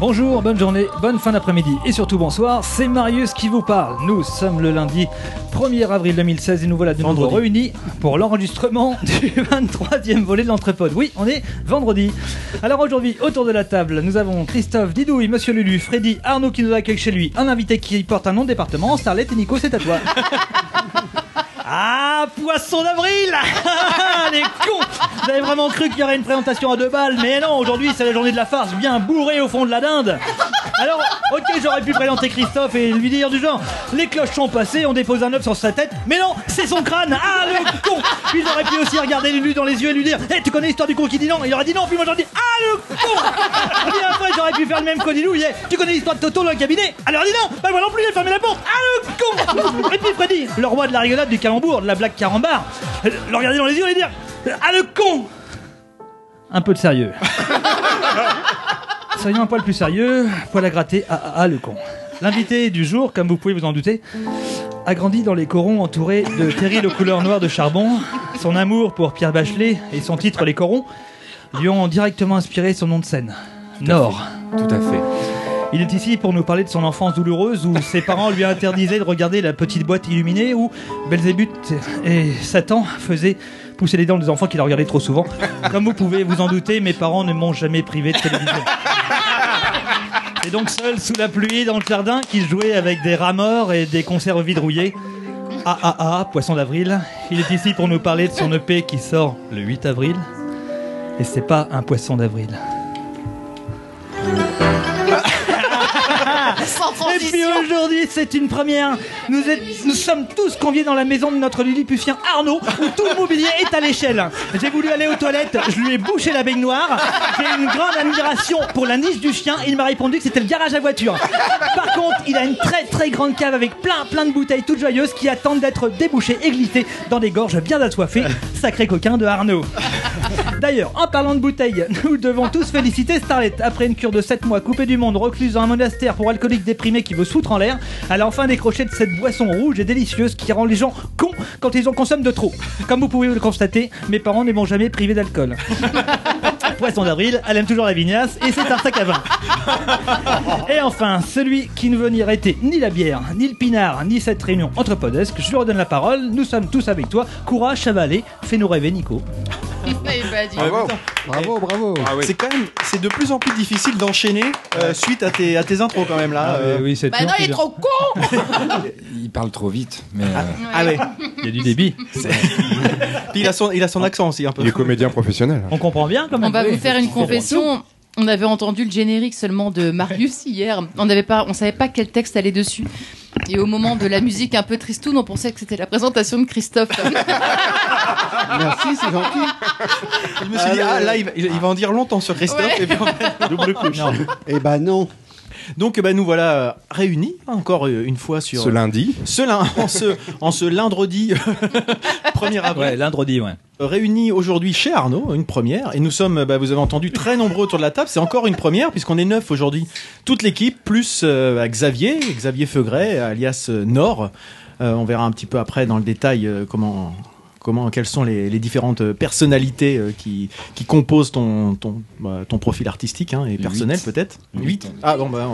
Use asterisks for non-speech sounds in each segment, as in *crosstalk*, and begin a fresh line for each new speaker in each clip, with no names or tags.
Bonjour, bonne journée, bonne fin d'après-midi et surtout bonsoir, c'est Marius qui vous parle. Nous sommes le lundi 1er avril 2016 et nous voilà de nouveau
Vendredi.
réunis pour l'enregistrement *laughs* du 23e volet de l'entrepode. Oui, on est vendredi. Alors aujourd'hui, autour de la table, nous avons Christophe, Didouille, Monsieur Lulu, Freddy, Arnaud qui nous accueille chez lui, un invité qui porte un nom de département, Starlet et Nico, c'est à toi. Ah, poisson d'avril *laughs* Ah, Les cons Vous avez vraiment cru qu'il y aurait une présentation à deux balles, mais non, aujourd'hui c'est la journée de la farce, bien bourré au fond de la dinde Alors, ok, j'aurais pu présenter Christophe et lui dire du genre Les cloches sont passées, on dépose un œuf sur sa tête, mais non, c'est son crâne Ah, le con Puis j'aurais pu aussi regarder Lulu dans les yeux et lui dire Hé, tu connais l'histoire du con qui dit non Il aurait dit non, puis moi j'aurais dit Ah, le con Puis après, j'aurais pu faire le même qu'Odilou, il est Tu connais l'histoire de Toto dans le cabinet Alors dit non Bah moi non plus, j'ai fermé la porte Ah, le con Et puis Freddy, le roi de la rigolade, du calembour, de la blague carambar, euh, le regarder dans les yeux et lui dire Ah, le con Un peu de sérieux. Soyons un poil plus sérieux, poil à gratter, ah, ah, ah, le con. L'invité du jour, comme vous pouvez vous en douter, a grandi dans les corons entouré de terribles couleurs noires de charbon. Son amour pour Pierre Bachelet et son titre Les Corons lui ont directement inspiré son nom de scène, Nord.
Tout à fait.
Il est ici pour nous parler de son enfance douloureuse où ses parents lui interdisaient de regarder la petite boîte illuminée où Belzébuth et Satan faisaient pousser les dents des enfants qui la regardaient trop souvent. Comme vous pouvez vous en douter, mes parents ne m'ont jamais privé de télévision. Et donc seul sous la pluie dans le jardin qu'il jouait avec des rats morts et des conserves vidrouillées. Ah ah ah, poisson d'avril, il est ici pour nous parler de son EP qui sort le 8 avril. Et c'est pas un poisson d'avril.
Sans
Et puis aujourd'hui, c'est une première. Nous, êtes- nous sommes tous conviés dans la maison de notre Lilliputien Arnaud, où tout le mobilier est à l'échelle. J'ai voulu aller aux toilettes, je lui ai bouché la baignoire. J'ai une grande admiration pour la niche du chien. Il m'a répondu que c'était le garage à voiture. Par contre, il a une très très grande cave avec plein plein de bouteilles toutes joyeuses qui attendent d'être débouchées et glissées dans des gorges bien assoiffées. Sacré coquin de Arnaud. D'ailleurs, en parlant de bouteilles, *laughs* nous devons tous féliciter Starlet. Après une cure de 7 mois coupée du monde, recluse dans un monastère pour alcooliques déprimés qui veut se foutre en l'air, elle a enfin décroché de cette boisson rouge et délicieuse qui rend les gens cons quand ils en consomment de trop. Comme vous pouvez le constater, mes parents ne m'ont jamais privé d'alcool. Poisson d'avril, elle aime toujours la vignasse et c'est un sac à vin. Et enfin, celui qui ne veut ni arrêter ni la bière, ni le pinard, ni cette réunion entre podesques, je lui redonne la parole. Nous sommes tous avec toi. Courage, chavalet, fais-nous rêver, Nico.
Ah,
Bravo, bravo.
Oh. C'est quand même, c'est de plus en plus difficile d'enchaîner euh, suite à tes, à tes intros quand même là. euh.
oui, c'est
Bah non, il est trop con
Il parle trop vite, mais euh,
Ah ouais.
Il y a du débit. Ah.
Puis il a son, il a son accent aussi un peu.
Il est comédien
hein.
professionnel.
On comprend bien quand même.
On va
Oui.
vous faire une confession. On avait entendu le générique seulement de Marius *laughs* hier. On n'avait pas, on savait pas quel texte allait dessus. Et au moment de la musique un peu tristoune, on pensait que c'était la présentation de Christophe. Ah
merci, c'est gentil.
Je me suis dit ah là il, va- il va en dire longtemps sur Christophe.
Ouais.
et puis, en fait, double couche.
Eh ben non.
Donc bah, nous voilà euh, réunis hein, encore euh, une fois sur
Ce lundi,
ce lin- *laughs* en ce en ce euh, lindredi 1er avril.
Ouais, l'indredi, ouais.
réunis aujourd'hui chez Arnaud, une première, et nous sommes, bah, vous avez entendu, très nombreux autour de la table, c'est encore une première, puisqu'on est neuf aujourd'hui. Toute l'équipe, plus euh, Xavier, Xavier Feugret, alias euh, Nord, Euh, on verra un petit peu après dans le détail euh, comment... Comment, quelles sont les, les différentes personnalités euh, qui, qui composent ton, ton, bah, ton profil artistique hein, et personnel peut-être 8 Ah bon, bah,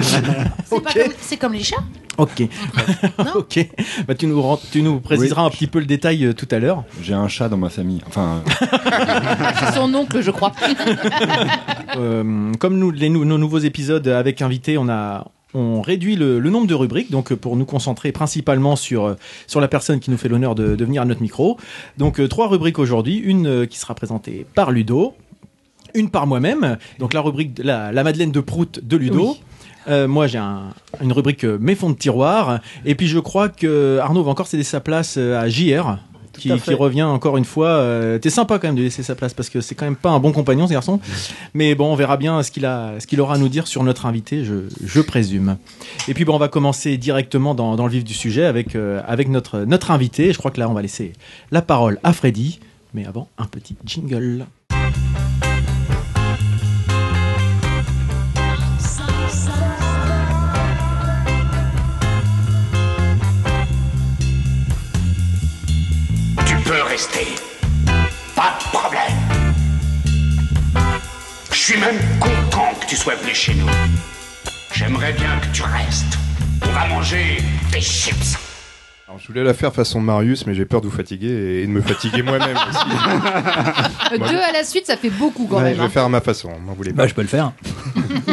C'est pas
Ok.
comme- C'est comme, les chats.
ok. *laughs* ok. Bah, tu, nous, rends- tu nous préciseras un petit peu le détail euh, tout à l'heure.
J'ai un chat dans ma famille. Enfin, euh,
C'est son oncle, je
*laughs*
crois.
Euh, comme nous, les, nou- nos nouveaux épisodes avec invités, on a on réduit le, le nombre de rubriques, donc euh, pour nous concentrer principalement sur, euh, sur la personne qui nous fait l'honneur de, de venir à notre micro. Donc euh, trois rubriques aujourd'hui, une euh, qui sera présentée par Ludo, une par moi-même, donc la rubrique de- la, la Madeleine de Prout de Ludo. Euh, moi j'ai un- une rubrique euh, mes fonds de tiroir, et puis je crois que Arnaud va encore céder sa place euh, à JR. Qui,
à fait.
qui revient encore une fois. euh, T'es sympa quand même de laisser sa place parce que c'est quand même pas un bon compagnon ce garçon. Mais bon, on verra bien ce qu'il a, ce qu'il aura à nous dire sur notre invité, je, je présume. Et puis bon, on va commencer directement dans, dans le vif du sujet avec, euh, avec notre, notre invité. Je crois que là, on va laisser la parole à Freddy. Mais avant, un petit jingle.
Tu peux rester. Pas de problème. Je suis même content que tu sois venu chez nous. J'aimerais bien que tu restes. On va manger des
*laughs*
chips.
Alors, je voulais la faire façon Marius, mais j'ai peur de vous fatiguer et de me fatiguer moi-même aussi.
*laughs*
Euh,
Moi,
Deux à la suite, ça fait beaucoup quand même.
je vais
hein.
faire à ma façon, m'en voulez pas.
Bah, je peux le faire.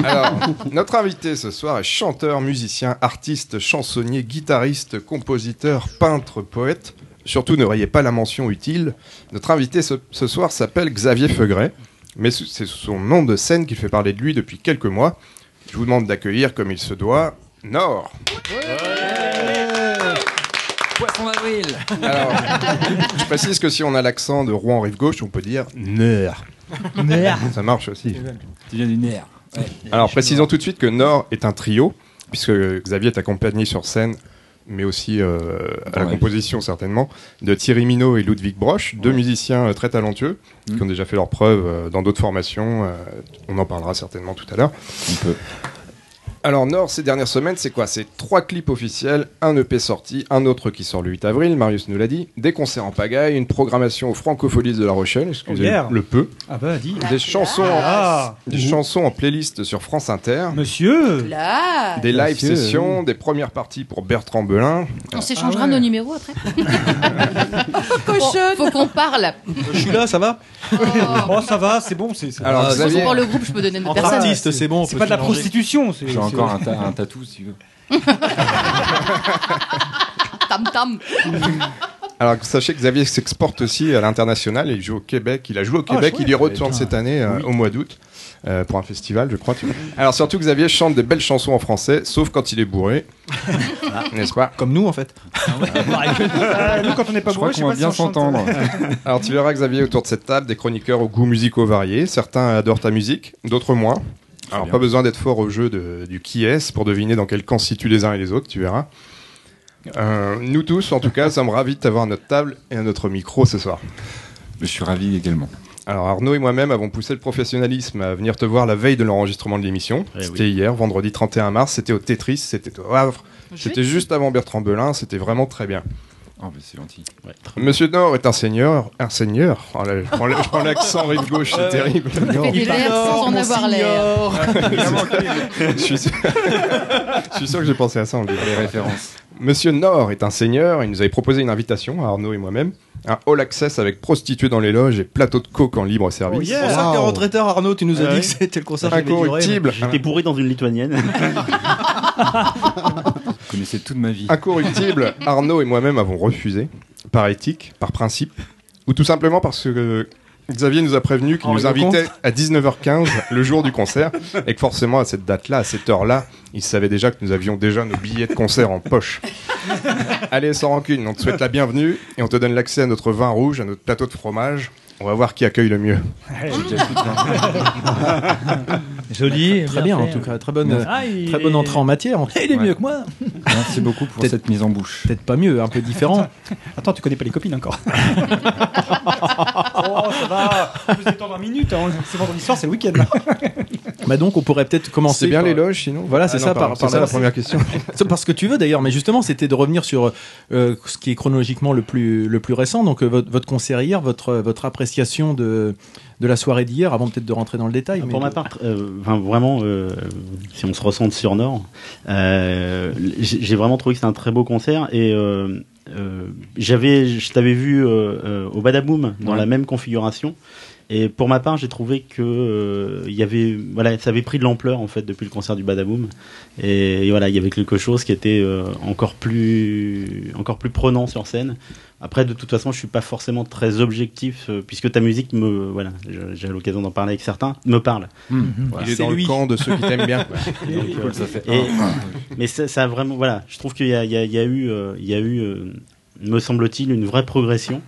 Alors, notre invité ce soir est chanteur, musicien, artiste, chansonnier, guitariste, compositeur, peintre, poète. Surtout, ne rayez pas la mention utile. Notre invité ce, ce soir s'appelle Xavier Feugret, mais sous- c'est sous son nom de scène qu'il fait parler de lui depuis quelques mois. Je vous demande d'accueillir comme il se doit Nord.
Poisson d'avril
Alors, je précise que si on a l'accent de Rouen rive gauche, on peut dire Nord.
Nord.
Ça marche aussi.
Tu viens du nerf.
Alors précisons tout de suite que Nord est un trio, puisque Xavier est accompagné sur scène, mais aussi euh, à la
Ouais.
composition certainement, de Thierry Minot et Ludwig Broch, deux musiciens euh, très talentueux, qui ont déjà fait leurs preuves euh, dans d'autres formations. euh, on en parlera certainement tout à l'heure. Alors Nord, ces dernières semaines, c'est quoi C'est trois clips officiels, un EP sorti, un autre qui sort le 8 avril, Marius nous l'a dit, des concerts en pagaille, une programmation aux francopholies de La Rochelle, excusez
yeah.
le peu,
Ah bah, dis.
des chansons,
Ah.
des chansons en playlist sur France Inter.
Monsieur
Là,
Des live
Monsieur,
sessions, des premières parties pour Bertrand Belin.
on s'échangera
Ah ouais.
nos numéros après. Cochonne Faut qu'on parle.
Je suis là, ça va
Oh.
Oh, ça va, c'est bon, c'est. c'est-
Alors,
Ah,
Xavier,
Pour le groupe, je peux donner notre
Entre
personne.
artistes, c'est bon. on
C'est
peut
pas de la
se mélanger.
prostitution, c'est.
J'ai
c'est-
encore un, ta- un tatou si tu veux.
Ah, Tam tam.
alors sachez que Xavier s'exporte aussi à l'international. Il joue au Québec. Il a joué au
Ah,
Québec. il y retourne
Eh
cette année euh, au mois d'août euh, pour un festival, je crois. tu vois. Alors surtout Xavier chante de belles chansons en français, sauf quand il
*laughs*
est bourré, n'est-ce pas
Comme nous, en fait.
Euh, nous, quand on n'est pas
Je crois
bourré, je sais
qu'on va
pas si
bien
on chante.
*laughs* s'entendre.
Alors tu verras Xavier autour de cette table des chroniqueurs aux goûts musicaux variés. Certains adorent ta musique, d'autres moins. Alors pas besoin d'être fort au jeu de- du qui est pour deviner dans quel camp se situent les uns et les autres, tu verras. Euh, nous tous, en tout cas, sommes ravis de t'avoir à notre table et à notre micro ce soir.
Je suis ravi également.
Alors Arnaud et moi-même avons poussé le professionnalisme à venir te voir la veille de l'enregistrement de l'émission. c'était hier, vendredi 31 mars, c'était au Tetris, c'était au Havre, c'était juste avant Bertrand Belin, c'était vraiment très bien.
Oh, mais c'est gentil.
Monsieur Nord est un seigneur, un seigneur. Oh là, je prends le- je prends l'accent rive gauche, c'est terrible.
Fais des l'air sans en avoir l'air. *laughs*
je, suis sûr... je suis sûr que j'ai pensé à ça en le disant.
Les références.
Monsieur Nord est un seigneur, il nous avait proposé une invitation à Arnaud et moi-même, un all access avec prostituées dans les loges et plateau de coke en libre service.
Ah C'est Oh, pour ça que t'es rentré tard, Arnaud. Tu nous as
Ah
dit
ouais.
que c'était le concert qui avait duré, mais-
Incorruptible,
J'étais bourré dans une lituanienne.
Vous connaissez toute ma vie. *laughs*
incorruptible, Arnaud et moi-même avons refusé, par éthique, par principe, ou tout simplement parce que euh, Xavier nous a prévenu qu'il
En
nous
ligne de
invitait à 19h15 le jour du concert, et que forcément à cette date-là, à cette heure-là, il savait déjà que nous avions déjà nos billets de concert
*laughs*
en poche. Allez, sans rancune, on te souhaite la bienvenue, et on te donne l'accès à notre vin rouge, à notre plateau de fromage. On va voir qui accueille le mieux.
Joli.
Très bien, en
fait.
tout cas. Très *laughs* bonne,
Ah, il
très bonne
est-
entrée en matière. en-
Eh, Il est
Ouais.
mieux que
*laughs*
moi.
Merci beaucoup pour
Peut-être-
cette mise en bouche.
Peut-être pas mieux, un peu différent.
Attends, tu connais pas les copines encore. oh, ça va. On peut s'étendre 20 minutes. hein. C'est vendredi soir, c'est le week-end. là.
*laughs* bah donc, on pourrait peut-être commencer.
C'est bien
par-
les loges, sinon
Voilà, c'est
Ah non,
ça, par-
pardon,
par
c'est ça
là,
la
c'est-
première question.
*laughs* C'est parce que tu veux d'ailleurs, mais justement, c'était de revenir sur euh, ce qui est chronologiquement le plus, le plus récent. Donc, euh, votre, votre concert hier, votre, euh, votre appréciation de, de la soirée d'hier, avant peut-être de rentrer dans le
Ah,
détail. mais-
Pour ma part, euh, enfin, vraiment, euh, si on se ressente sur Nord, euh, j'ai j'ai vraiment trouvé que c'était un très beau concert et euh, euh, j'avais, je t'avais vu euh, euh, au Badaboom dans
Ouais.
la même configuration. Et pour ma part, j'ai trouvé que euh, il y avait, voilà, ça avait pris de l'ampleur en fait depuis le concert du Badaboom. Et, voilà, il y avait quelque chose qui était euh, encore plus, encore plus prenant sur scène. Après, de toute façon, je suis pas forcément très objectif euh, puisque ta musique me, voilà, je- j'ai l'occasion d'en parler avec certains, me parle.
Hmm.
Il est
C'est
dans
lui.
le camp de ceux qui
*laughs*
t'aiment bien. euh,
Et- euh, mais ça, ça a vraiment, voilà, je trouve qu'il y a, il y a- il y a eu, euh, il y a eu, euh, me semble-t-il, une vraie progression.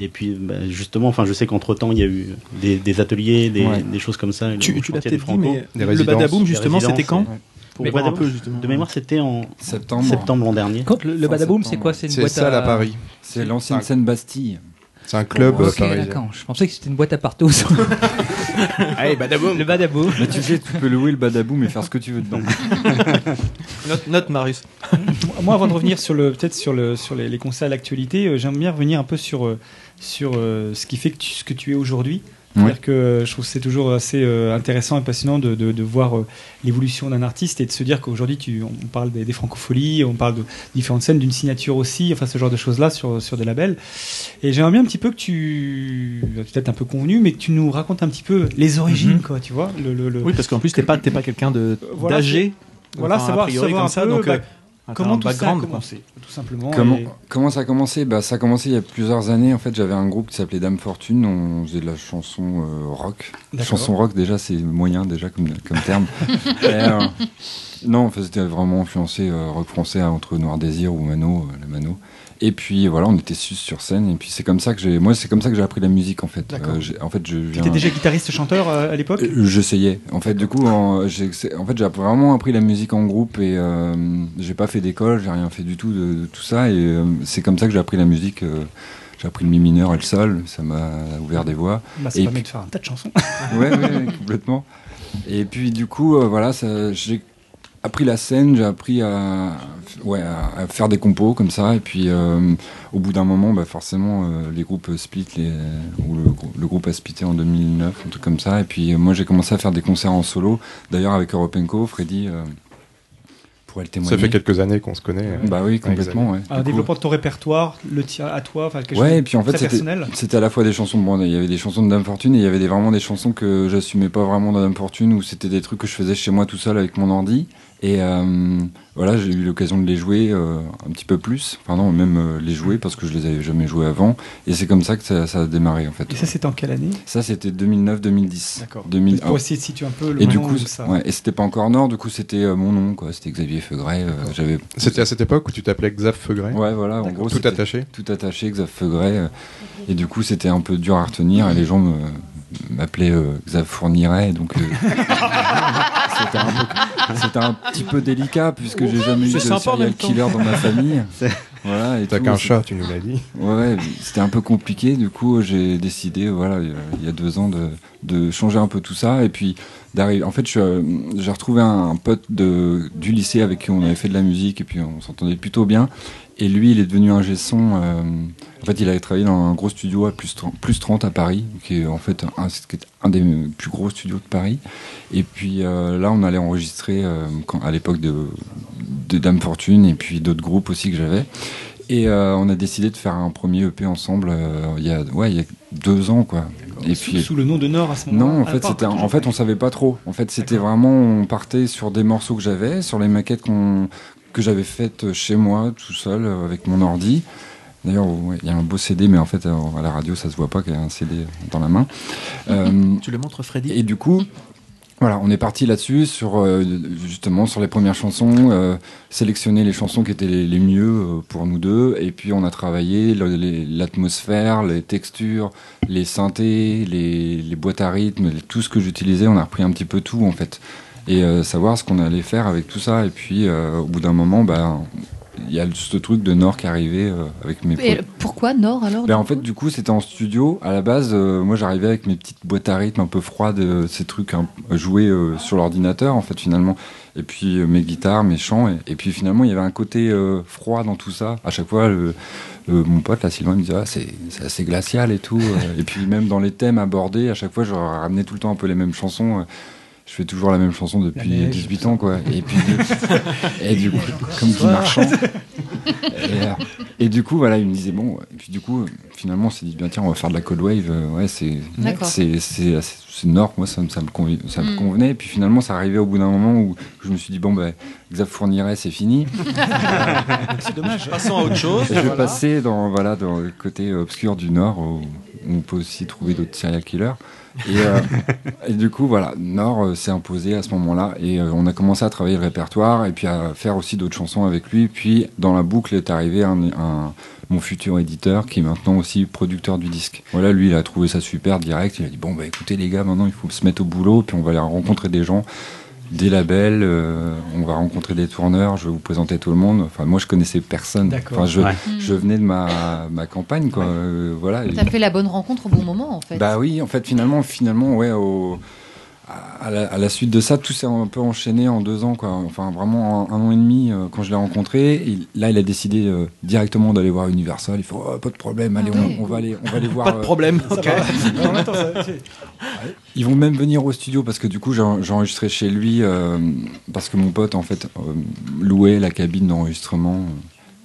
Et puis, bah, justement, enfin, je sais qu'entre temps, il y a eu des, des ateliers, des,
Ouais.
des choses comme ça. le
Tu, tu
chantier des
l'as peut-être dit,
Franco.
mais
des
le
résidences.
Badaboom,
Des
justement, c'était
résidences,
quand
ouais.
Pour
Mais
voir un
Badaboom,
peu, justement.
De mémoire, c'était en
Septembre.
septembre l'an dernier.
le,
Fin
Badaboom,
septembre.
c'est quoi C'est une
C'est
boîte
ça,
à...
à Paris. Ah.
C'est l'ancienne scène Bastille.
C'est un club euh,
Ok,
parisien.
d'accord. Je pensais que c'était une boîte à partout.
Allez, badaboum
le Badaboom.
Mais tu sais, tu
*laughs*
peux louer le Badaboom et faire ce que tu veux dedans.
Note, note,
*laughs*
Marius.
Moi, avant de revenir sur le, peut-être sur le, sur les, les conseils à l'actualité, euh, j'aime bien revenir un peu sur, euh, sur euh, ce qui fait que tu, ce que tu es aujourd'hui.
C'est-à-dire que euh, je trouve que c'est toujours assez euh, intéressant et passionnant de, de- de voir euh, l'évolution d'un artiste et de se dire qu'aujourd'hui, tu- on parle des, des francopholies, on parle de différentes scènes, d'une signature aussi, enfin ce genre de choses-là sur, sur des labels. Et j'aimerais bien un petit peu que tu, peut-être un peu convenu, mais que tu nous racontes un petit peu les origines, quoi, tu vois. Le, le- le-
Mhm. Oui, parce qu'en plus, t'es pas, t'es pas quelqu'un de
Voilà,
d'âgé.
c'est- voilà,
Enfin, a
savoir-
priori,
savoir
comme
un
ça,
peu,
donc,
bah,
euh, t'as
comment
un
tout ça a
background, quoi.
commencé, tout simplement.
Comment,
et-
comment ça a commencé bah, Ça a commencé il y a plusieurs années. En fait, j'avais un groupe qui s'appelait Dame Fortune. On faisait de la chanson euh, rock.
D'accord.
Chanson rock, déjà, c'est moyen déjà comme, comme
*laughs*
terme. Et, euh, non, en fait, c'était vraiment influencé euh, rock français hein, entre Noir Désir ou Mano, euh, le Mano. Et puis voilà, on était sus sur scène. Et puis c'est comme ça que j'ai, moi, c'est comme ça que j'ai appris la musique en fait.
D'accord.
Euh, j'ai- en fait, je
Tu
viens-
étais déjà guitariste-chanteur euh, à l'époque
euh, J'essayais. En fait, du coup, en, j'ai, c'est- en fait, j'ai vraiment appris la musique en groupe et euh, j'ai pas fait d'école, j'ai rien fait du tout de, de tout ça. Et euh, c'est comme ça que j'ai appris la musique. euh, j'ai appris le mi mineur et le sol, ça m'a ouvert des voies.
Bah, ça
et
permet
puis-
de faire un tas de chansons.
*laughs* ouais, ouais,
*laughs*
ouais, complètement. Et puis du coup, euh, voilà, ça- j'ai appris la scène, j'ai appris à, ouais, à, à faire des compos comme ça. Et puis euh, au bout d'un moment, bah, forcément, euh, les groupes split, les, ou le, grou- le groupe a splitté en 2009, un truc comme ça. Et puis euh, moi, j'ai commencé à faire des concerts en solo. D'ailleurs, avec Europenco, Freddy. euh, pourrait le témoigner.
Ça fait quelques années qu'on se connaît.
Bah oui,
Avec
complètement. Ouais.
Un
Du coup,
développement de ton répertoire, le tien à toi, enfin quelque chose
ouais, et puis en fait,
très
c'était-
personnel.
c'était à la fois des chansons. Bon, il y avait des chansons de Dame Fortune et il y avait des, vraiment des chansons que j'assumais pas vraiment de Dame Fortune ou c'était des trucs que je faisais chez moi tout seul avec mon ordi. Et euh, voilà, j'ai eu l'occasion de les jouer euh, un petit peu plus. Enfin, non, même euh, les jouer parce que je les avais jamais joués avant. Et c'est comme ça que ça, ça a démarré en fait.
Et ça, c'était en quelle année
Ça, c'était 2009-2010.
D'accord.
2000...
Pour essayer de situer un peu le
et du
moment
coup,
où ça-
ouais, et c'était pas encore Nord, du coup, c'était euh, mon nom, quoi. C'était Xavier Feugret. euh, j'avais.
*laughs* C'était à cette époque où tu t'appelais Xav Feugret
Ouais, voilà, en
D'accord.
gros.
Tout
c'était
attaché
Tout attaché, Xav Feugret. euh, et du coup, c'était un peu dur à retenir et les gens me- m'appelaient euh, Xav Fourniret.
*laughs*
Donc, euh, c'était un, peu- c'était un petit peu délicat puisque j'ai jamais eu de
C'est sympa en
serial
même temps.
killer dans ma famille.
Eh,
voilà, et
T'as
tout,
qu'un
c'est-
chat, tu nous l'as dit.
Ouais, c'était un peu compliqué. Du coup, j'ai décidé, voilà, il y a- il y a deux ans, de, de changer un peu tout ça. Et puis, d'arriver. En fait, je suis, euh, j'ai retrouvé un, un pote de, du lycée avec qui on avait fait de la musique et puis on s'entendait plutôt bien. Et lui, il est devenu un son. euh, en fait, il avait travaillé dans un gros studio à plus 30, plus 30 à Paris, qui est en fait un, ce qui est un des plus gros studios de Paris. Et puis euh, là, on allait enregistrer euh, quand- à l'époque de, de Dame Fortune et puis d'autres groupes aussi que j'avais. Et euh, on a décidé de faire un premier EP ensemble euh, il y a ouais il y a deux ans quoi. Et
sous, sous le nom de Nord à ce moment-là
non, en
Ah,
fait,
pas
c'était,
encore,
en fait, on savait pas trop. En fait, c'était vraiment, on partait sur des morceaux que j'avais, sur les maquettes qu'on, que j'avais faites chez moi, tout seul, euh, avec mon ordi. D'ailleurs, ouais, il y a un beau CD, mais en fait, euh, à la radio, ça se voit pas qu'il y a un CD dans la
*laughs*
main. Euh,
Tu le montres, Freddy
et du coup, voilà, on est parti là-dessus sur euh, justement sur les premières chansons, euh, sélectionner les chansons qui étaient les, les mieux euh, pour nous deux, et puis on a travaillé le- les- l'atmosphère, les textures, les synthés, les, les boîtes à rythme, les- tout ce que j'utilisais, on a repris un petit peu tout en fait, et euh, savoir ce qu'on allait faire avec tout ça, et puis euh, au bout d'un moment, bah, il y a ce truc de Nord qui est arrivé euh, avec mes
Et
potes.
pourquoi Nord alors
Ben, en fait, du coup, c'était en studio. À la base, euh, moi, j'arrivais avec mes petites boîtes à rythme un peu froides, euh, ces trucs hein, joués euh, sur l'ordinateur, en fait, finalement. Et puis euh, mes guitares, mes chants. Et, et puis finalement, il y avait un côté euh, froid dans tout ça. À chaque fois, le- le- mon pote, là, Sylvain, il me disait ah, c'est c'est assez glacial et tout. Euh, et puis même dans les thèmes abordés, à chaque fois, je ramenais tout le temps un peu les mêmes chansons. Euh, Je fais toujours la même chanson depuis
neige,
18 ans, quoi. Et *laughs* puis, et du coup, comme
ce
Guy
soir.
Marchand. Et, euh, et du coup, voilà, il me disait, bon, et puis du coup, euh, finalement, on s'est dit, bien, tiens, on va faire de la cold wave. euh, Ouais, c'est,
D'accord.
c'est, c'est, assez- c'est nord, moi, ça, me- ça me, convi- ça me
Mm.
convenait. Et puis finalement, ça arrivait au bout d'un moment où je me suis dit, bon, ben, Xav Fourniret, c'est fini.
C'est dommage.
Passons à autre chose.
Je vais
voilà.
passer dans, voilà, dans le côté obscur du Nord, où on peut aussi trouver d'autres serial killers. Et, euh, et du coup, voilà, Nord euh, s'est imposé à ce moment-là. Et euh, on a commencé à travailler le répertoire et puis à faire aussi d'autres chansons avec lui. Puis, dans la boucle est arrivé un, un- mon futur éditeur qui est maintenant aussi producteur du disque. Voilà, lui, il a trouvé ça super direct. Il a dit Bon, bah écoutez, les gars, maintenant il faut se mettre au boulot. Puis on va aller rencontrer des gens des labels, euh, on va rencontrer des tourneurs, je vais vous présenter tout le monde. Enfin, moi, je connaissais personne.
D'accord.
Enfin, je,
Ouais.
je venais de ma, ma campagne, quoi. Euh, voilà. Bah Et-
T'as fait la bonne rencontre au bon moment en fait.
bah oui, en fait, finalement, finalement, ouais, au- à la, à la suite de ça, tout s'est un peu enchaîné en deux ans, quoi. Enfin, vraiment un, un an et demi euh, quand je l'ai rencontré. il- là, il a décidé euh, directement d'aller voir Universal. Il faut Oh, pas de problème,
Ah
allez, on- on, va aller, on va aller voir.
Pas de
euh,
problème, ok.
Non, attends, ça- c'est-
Ils vont même venir au studio parce que du coup j'ai j'ai enregistré chez lui euh, parce que mon pote en fait euh, louait la cabine d'enregistrement euh,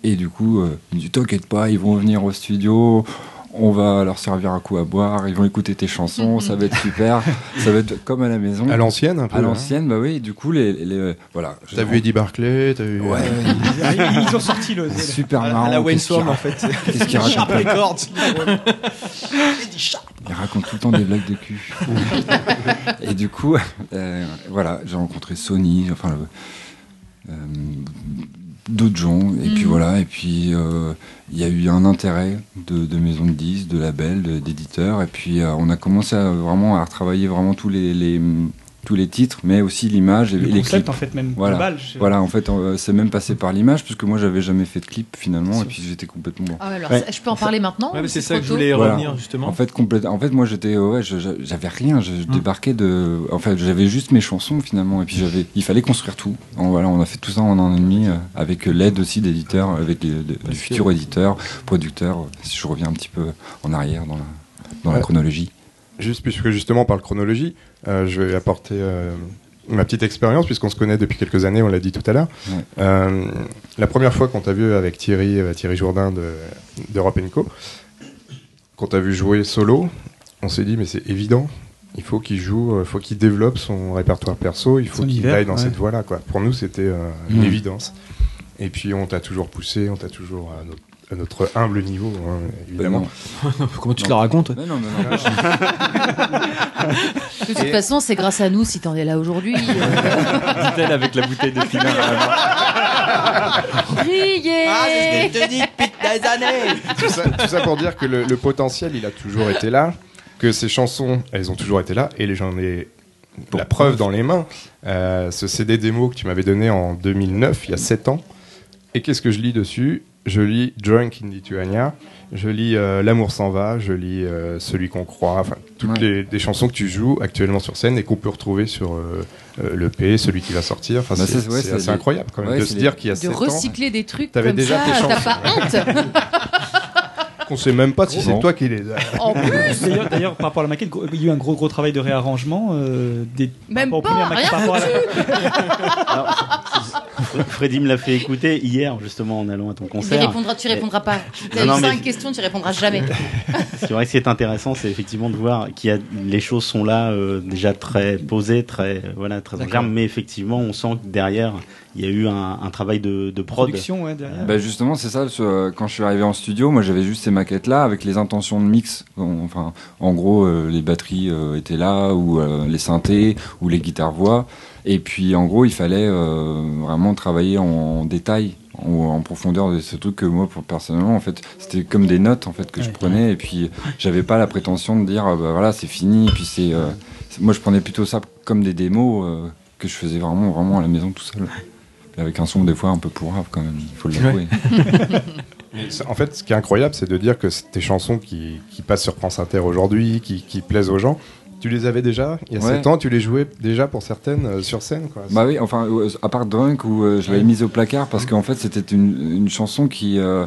et du coup euh, il me dit t'inquiète pas ils vont venir au studio on va leur servir un coup à boire ils vont écouter tes chansons ça va être super ça va être comme à la maison
À l'ancienne, un peu,
à
hein.
l'ancienne bah oui du coup les, les- voilà
T'as vu Eddie Barclay, t'as vu. euh,
Ouais.
*laughs* Ils ont sorti le.
euh, *laughs* super
À la-
marrant
à la Wayne
qu'est-ce qu'il
Swan, en
ra-
fait.
qu'est-ce
*laughs*
qu'il raconte
Sharp Records.
Il raconte tout le temps des blagues de cul. et du coup, euh, voilà, j'ai rencontré Sony, enfin le- euh, d'autres gens, et puis
Mm.
Mhm.
voilà, et puis euh, il y a eu un intérêt de, de maison de 10, de label, de- d'éditeur, et puis euh, on a commencé à, vraiment à retravailler vraiment tous les, les, hum, tous les titres, mais aussi l'image et
Le
et les
concept,
clips.
en fait, même,
Voilà,
de balle, je-
voilà en fait, euh, c'est même passé par l'image, puisque moi j'avais jamais fait de clip finalement, et puis j'étais complètement.
Ah ouais, alors
Ouais.
ça- je peux en parler maintenant
Ouais, mais
ou
c'est ça que
trop
je
tôt
voulais
Voilà.
revenir justement. Hum.
En fait, complète- en fait moi j'étais euh, ouais, je- je- j'avais rien, je, je débarquais de en fait, j'avais juste mes chansons finalement et puis j'avais il fallait construire tout. En- voilà, on a fait tout ça en un an et demi euh, avec l'aide aussi d'éditeurs, euh, avec les, de- du futur éditeur, producteur, euh, si je reviens un petit peu en arrière dans la dans la
Ouais.
chronologie.
Juste puisque justement on parle chronologie, euh, je vais apporter euh, ma petite expérience puisqu'on se connaît depuis quelques années, on l'a dit tout à l'heure.
Ouais.
Euh, la première fois qu'on t'a vu avec Thierry, euh, Thierry Jourdain de d'Europe Co, quand t'a vu jouer solo, on s'est dit mais c'est évident, il faut qu'il joue, il faut qu'il développe son répertoire perso, il faut
Son
qu'il
univers,
aille dans
ouais.
cette voie-là. Quoi. Pour nous c'était euh,
Mhm.
une évidence. Et puis on t'a toujours poussé, on t'a toujours à notre, à notre humble niveau, hein, évidemment.
Bah
*laughs*
Comment tu te la racontes
Non, non, non, non.
De toute façon, c'est grâce à nous si t'en es là aujourd'hui.
*laughs* Dit-elle avec la bouteille
*laughs*
de finale à la main.
Briller
Ah, c'est ce que je te dis depuis des années
tout, ça, tout ça pour dire que le, le potentiel, il a toujours été là, que ces chansons, elles ont toujours été là, et les- j'en ai la preuve dans les mains. Euh, ce CD démo que tu m'avais donné en 2009, il y a 7 ans, et qu'est-ce que je lis dessus Je lis Drunk in Lithuania, je lis euh, L'amour s'en va, je lis euh, Celui qu'on croit, enfin, toutes
Ouais.
les, des chansons que tu joues actuellement sur scène et qu'on peut retrouver sur euh, euh, le P, celui qui va sortir. Enfin,
Bah,
c'est
ça, ouais,
c'est
c'est
assez
les-
incroyable quand même
ouais,
de
c'est
se
les-
dire qu'il y a
De
7 ans
recycler des trucs
T'avais
comme
déjà tes
ça, t'as
chances.
pas honte
qu'on sait même pas si
Gros
c'est
vent.
toi qui les as.
En plus
D'ailleurs, d'ailleurs, par rapport à la maquette, gros- il y a eu un gros gros travail de réarrangement euh, des
Même
par
pas,
rapport aux premières maquettes,
rien
par rapport
*laughs*
à la-
Fr- Freddy me l'a fait écouter hier justement en allant à ton
Tu
concert.
répondras, tu répondras pas. T'as
Non,
eu
non, mais-
cinq questions, tu répondras jamais.
C'est vrai que ce qui est intéressant, c'est effectivement de voir qu'il y a les choses sont là euh, déjà très posées, très euh, voilà, très en
D'accord.
germe, mais effectivement, on sent que derrière, il y a eu un, un travail de, de prod.
production ouais, derrière.
Bah justement, c'est ça. ce- euh, quand je suis arrivé en studio, moi j'avais juste ces maquettes-là avec les intentions de mix. On- Enfin, en gros, euh, les batteries euh, étaient là, ou euh, les synthés, ou les guitares-voix. Et puis, en gros, il fallait euh, vraiment travailler en détail, en, en profondeur de ce truc que moi, pour, personnellement, en fait, c'était comme des notes en fait que je prenais. Et puis, j'avais pas la prétention de dire, euh, bah voilà, c'est fini. Et puis c'est, euh, c'est- moi, je prenais plutôt ça comme des démos euh, que je faisais vraiment, vraiment à la maison tout seul. Avec un son des fois un peu pourrave quand même, il faut l'avouer.
Mais ça- En fait, ce qui est incroyable, c'est de dire que c'est tes chansons qui, qui passent sur France Inter aujourd'hui, qui, qui plaisent aux gens, tu les avais déjà il y a
Ouais.
7 ans, tu les jouais déjà pour certaines euh, sur scène. Quoi.
Bah oui, enfin, euh, à part Drunk où euh, je l'avais mise au placard parce qu'en fait c'était une, une chanson qui. euh,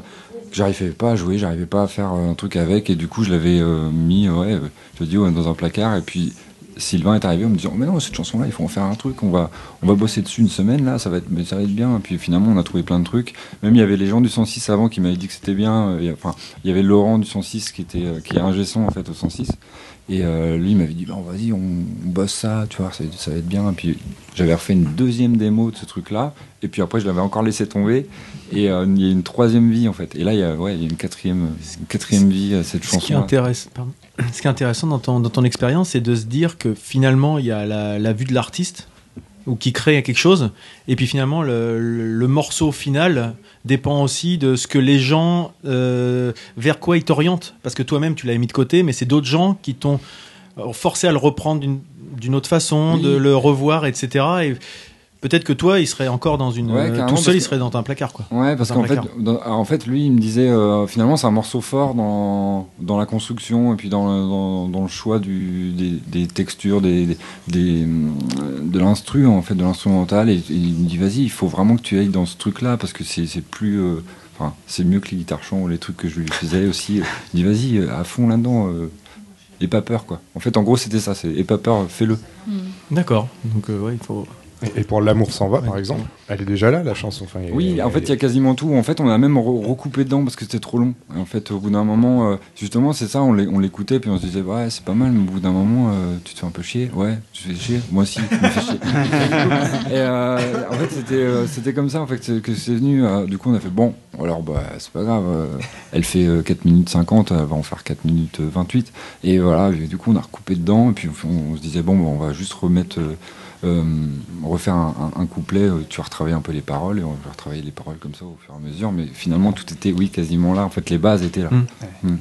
que j'arrivais pas à jouer, j'arrivais pas à faire euh, un truc avec et du coup je l'avais euh, mis, ouais, euh, je dis, ouais, dans un placard et puis. Sylvain est arrivé en me disant mais non cette chanson là il faut en faire un truc on va on va bosser dessus une semaine là ça va être mais ça va être bien et puis finalement on a trouvé plein de trucs même il y avait les gens du 106 avant qui m'avaient dit que c'était bien euh, et, enfin il y avait Laurent du 106 qui était euh, qui est ingé son en fait au 106 et euh, lui il m'avait dit, bon, vas-y, on, on bosse ça, tu vois, ça, ça va être bien. Et puis j'avais refait une deuxième démo de ce truc-là. Et puis après, je l'avais encore laissé tomber. Et euh, il y a une troisième vie, en fait. Et là, il y a, ouais, il y a une quatrième, une quatrième vie à cette
Ce qui, est
chanson.
intéress- pardon. Ce qui est intéressant dans ton, dans ton expérience, c'est de se dire que finalement, il y a la, la vue de l'artiste ou qui crée quelque chose, et puis finalement, le, le- le morceau final dépend aussi de ce que les gens, euh, vers quoi ils t'orientent. Parce que toi-même, tu l'avais mis de côté, mais c'est d'autres gens qui t'ont euh, forcé à le reprendre d'une- d'une autre façon,
Oui.
de le revoir, etc. Et Peut-être que toi, il serait encore dans une.
Ouais,
euh,
carrément,
tout
parce
seul, il
que-
serait dans un placard, quoi.
Ouais, parce
Dans un
qu'en fait,
placard.
dans- alors, en fait, lui, il me disait, euh, finalement, c'est un morceau fort dans, dans la construction et puis dans, le- dans, dans le choix du, des, des textures, des, des- des, hum, de l'instru, en fait, de l'instrumental. Et, et il me dit, vas-y, il faut vraiment que tu ailles dans ce truc-là parce que c'est c'est plus. euh, Enfin, c'est mieux que les guitares chants ou les trucs que je lui faisais aussi. Il me dit, vas-y, euh, à fond là-dedans. euh, et pas peur, quoi. En fait, en gros, c'était ça. c'est Et pas peur, fais-le.
D'accord. Donc, euh, ouais, il faut.
Et pour L'amour s'en va, par exemple. Elle est déjà là, la chanson. Enfin, elle-
Oui, en
elle
fait, il y a quasiment tout. En fait, on a même re- recoupé dedans parce que c'était trop long. Et en fait, au bout d'un moment, euh, justement, c'est ça, on l'é- on l'écoutait, puis on se disait, ouais, c'est pas mal, mais au bout d'un moment, euh, tu te fais un peu chier. Ouais, tu te fais chier. Moi aussi, je me fais chier. Et euh, en fait, c'était euh, c'était comme ça, en fait, que c'est- que c'est venu. euh, du coup, on a fait, bon, alors, bah, c'est pas grave. euh, elle fait euh, 4 minutes 50, elle va en faire 4 minutes 28. Et voilà, et du coup, on a recoupé dedans, et puis on, on se disait, bon, bah, on va juste remettre. euh, euh, refaire un, un- un couplet, euh, tu vas retravailler un peu les paroles et on va retravailler les paroles comme ça au fur et à mesure. Mais finalement, tout était, oui, quasiment là. En fait, les bases étaient là.
Mm.
Mm.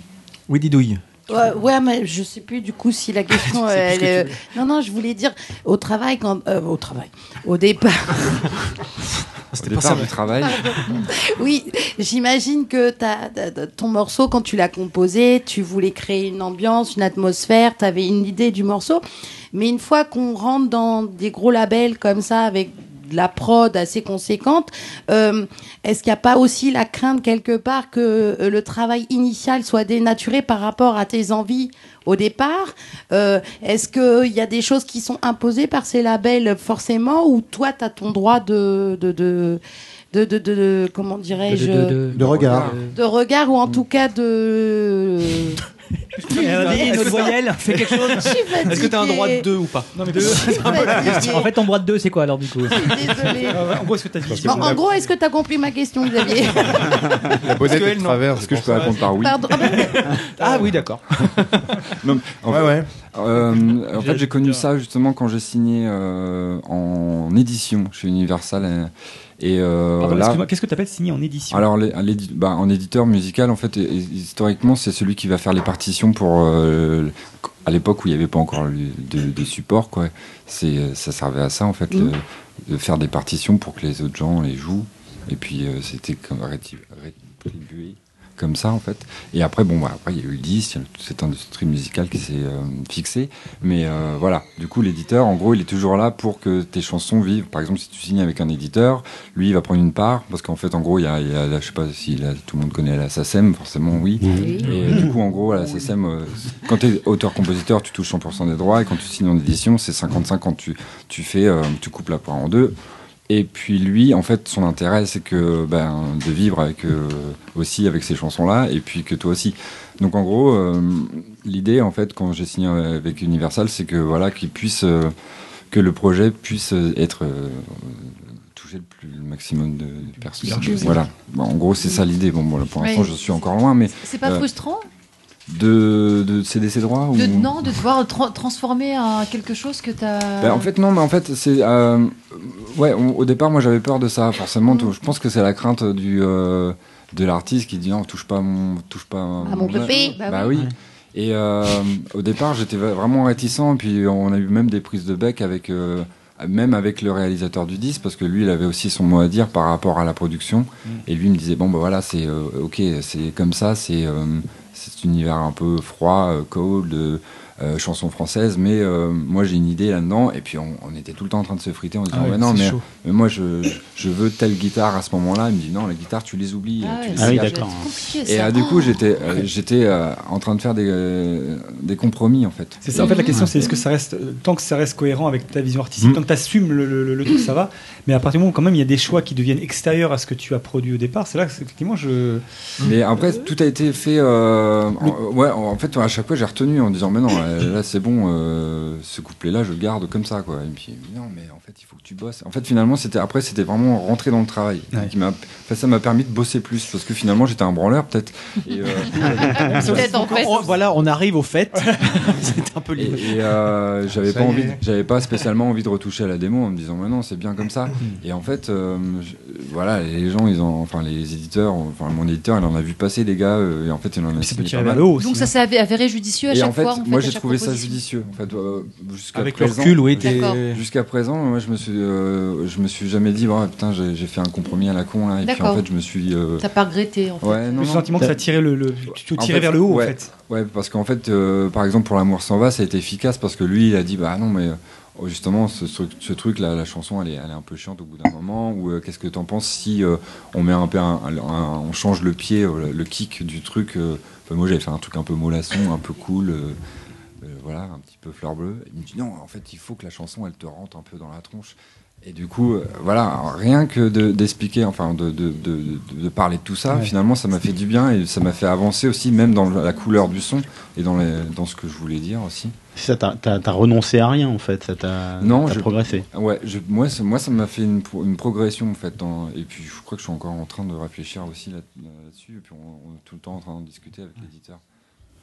Oui, didouille.
Ouais, ouais, mais je sais plus du coup *laughs* si la question. euh,
plus ce que
elle,
tu
euh, non, non, je voulais dire au travail quand euh, au travail au départ. *laughs*
C'était
pas
départ
ça,
du
*laughs*
travail.
oui, j'imagine que t'as- t'as- t'as- ton morceau quand tu l'as composé, tu voulais créer une ambiance, une atmosphère, tu avais une idée du morceau, mais une fois qu'on rentre dans des gros labels comme ça avec de la prod assez conséquente, euh, est-ce qu'il n'y a pas aussi la crainte quelque part que euh, le travail initial soit dénaturé par rapport à tes envies au départ Euh, Est-ce qu'il y a des choses qui sont imposées par ces labels forcément ou toi tu as ton droit de... de, de de, de, de- de- comment dirais-je
De- de- de- de regard.
de regard ou en tout cas de
Vas-y, une autre
Est-ce que t'as-
voyelle, fais quelque chose.
Je suis fatiguée.
Est-ce que t'as un droit de deux
ou pas
Non, mais
Je suis
C'est un peu la question.
fatiguée.
En fait, ton droit de deux, c'est quoi alors du coup
Désolée.
En gros, est-ce que t'as dit
En, en gros, est-ce que tu as compris ma question, Xavier
La bonnette est de travers. Est-ce que je peux
répondre par oui
Pardon. Ah ben,
Ah oui, d'accord.
Non, mais en fait, euh, en fait, j'ai connu ça justement quand j'ai signé euh, en édition chez Universal. euh, Et euh,
Pardon,
là-
excuse-moi, Qu'est-ce que tu appelles signé en édition
Alors, les- l'édi- bah, en éditeur musical, en fait, et- et historiquement, c'est celui qui va faire les partitions pour. euh, le- à l'époque où il n'y avait pas encore le- de, de support, quoi. C'est, ça servait à ça, en fait,
Mhm.
le- de faire des partitions pour que les autres gens les jouent. Et puis, euh, c'était comme réti- rétribué comme ça, en fait. Et après, bon, bah, après, il y a eu le 10, il y a eu toute cette industrie musicale qui s'est euh, fixée. Mais euh, voilà, du coup, l'éditeur, en gros, il est toujours là pour que tes chansons vivent. Par exemple, si tu signes avec un éditeur, lui, il va prendre une part, parce qu'en fait, en gros, il y a, il y a la- je sais pas si la- tout le monde connaît la SACEM, forcément, oui. Et euh, du coup, en gros, la SACEM, euh, quand tu es auteur-compositeur, tu touches 100% des droits, et quand tu signes en édition, c'est 50-50. Tu, tu, fais, euh, tu coupes la poire en deux. Et puis lui, en fait, son intérêt, c'est que ben, de vivre avec euh, aussi avec ces chansons-là, et puis que toi aussi. Donc en gros, euh, l'idée, en fait, quand j'ai signé avec Universal, c'est que voilà, qu'il puisse, euh, que le projet puisse euh, être euh, toucher le plus le maximum de personnes.
Large public.
Voilà. Bon, en gros, c'est ça l'idée. Bon, voilà, pour
Ouais.
l'instant, je suis encore loin, mais
C'est pas
euh,
frustrant
de, de céder ses droits
de,
ou...
non, de devoir tra- transformer à quelque chose que t'as.
Bah, en fait, non, mais en fait, c'est. euh, ouais, on- au départ, moi, j'avais peur de ça, forcément.
Mm.
tout- Je pense que c'est la crainte du, euh, de l'artiste qui dit non, touche pas à mon. Touche pas à
Ah,
À mon pépé.
Bah,
Bah oui.
oui. Et euh, au départ, j'étais va- vraiment réticent, puis on a eu même des prises de bec avec. euh, même avec le réalisateur du disque, parce que lui, il avait aussi son mot à dire par rapport à la production.
Mm.
Et lui il me disait bon, bah voilà, c'est euh, ok, c'est comme ça, c'est euh, c'est cet univers un peu froid, euh, cold, euh, euh, chanson française, mais euh, moi j'ai une idée là-dedans. Et puis on, on était tout le temps en train de se friter en disant
Ah ouais,
ouais, non,
c'est
mais,
chaud.
mais moi je, je- je veux telle guitare à ce moment-là. Il me dit non, la guitare tu les oublies.
Ah
tu
ouais,
les
ça va
sièges.
être d'accord. compliqué,
Et
ça.
euh, du coup
Oh.
j'étais euh, j'étais euh, en train de faire des, euh, des compromis en fait.
C'est ça, en fait, la question, c'est est-ce que ça reste, euh, tant que ça reste cohérent avec ta vision artistique,
Mm.
tant que tu assumes le, le- le- le truc, ça va. Mais à partir du moment où, quand même, il y a des choix qui deviennent extérieurs à ce que tu as produit au départ, c'est là que, c'est- effectivement, je.
Mmh.
Mais après, tout a été fait. euh, en, ouais, en fait, à chaque fois, j'ai retenu en disant Mais non, euh, là, c'est bon, euh, ce couplet-là, je le garde comme ça, quoi. Et puis, non, mais en fait, il faut que tu bosses. En fait, finalement, c'était après, c'était vraiment rentrer dans le travail. Qui m'a, enfin, ça m'a permis de bosser plus parce que finalement, j'étais un branleur, peut-être. Et, euh, *laughs*
Peut-être, en fait. voilà, on arrive au fait.
*laughs*
c'est un peu
et,
libre.
et, euh, j'avais
Ça
pas
y
envie,
est.
j'avais pas spécialement envie de retoucher à la démo en me disant mais non c'est bien comme ça.
Mmh.
Et en fait, euh, je- voilà, les gens ils ont, enfin les éditeurs, enfin mon éditeur il en a vu passer des gars euh, et en fait il en a signé pas mal.
Donc ça s'est avéré judicieux à
Et
chaque
en fait,
fois. en fait,
moi
à
j'ai
chaque
trouvais ça judicieux. En fait, euh, jusqu'à
Avec le
présent,
recul, oui,
jus-
D'accord. t'es-
Jusqu'à présent, moi, je me suis, euh, je me suis jamais dit, oh, putain, j'ai j'ai fait un compromis à la con là. Et puis en
D'accord.
fait, je me suis. euh,
T'as pas regretté, en fait.
*laughs*
Ouais, non,
le
non.
sentiment que ça tirait le, le- tu
En
tirais
fait,
vers le haut
ouais,
en fait.
Ouais, parce qu'en fait, euh, par exemple, pour l'amour s'en va, ça a été efficace parce que lui, il a dit bah non, mais euh, justement, ce, truc- ce truc, là, la chanson, elle est, elle est un peu chiante au bout d'un moment. Ou euh, qu'est-ce que t'en penses si euh, on met un peu, un- un- un- on change le pied, euh, le kick du truc. euh, Enfin, moi, j'avais fait un truc un peu mollasson, un peu cool. euh, euh, voilà, un petit peu fleur bleue. Il me dit non, en fait, il faut que la chanson, elle te rentre un peu dans la tronche. Et du coup, euh, voilà, rien que de- d'expliquer, enfin, de, de- de- de- de parler de tout ça,
Ouais.
finalement, ça m'a fait du bien et ça m'a fait avancer aussi, même dans la couleur du son et dans, les- dans ce que je voulais dire aussi.
Ça, t'as- t'as t'as renoncé à rien en fait, ça t'a
Non,
Euh, t'as
je-
progressé.
Ouais, je- moi, ça- moi, ça m'a fait une, pro- une progression en fait. dans- et puis, je crois que je suis encore en train de réfléchir aussi là- là-dessus. et puis, on, on est tout le temps en train de discuter avec l'éditeur.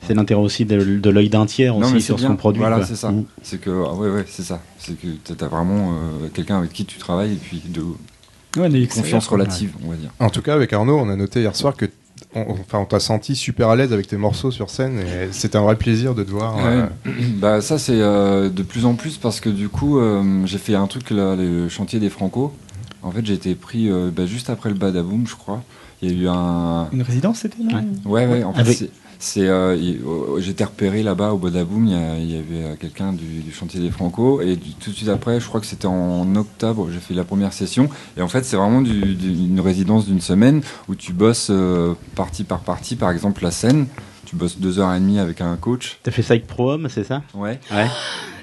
C'est l'intérêt aussi de, de l'œil d'un tiers
Non, mais
Ah. aussi
c'est
sur ce
bien.
qu'on produit.
Voilà,
quoi.
c'est ça.
Mm.
C'est que, ah ouais, ouais, c'est ça. C'est que t'as- t'as vraiment euh, quelqu'un avec qui tu travailles et puis de
Ouais, des
confiance relative, on va dire.
En tout cas, avec Arnaud, on a noté hier soir que. t- on- on- Enfin, on t'a senti super à l'aise avec tes morceaux sur scène et c'était un vrai plaisir de te voir. euh,
Ouais. *clears throat* bah ça c'est euh, de plus en plus parce que du coup euh, j'ai fait un truc là, le chantier des Franco. En fait j'ai été pris euh, bah, juste après le Badaboom je crois. Il y a eu un
Une résidence c'était là Ah,
Ouais, ouais, en fait,
Avec-
c'est- c'est. euh, il- euh, J'étais repéré là-bas au Badaboom, il y, a- il y avait euh, quelqu'un du, du chantier des Franco, et du- tout de suite après, je crois que c'était en octobre, j'ai fait la première session, et en fait, c'est vraiment du- du- une résidence d'une semaine où tu bosses euh, partie par partie, par exemple la scène, tu bosses deux heures et demie avec un coach.
T'as fait ça avec Pro-Homme, c'est ça
Ouais.
Ouais.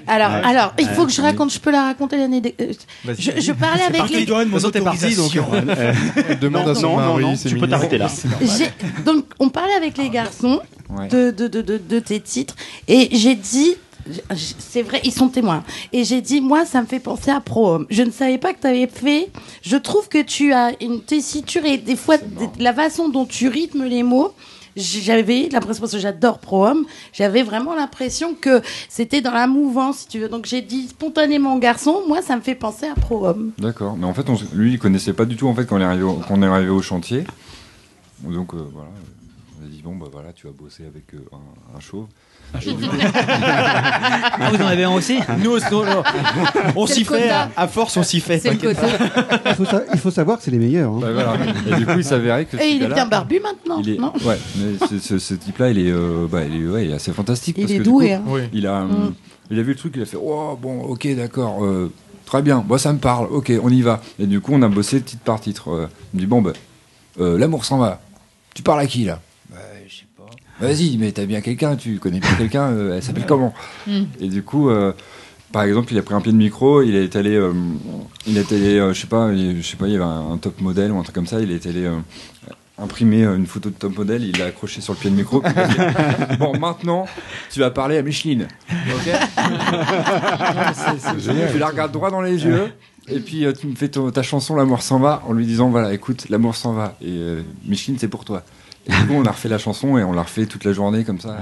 Alors,
Ouais.
alors, il faut
Ouais.
que je raconte. Je peux la raconter l'année. des- euh,
Vas-y.
Je, je parlais
C'est
avec
parti,
les.
Johan, mon De toute façon, t'es parti, donc. *laughs*
autorisation. Demande
non,
à son
non,
mari,
non, non,
c'est
tu peux
mignon.
t'arrêter là.
J'ai- Donc, on parlait avec les garçons
Ouais.
de, de, de, de, de tes titres et j'ai dit. j- C'est vrai, ils sont témoins. Et j'ai dit, moi, ça me fait penser à Pro-Homme. Je ne savais pas que tu avais fait. Je trouve que tu as une tessiture et des fois, des- la façon dont tu rythmes les mots, j- j'avais l'impression, parce que j'adore Pro-Homme, j'avais vraiment l'impression que c'était dans la mouvance, si tu veux. Donc j'ai dit spontanément, garçon, moi, ça me fait penser à Pro-Homme.
D'accord, mais en fait, on s- lui, il connaissait pas du tout en fait quand on est arrivé au, quand on est arrivé au chantier. Donc euh, voilà, euh, on a dit bon bah voilà, tu as bossé avec euh, un, un chauve. Et du coup-
Ah, vous en avez un
*laughs*
aussi
Nous, on, on- on
C'est
s'y
le
fait.
quota.
À, à force, on s'y fait.
C'est le
t'inquiète
quota.
pas.
il, faut sa- il faut savoir que c'est les meilleurs. hein.
Bah, voilà. Et
*laughs*
du coup, il s'avérait que. ce
Et il est
gars-là-
bien barbu maintenant,
Il est,
non
ouais, mais ce, ce- ce type-là, il est, euh, bah, il est, ouais, il est assez fantastique.
Il
parce
est
que du
doué,
coup,
hein. Oui.
Il a, euh,
Mm.
il a vu le truc, il a fait, oh bon, ok, d'accord, euh, très bien, moi ça me parle, ok, on y va. Et du coup, on a bossé titre par titre. Euh, on dit bon, bah, euh, l'amour s'en va. Tu parles à qui là Vas-y, mais t'as bien quelqu'un, tu connais bien quelqu'un, euh, elle s'appelle comment
Mm.
Et du coup, euh, par exemple, il a pris un pied de micro, il est allé, euh, il est allé, euh, je sais pas, il- je sais pas, il y avait un, un top modèle ou un truc comme ça, il est allé euh, imprimer euh, une photo de top modèle, il l'a accroché sur le pied de micro. puis il a dit, bon, maintenant, tu vas parler à Micheline. *laughs* Ok C'est-
génial.
Tu la regardes droit dans les yeux. Et puis euh, tu me fais ton- ta chanson L'amour s'en va en lui disant voilà écoute l'amour s'en va et euh, Micheline c'est pour toi. Et du coup on a refait la chanson et on l'a refait toute la journée comme ça.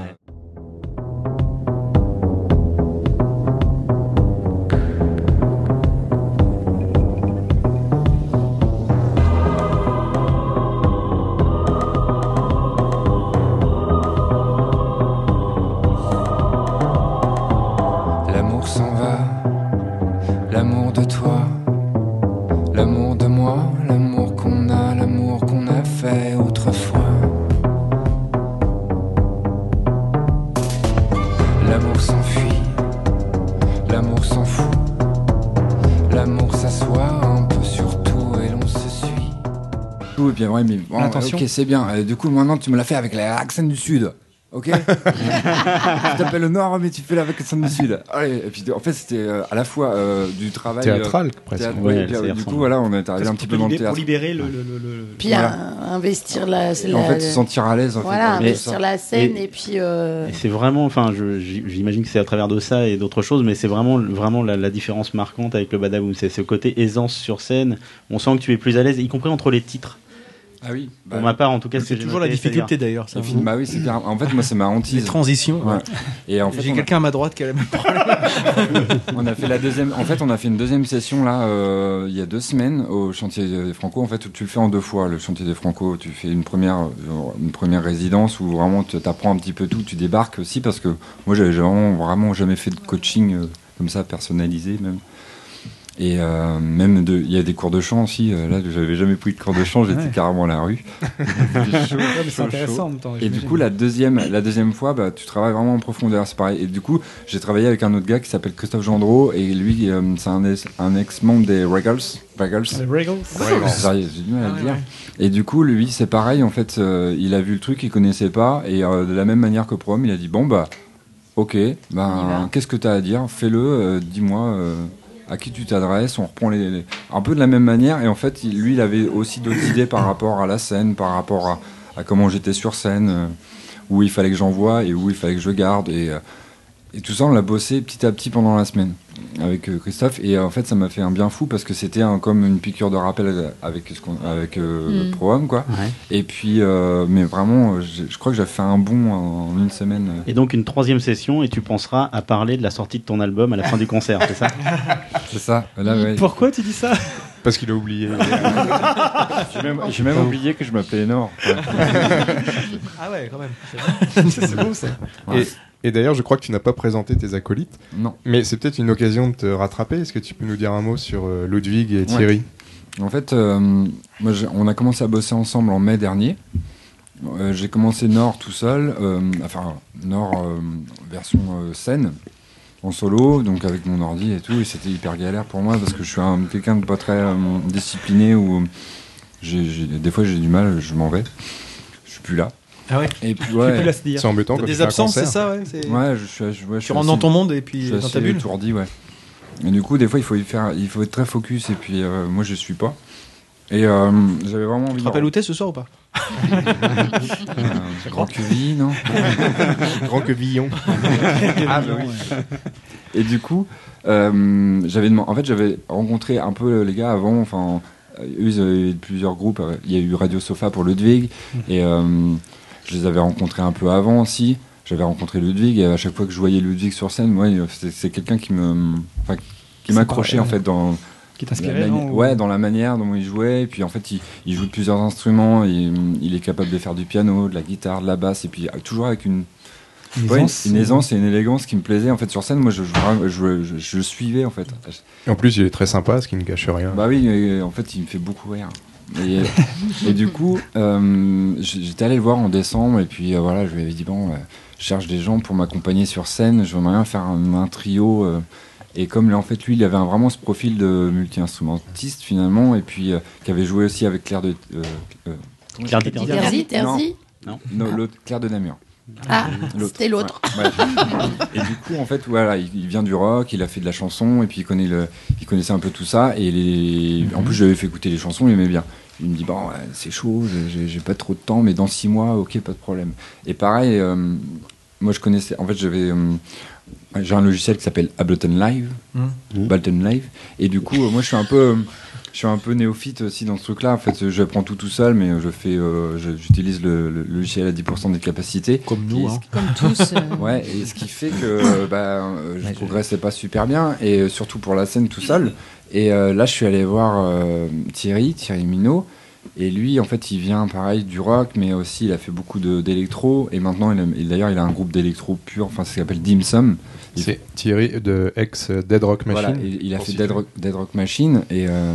L'amour s'en va, l'amour de toi, l'amour de moi, l'amour qu'on a, l'amour qu'on a fait autrefois. L'amour s'enfuit, l'amour s'en fout, l'amour s'assoit un peu sur tout et l'on se suit. Tout et bien ouais mais bon,
L'attention.
ok c'est bien. Euh, du coup maintenant tu me l'as fait avec l'accent du sud.
*laughs*
Ok Je t'appelle le Nord, mais tu fais avec le du Sud. Allez, et puis, en fait, c'était euh, à la fois euh, du travail.
Théâtral,
euh,
presque.
théâtre,
Ouais,
oui, puis,
ça y
euh, du
ressemble.
coup, voilà, on est arrivé
Ça,
un
c'est
petit peu
pour
dans le
libérer-
théâtre.
pour
libérer le. le, le,
Puis euh,
Voilà.
à- à investir la.
Et en
la-
fait, se sentir à l'aise, en fait,
Voilà,
avec
investir
ça.
la scène
Et-
et, puis. euh,
Et C'est vraiment, enfin, je- j- j'imagine que c'est à travers de ça et d'autres choses, mais c'est vraiment, vraiment la, la différence marquante avec le Badaboom. C'est ce côté aisance sur scène. On sent que tu es plus à l'aise, y compris entre les titres.
Ah oui.
Pour ma part, en tout cas, ce que
c'est
j'ai
toujours
noté,
la difficulté,
c'est-à-dire-
d'ailleurs, ça.
Le film, bah oui, c'est clair. En fait, moi, c'est ma hantise.
Les transitions, ouais.
Et en fait,
J'ai
on a-
quelqu'un à ma droite qui a
*laughs*
la même
on a fait la deuxième. En fait, on a fait une deuxième session là euh, il y a deux semaines au chantier des Franco. En fait, tu le fais en deux fois le chantier des Franco. Tu fais une première, euh, une première résidence où vraiment tu apprends un petit peu tout. Tu débarques aussi parce que moi, j'avais vraiment, vraiment jamais fait de coaching euh, comme ça personnalisé même. Et euh, même de- il y a des cours de chant aussi. euh, là, j'avais jamais pris de cours de
Ah
chant. J'étais
Ouais.
carrément à la rue. J'étais *laughs* chaud,
Ouais, mais c'est
chaud,
intéressant
chaud.
en même temps,
Et du
j'imagine.
coup, la deuxième, la deuxième fois, bah, tu travailles vraiment en profondeur, c'est pareil. Et du coup, j'ai travaillé avec un autre gars qui s'appelle Christophe Gendreau, et lui, euh, c'est un, ex- un ex-membre des Regals. Regals.
Les Regals Regals.
Ça y est, J'ai du mal à
Ah,
le
ouais,
dire.
ouais.
Et du coup, lui, c'est pareil, en fait, euh, il a vu le truc, il connaissait pas, et euh, de la même manière que Prom, il a dit bon, bah, ok, ben, qu'est-ce que tu as à dire Fais-le, euh, dis-moi. euh, à qui tu t'adresses, on reprend les, les- un peu de la même manière. Et en fait, il- lui, il avait aussi d'autres idées par rapport à la scène, par rapport à, à comment j'étais sur scène, euh, où il fallait que j'envoie et où il fallait que je garde. Et, euh, et tout ça, on l'a bossé petit à petit pendant la semaine avec euh, Christophe. Et euh, en fait, ça m'a fait un bien fou parce que c'était un- comme une piqûre de rappel avec, ce qu'on- avec euh,
Mm.
Pro-Homme, quoi. Et puis, euh, mais vraiment, euh, j'ai- je crois que j'ai fait un bond en une semaine. euh,
Et donc une troisième session et tu penseras à parler de la sortie de ton album à la fin du concert, c'est ça
C'est ça.
Pourquoi tu dis ça
Parce qu'il
*laughs*
a oublié.
J'ai
Oh,
même, j'ai même oublié que je m'appelais Nord.
*laughs*
Ah ouais,
*laughs*
quand même.
C'est beau,
*laughs*
ça.
Et, et d'ailleurs, je crois que tu n'as pas présenté tes acolytes.
Non.
Mais c'est peut-être une occasion de te
*laughs*
rattraper. Est-ce que tu peux nous dire un mot sur euh, Ludwig et Thierry
Ouais. En fait, euh, moi, j'ai- on a commencé à bosser ensemble en mai dernier. Euh, j'ai commencé Nord tout seul, euh, enfin Nord euh, version euh, scène, en solo, donc avec mon ordi et tout, et c'était hyper galère pour moi parce que je suis un- quelqu'un de pas très euh, discipliné ou j'ai- j'ai- des fois j'ai du mal, je m'en vais, je suis plus là.
Ah ouais
Et puis
Tu
ouais.
peux plus la se dire. C'est embêtant T'as quand des tu fais un absences, concert. c'est ça, ouais, c'est-
Ouais, je suis, je- ouais, je
Tu
suis
rentres dans
assez-
ton monde et puis
je suis
dans ta
assez
bulle.
étourdi, ouais. Et du coup, des fois, il faut y faire, il faut être très focus. Et puis, euh, moi, je suis pas. Et euh, j'avais vraiment envie.
Tu te
de-
rappelles où t'es ce
*laughs*
soir ou pas
Euh, Grand queville,
*laughs*
non
*laughs* Grand quevillon.
*laughs* ah, bah oui. *laughs* Et du coup, euh, j'avais demandé- en fait, j'avais rencontré un peu les gars avant. Enfin, euh, eux, ils avaient eu plusieurs groupes. euh, Il y a eu Radio Sofa pour Ludwig. Et euh, je les avais rencontrés un peu avant aussi. J'avais rencontré Ludwig. Et à chaque fois que je voyais Ludwig sur scène, moi, il- c'est c'est quelqu'un qui me. enfin, qui
C'est
m'accrochait en
pareil.
fait dans
Qui t'inspirait,
la mani-
non, ou-
ouais dans la manière dont il jouait et puis en fait il, il joue de plusieurs instruments il, il est capable de faire du piano de la guitare de la basse et puis euh, toujours avec une
Une
Ouais,
aisance.
une aisance et une élégance qui me plaisait en fait sur scène moi je je, je, je- je suivais en fait
Et en plus, il est très sympa, ce qui ne cache rien.
bah oui et en fait il me fait beaucoup rire et, et du coup euh, j- j'étais allé le voir en décembre et puis euh, voilà je lui avais dit bon euh, je cherche des gens pour m'accompagner sur scène je voudrais bien faire un, un trio euh, et comme là, en fait lui il avait vraiment ce profil de multi-instrumentiste finalement et puis euh, qui avait joué aussi avec Claire de euh, euh, comment
Claire
elle s'appelle
Dieterzi. Dieterzi,
Non.
Dieterzi
non, l'autre Claire de Namur
Ah, c'était l'autre.
Ouais, ouais. et du coup, en fait, voilà, il, il vient du rock, il a fait de la chanson, et puis il, connaît le, il connaissait un peu tout ça. Et les, en
Mhm.
plus, je lui avais fait écouter les chansons, il aimait bien. Il me dit Bon, ouais, c'est chaud, j'ai- j'ai- j'ai pas trop de temps, mais dans six mois, ok, pas de problème. Et pareil, euh, moi je connaissais, en fait, j'avais. euh, j'ai un logiciel qui s'appelle Ableton Live.
Mhm.
Balton Live. Et du coup, euh, moi, je suis un peu, euh, je suis un peu néophyte aussi dans ce truc-là. En fait, je prends tout tout seul, mais je fais, euh, je- j'utilise le, le logiciel à 10% des capacités. Comme
nous, hein. Comme
tous, euh.
*laughs* Ouais. Et ce qui fait que
*laughs*
euh, bah, euh, je progressais pas super bien, et euh, surtout pour la scène tout seul. Et euh, là, je suis allé voir euh, Thierry, Thierry Minot. Et lui, en fait, il vient pareil du rock, mais aussi il a fait beaucoup de- d'électro. Et maintenant, il a- il- d'ailleurs, il a un groupe d'électro pur, enfin, ça s'appelle Dim Sum. Il-
C'est Thierry de ex euh, Dead Rock Machine.
voilà, il, il a
Pour
fait
situer.
Dead Rock, Dead Rock Machine et, euh,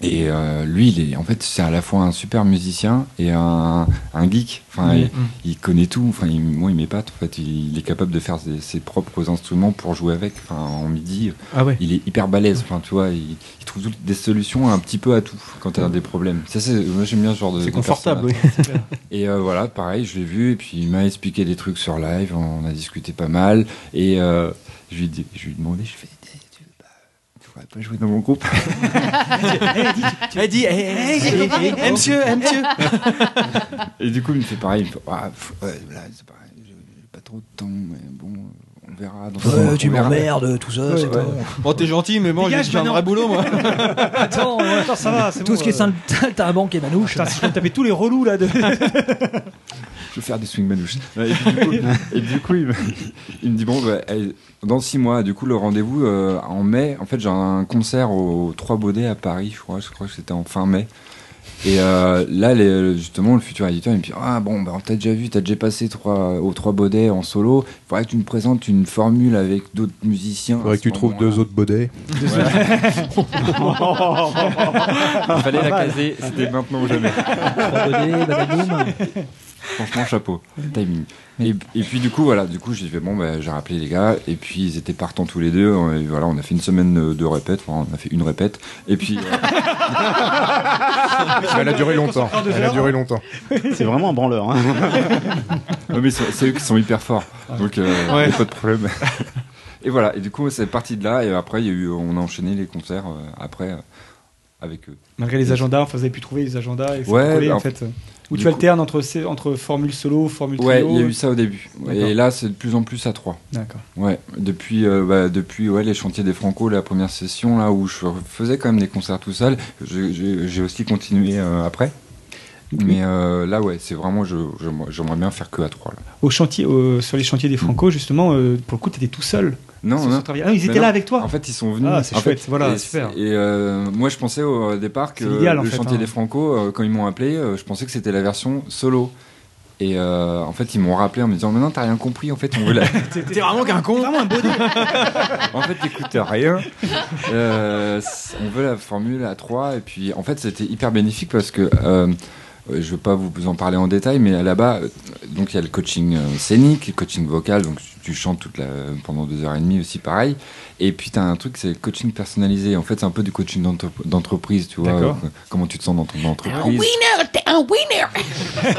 et euh, lui, il est, en fait, c'est à la fois un super musicien et un, un geek. Enfin,
Mm,
Mhm.
il, il connaît tout. Enfin, il- moi, il m'épate. En fait, il, il est capable de faire ses, ses propres instruments pour jouer avec. Enfin, en midi,
Ah ouais.
il est hyper balèze. Enfin, tu vois, il, il trouve toutes- des solutions un petit peu à tout quand t'as des problèmes. Ça, c'est, moi, j'aime bien ce genre de.
Mm. C'est
de
confortable,
personne.
oui. *laughs* C'est clair.
Et euh, voilà, pareil, je l'ai vu, et puis il m'a expliqué des trucs sur live, on a discuté pas mal, et euh, je, lui ai dit- je lui ai demandé, je fais, tu veux pas, tu voudrais pas jouer dans mon
*laughs*
groupe
Elle dit, hey, hey, hey, hey, hey, hey, monsieur, hey, monsieur.
Et du coup, il me fait pareil, il me fait, Ah, pff, ouais, voilà, c'est pareil, j'ai j'ai pas trop de temps, mais bon, on on verra. dans
Ouais,
un-
tu
on verra.
m'emmerdes, tout ça, c'est bon. Bon, t'es gentil, mais moi, j'ai
Dégage,
j'ai un
maintenant.
vrai boulot, moi.
Oh, Attends,
euh, Attends, ça va, c'est
Tout
bon,
ce qui est
euh.
saint *laughs* t'as un banque et manouche.
Putain, si je peux me taper tous les
*laughs*
relous là de.
Je vais faire des swing manouches. Ouais, et, puis, du
*laughs*
coup, et du coup, il me, il me dit bon, bah, elle- dans six mois, du coup, le rendez-vous euh, en mai. En fait, j'ai un concert au Trois Baudets à Paris, je crois. Je crois que c'était en fin mai. Et euh, là, les- justement, le futur éditeur, il me dit Ah bon, bah, on t'a déjà vu, t'as déjà passé trois, aux Trois Baudets en solo. Il faudrait que tu me présentes une formule avec d'autres musiciens. Il
Faudrait que tu trouves deux autres Baudets.
Il fallait la caser, c'était maintenant ou jamais. Franchement, chapeau. *laughs* Timing. Et, et puis du coup, voilà, du coup, j'ai fait bon, bah, j'ai rappelé les gars, et puis ils étaient partants tous les deux. euh, Et voilà, on a fait une semaine euh, de répète, enfin, on a fait une répète, et
*laughs*
puis. euh,
Elle a duré longtemps. Elle a duré longtemps.
*laughs*
C'est vraiment un branleur. hein. *laughs* mais c'est c'est eux qui sont hyper forts, donc euh,
Ouais.
y a pas de problème. *laughs* et voilà, et du coup, c'est parti de là, et après, il y a eu, on a enchaîné les concerts euh, après euh, avec eux.
Malgré les agendas, enfin, vous avez pu trouver les agendas et
Ouais,
ouais,
bah,
en
en-
fait. Où
du
tu
coup-
alternes entre, ces- entre formule solo, formule trio. euh.
Ouais, il y a eu ça au début. Et
D'accord.
là, c'est de plus en plus à 3.
D'accord.
Ouais, depuis, euh, bah, depuis ouais, les chantiers des Franco, la première session, là où je faisais quand même des concerts tout seul, j'ai- j'ai j'ai aussi continué euh, après. Mais euh, là, ouais, c'est vraiment, je- je- j'aimerais bien faire que à 3.
Au chantier, au- sur les chantiers des Franco, justement, euh, pour le coup, t'étais tout seul.
Non,
Sur ce
non.
travail. Ah, ils
Mais
étaient
non.
là avec toi.
En fait, ils sont venus.
Ah, c'est
En
chouette.
fait,
voilà,
et-
super.
Et euh, moi, je pensais au départ que
C'est l'idéal, en
le
fait,
chantier
hein.
des Franco, euh, quand ils m'ont appelé, euh, je pensais que c'était la version solo. Et euh, en fait, ils m'ont rappelé en me disant Mais non, t'as rien compris, en fait, on veut la.
T'es vraiment qu'un con.
Vraiment un baudet.
en fait, t'écoutes rien. Euh, c- on veut la formule à 3 et puis en fait, c'était hyper bénéfique parce que euh, euh, je veux pas vous en parler en détail, mais là-bas, euh, donc il y a le coaching euh, scénique, le coaching vocal, donc tu, tu chantes toute la, pendant deux heures et demie aussi, pareil. Et puis t'as un truc, c'est le coaching personnalisé. En fait, c'est un peu du coaching d'entre- d'entreprise, tu vois,
D'accord.
euh, comment tu te sens dans ton
hein.
Un
entreprise.
winner, t'es un winner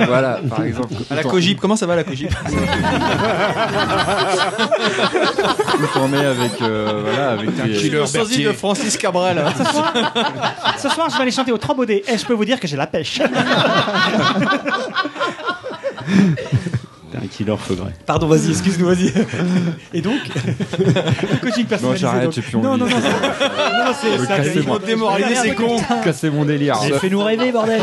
voilà, par exemple.
À la Cogip, comment ça va la Cogip
Où t'en es avec, euh, voilà, avec
Putain,
tes-
killer Le sosie Berthier. de Francis Cabrel. hein.
Ce soir, ce soir, je vais aller chanter au trois baudets. Et je peux vous dire que j'ai la pêche.
T'es un killer feugré.
Pardon, vas-y, excuse-nous, vas-y. Et donc, le coaching personnalisé.
j'arrête,
donc-
j'ai plus envie.
Non, non, non, c'est- non, c'est-
Euh,
c'est
Ah,
interdit.
cassez-moi.
démoraliser, c'est con.
Casser mon délire.
Mais Fais-nous rêver, bordel.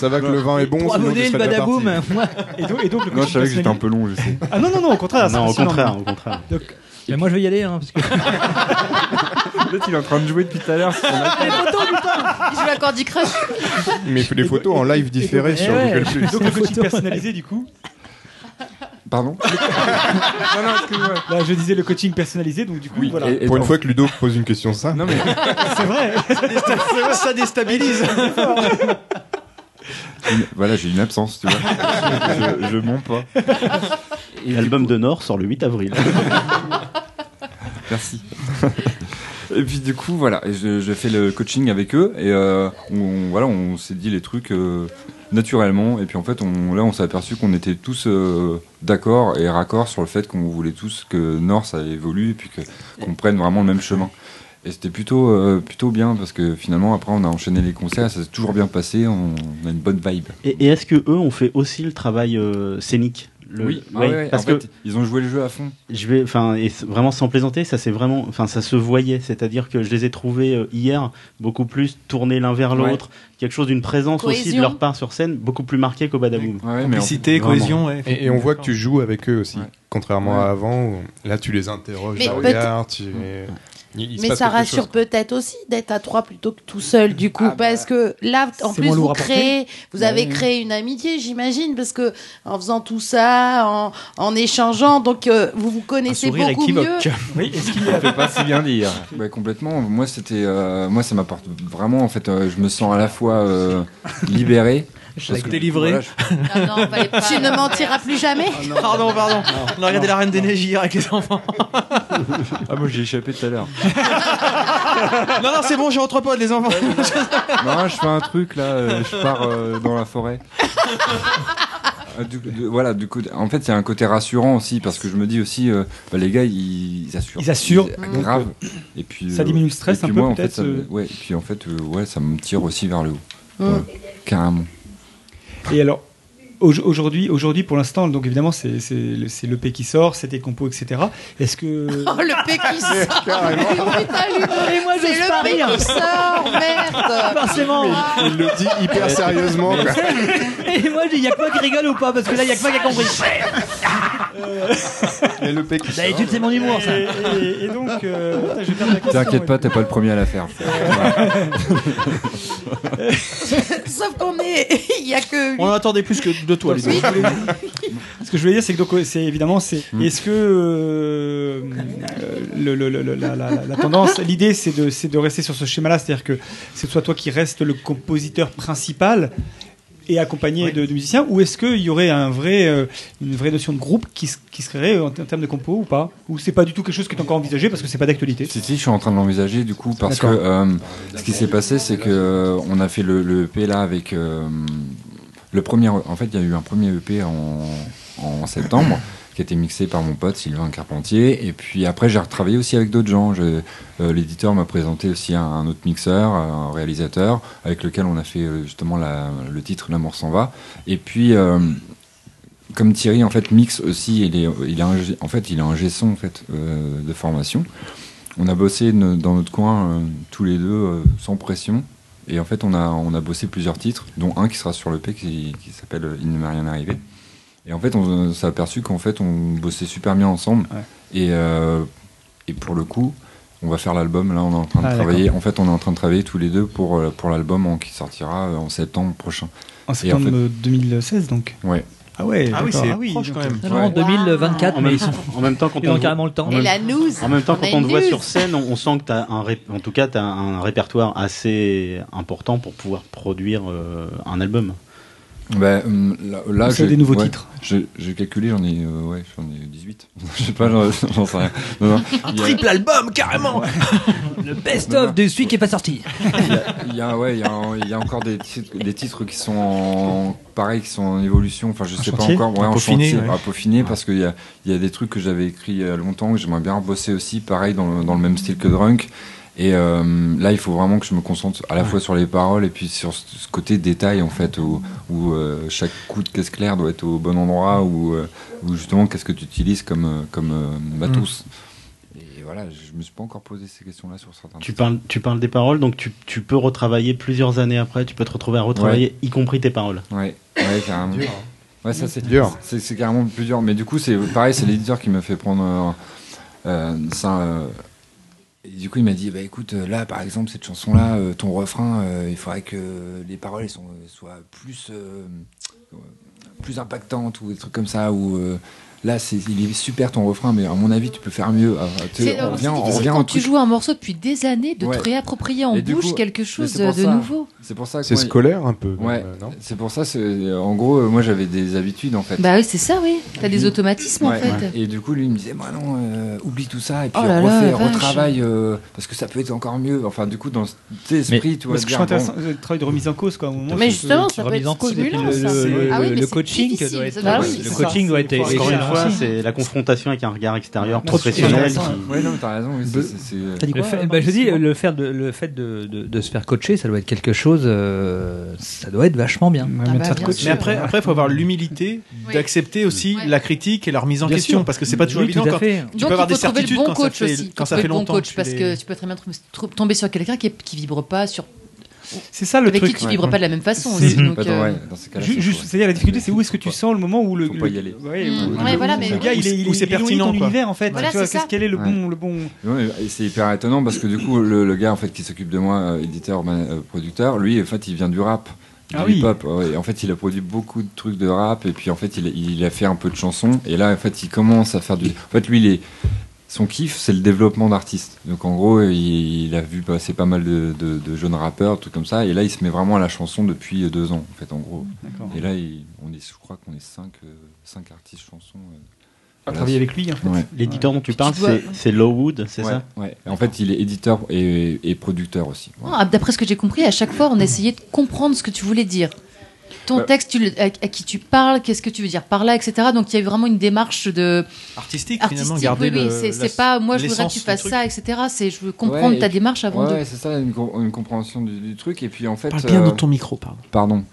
Ça va que le vin est bon,
Trois
sinon tu
baudets, le
serais déjà
badaboum.
parti.
Et donc, et donc, le
Non, je
coaching
savais que j'étais un
personnalisé.
peu long, je sais.
Ah non, non, non, au contraire. c'est
Non, au
fascinant.
contraire, au contraire.
Mais moi, je vais y aller. Hein, parce que...
*laughs* Peut-être il est en train de jouer depuis tout à l'heure.
Les photos, putain Il joue à Candy Crush
Mais les photos en live différées
Et
sur
ouais.
Google Plus.
Donc, le coaching personnalisé, du coup.
*laughs*
Pardon
Non, non, excuse-moi. Là, bah, je disais le coaching personnalisé, donc du coup, voilà.
et- et-
Pour une fois que Ludo pose une question simple.
Non mais
C'est vrai.
Ça déstabilise.
une- voilà, j'ai une absence,
*laughs*
tu vois. je, je mens pas.
L'album de Nord sort le 8 avril.
*laughs* Merci. Et puis du coup, voilà, et je, je fais le coaching avec eux et euh, on, voilà, on s'est dit les trucs euh, naturellement. Et puis en fait, on, là, on s'est aperçu qu'on était tous euh, d'accord et raccord sur le fait qu'on voulait tous que Nord ça évolue et puis que- qu'on prenne vraiment le même chemin. Et c'était plutôt, euh, plutôt bien parce que finalement, après, on a enchaîné les concerts, ça s'est toujours bien passé, on, on a une bonne vibe.
Et, et est-ce que eux ont fait aussi le travail euh, scénique Le-
Oui, ah
ouais,
ouais,
parce
en
que
fait, ils ont joué le jeu à fond.
je vais, enfin, et c- vraiment sans plaisanter, ça c'est vraiment, enfin, ça se voyait, c'est-à-dire que je les ai trouvés euh, hier beaucoup plus tournés l'un vers
Ouais.
l'autre, quelque chose d'une présence aussi de
Cohésion.
leur part sur scène beaucoup plus marquée qu'au Badaboom.
Complicité,
Vraiment.
cohésion, ouais.
Et, et on voit que tu joues avec eux aussi, contrairement à avant. où là, tu les interroges,
Mais
tu
peut-être-
regardes, tu- il- il se
Mais
passe
ça
quelque chose,
rassure peut-être aussi d'être à trois plutôt que tout seul, du
Ah,
coup,
bah,
parce que là, en C'est plus, moins vous lourd à porter. créez, vous avez
Mmh.
Ouais. créé une amitié, j'imagine, parce que en faisant tout ça, en, en échangeant, donc euh, vous vous connaissez beaucoup mieux.
*laughs* Oui, est-ce qu'il
peut pas si bien dire bah, Complètement. Moi, c'était, euh, moi, ça m'apporte vraiment. En fait, euh, je me sens à la fois euh, libéré. parce que,
Délivré.
voilà, je-
Tu ne mentiras plus jamais.
Pardon, pardon. On a regardé la Reine des Neiges hier avec les enfants.
Ah, moi, j'ai échappé tout à l'heure.
*laughs* Non, non, c'est bon, j'ai entrepôt les enfants. *laughs*
non, je fais un truc là. euh, je pars euh, dans la forêt. Euh, du- du- voilà, du coup, en fait, c'est un côté rassurant aussi parce que je me dis aussi, euh, bah, les gars, ils, assurent.
Ils assurent.
Ils- grave. Et puis,
ça
euh,
diminue le stress
et puis
un peu,
moi, en fait,
peut-être,
ça me-
euh.
ouais, et puis en fait, euh, ouais, ça me tire aussi vers le haut. Ouais, carrément.
Et alors, au- aujourd'hui, aujourd'hui, pour l'instant, donc évidemment, c'est c'est le- c'est l'EP qui sort, c'est tes compos, etc. Est-ce que.
*laughs* Oh, le Pékin sort
Carrément.
Putain, Ludo,
Et moi,
c'est
j'ose
le
pas
Pékin
rire.
sort, merde
*laughs* Forcément.
Ah.
Il le dit hyper sérieusement. quoi.
*laughs* Et moi, il y a que moi qui rigole ou pas Parce que là, il y a que moi qui a
*laughs*
compris.
Et le P qui
Bah, étude, c'est mon humour, ça.
Et, et- et donc, euh, putain, je vais perdre la question.
T'inquiète pas, t'es pas le premier à la
*laughs*
faire.
*laughs*
*laughs*
Sauf qu'on est. *laughs* Il y a que.
On en attendait plus que de toi, Ludo. *laughs*
Ce que je voulais dire, c'est que donc, euh, c'est évidemment, c'est
Hmm.
est-ce que euh, euh, le- le- le- le- la, la- la- la tendance, l'idée, c'est de, c'est de rester sur ce schéma-là, c'est-à-dire que c'est soit toi qui reste le compositeur principal et accompagné de, de musiciens, ou est-ce qu'il y aurait un vrai, euh, une vraie notion de groupe qui, se- qui se créerait en, ter- en termes de compo ou pas Ou c'est pas du tout quelque chose qui est encore envisagé parce que c'est pas d'actualité
Si, si, je suis en train de l'envisager du coup parce que
D'accord.
euh, ce qui s'est passé, c'est que euh, on a fait le, le EP là avec euh, le premier. En fait, il y a eu un premier EP en, en septembre qui a été mixé par mon pote Sylvain Carpentier. Et puis après, j'ai retravaillé aussi avec d'autres gens. J'ai- euh, L'éditeur m'a présenté aussi un, un autre mixeur, un réalisateur avec lequel on a fait euh, justement la- le titre L'amour s'en va. Et puis. euh, comme Thierry en fait mixe aussi, il est, il a un, gé- en fait il a un gesson en fait euh, de formation. On a bossé no- dans notre coin euh, tous les deux euh, sans pression et en fait on a on a bossé plusieurs titres, dont un qui sera sur le P qui, qui s'appelle euh, Il ne m'est rien arrivé. Et en fait on euh, s'est aperçu qu'en fait on bossait super bien ensemble et euh, et pour le coup on va faire l'album là on est en train de
Ah,
travailler.
d'accord.
En fait on est en train de travailler tous les deux pour euh, pour l'album en- qui sortira euh, en septembre prochain.
En
Et
septembre euh, 2016, donc
Ouais.
Ah ouais,
Ah oui,
d'accord.
c'est
proche, quand
donc-
même. Alors, en 2024,
en
mais
même
ils sont-
temps, en même temps, quand
ils ont
on te voit-
carrément le temps.
en
Et
même-
la news.
En même temps,
On a
quand on
une
te voit
news.
sur scène, on, on sent que t'as un, ré- en tout cas, t'as un répertoire assez important pour pouvoir produire euh, un album.
Bah, hum, là, là,
Vous avez
j'ai-
des nouveaux
ouais,
titres
j'ai- J'ai calculé, j'en ai, euh, ouais, j'en ai 18. *laughs* Je sais pas, j'en j'en sais rien. Non, non,
Un
il y a-
triple album, carrément Le best-of de celui qui est pas sorti.
il y a- il y, a, ouais, il y a un- il y a encore des titres, des titres qui sont en, pareil, qui sont en évolution. Enfin, je sais
chantier
pas encore, ouais,
À
en
peaufiner,
chantier,
ouais.
à peaufiner, parce qu'il y a, il y a des trucs que j'avais écrits il y a longtemps que j'aimerais bien rebosser aussi, pareil dans, le- dans le même style que Drunk. Et euh, là, il faut vraiment que je me concentre à la fois sur les paroles et puis sur ce ce côté détail en fait, où, où, euh, chaque coup de caisse claire doit être au bon endroit, ou euh, ou justement qu'est-ce que tu utilises comme euh, comme euh, matos.
Mm.
Et voilà, je me suis pas encore posé ces questions-là sur certains.
Tu parles, tu parles des paroles, donc tu, tu peux retravailler plusieurs années après. Tu peux te retrouver à retravailler,
Ouais.
y compris tes paroles.
Ouais, ouais carrément.
Dur, hein.
Ouais, ça c'est
Dur.
C'est c'est carrément plus dur. Mais du coup, c'est pareil, c'est l'éditeur qui m'a fait prendre euh, euh, ça. euh, et du coup, il m'a dit, bah écoute, euh, là, par exemple, cette chanson-là, euh, ton refrain, euh, il faudrait que les paroles elles sont, elles soient plus, euh, euh, plus impactantes ou des trucs comme ça. Ou euh, là, c'est, il est super ton refrain, mais à mon avis, tu peux faire mieux. Ah, tu-
C'est
on
alors, c'est
revient, on
difficile
revient au
quand tu
truc.
joues un morceau depuis des années de
Ouais.
te réapproprier en
Et du
bouche
coup-
quelque
mais
chose
c'est
de,
pour ça-
nouveau.
C'est pour ça que
C'est
moi,
scolaire un peu.
Ouais, c'est pour ça, c'est- en gros, euh, moi j'avais des habitudes en fait.
Bah oui, c'est ça, oui. T'as des automatismes en
Ouais.
fait.
Ouais. Et du coup, lui, il me disait, moi non, euh, oublie tout ça, et puis
Oh là là,
refais,
la vache.
retravaille, euh, parce que ça peut être encore mieux. Enfin, du coup, dans cet esprit, tu vois,
Parce que
dire,
je trouve intéressant
bon,
euh, le travail de remise en cause, quoi. au moment
Mais
où-
justement,
qui
ça peut
remise
être
en cause, et puis
stimulant,
le-
ça.
le-
Ah oui,
le-
mais
le
c'est
coaching
difficile,
doit être.
ça doit- Ah oui,
le
c'est
coaching
ça.
doit être.
Faut
Encore une
écrire
fois,
aussi.
c'est la confrontation avec un regard extérieur
Bien sûr,
professionnel.
c'est
qui-
Ouais, Ah non, mais t'as raison, oui, c'est- c'est- euh, c'est-
Le
Ah
fait- bah, je dis, le, faire de, le fait de, de- de se faire coacher, ça doit être quelque chose. euh, ça doit être vachement bien.
Ah bah,
mais après, après, faut avoir l'humilité d'accepter aussi la critique et la remise en
Bien
question,
sûr.
parce que c'est pas toujours
Oui, tout
évident.
à
Quand,
fait.
tu
Donc,
peux avoir
il
des
faut trouver le
certitudes
bon
quand ça
coach
fait,
aussi.
quand
Faut
ça
trouver
fait
le bon
longtemps.
coach
tu
parce
les-
que tu peux très bien tr- tomber sur quelqu'un qui, est- qui vibre pas sur.
C'est ça le
avec
truc.
qui tu vibres pas de la même façon
C'est-
aussi. Donc,
Attends,
euh,
ouais, Bah, dans ces cas-là,
Ju-
c'est
juste, c'est-à-dire la difficulté, c'est où est-ce que tu sens le moment où le.
Faut pas y
le-
aller.
Ouais,
Mm.
où-
Ouais,
où-
voilà, mais-
Le gars, il est, il est,
Où
il est
c'est
éloigné de ton
pertinent, quoi.
univers, en fait.
Voilà,
tu vois,
c'est ça.
qu'est-ce qu'elle est le
Ouais.
bon, le bon.
Ouais, mais c'est hyper étonnant parce que du coup, le, le gars en fait qui s'occupe de moi, euh, éditeur, ma- euh, producteur, lui, en fait, il vient du rap. Du
Ah oui.
hip-hop, ouais. Et en fait, il a produit beaucoup de trucs de rap, et puis en fait, il, il a fait un peu de chansons, et là, en fait, il commence à faire du. En fait, lui, il est- son kiff, c'est le développement d'artistes. Donc, en gros, il, il a vu passer pas mal de, de- de jeunes rappeurs, tout comme ça, et là, il se met vraiment à la chanson depuis deux ans, en fait, en gros.
D'accord.
Et là, il- on est, je crois qu'on est cinq, euh, cinq artistes chansons. euh,
Ah,
À
voilà.
travailler avec lui, en fait.
Ouais.
L'éditeur dont tu parles,
dois-
c'est- c'est Lowood, c'est
Ouais,
ça
ouais. En fait, il est éditeur et, et producteur aussi.
Ah, D'après ce que j'ai compris, à chaque fois, on essayait de comprendre ce que tu voulais dire.
Ton
Bah-
texte, tu le- à, à qui tu parles, qu'est-ce que tu veux dire par là, etc. Donc il y a eu vraiment une démarche de
Artistique,
artistique.
finalement, garder
oui, oui,
le-
c'est-
la-
c'est pas moi je voudrais que
l'essence
tu
du
fasses
truc.
ça, etc. C'est je veux comprendre
Ouais,
ta
et puis-
démarche avant
ouais,
de.
ouais, c'est ça, une, com- une compréhension du, du truc. Et puis en fait. euh,
Parle bien dans ton micro, pardon. *laughs*
Pardon.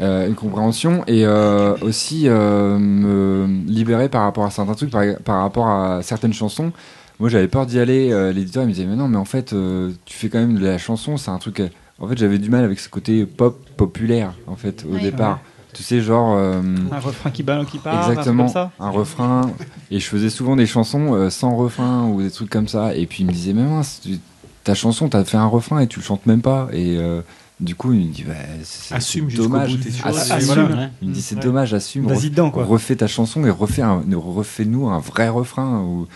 Euh, une compréhension et euh, aussi euh, me libérer par rapport à certains trucs, par, par rapport à certaines chansons. Moi, j'avais peur d'y aller. euh, L'éditeur il me disait Mais non, mais en fait, euh, tu fais quand même de la chanson, c'est un truc. euh, En fait, j'avais du mal avec ce côté pop populaire, en fait, au
Ouais.
départ.
Ouais.
Tu sais, genre. euh,
Un refrain qui balance, qui part,
Exactement,
un truc comme ça.
un refrain. Et je faisais souvent des chansons euh, sans refrain ou des trucs comme ça. Et puis il me disait, mais mince, tu- ta chanson, t'as fait un refrain et tu le chantes même pas. Et euh, du coup, il me dit, bah, c'est
Assume
c'est
jusqu'au
dommage.
bout tes choses.
assume.
Assume.
Voilà. Il me dit, c'est
Ouais.
dommage, assume.
Vas-y
Ref-
dedans, quoi.
Refais ta chanson et refais un- refais-nous un vrai refrain. Où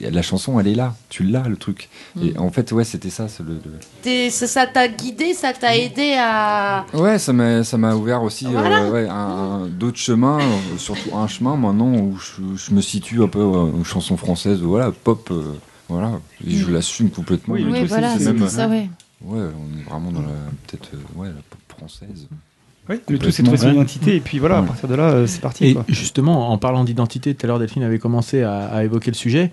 la chanson, elle est là. Tu l'as, le truc. Et en fait, ouais, c'était ça. c'est le- le,
T'es- ça ça t'a guidé, ça t'a aidé à.
Ouais, ça m'a ça m'a ouvert aussi euh,
Voilà.
ouais, un- un- d'autres chemins, euh, surtout un chemin maintenant où je, je me situe un peu euh, aux chansons françaises, voilà, pop, euh, voilà, et je l'assume complètement.
Mm. Oui, le Oui, truc, voilà, c'est- c'est tout ça, ouais.
Ouais, on est vraiment dans la peut-être euh, ouais, la pop française.
Oui, le tout c'est de trouver son
Complètement. Mm.
identité et puis voilà, à partir de là, euh, c'est parti.
Et
quoi.
justement, en parlant d'identité, tout à l'heure Delphine avait commencé à, à évoquer le sujet.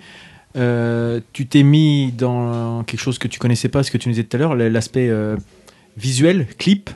Euh, tu t'es mis dans quelque chose que tu connaissais pas, ce que tu nous disais tout à l'heure, l'aspect euh, visuel, clip,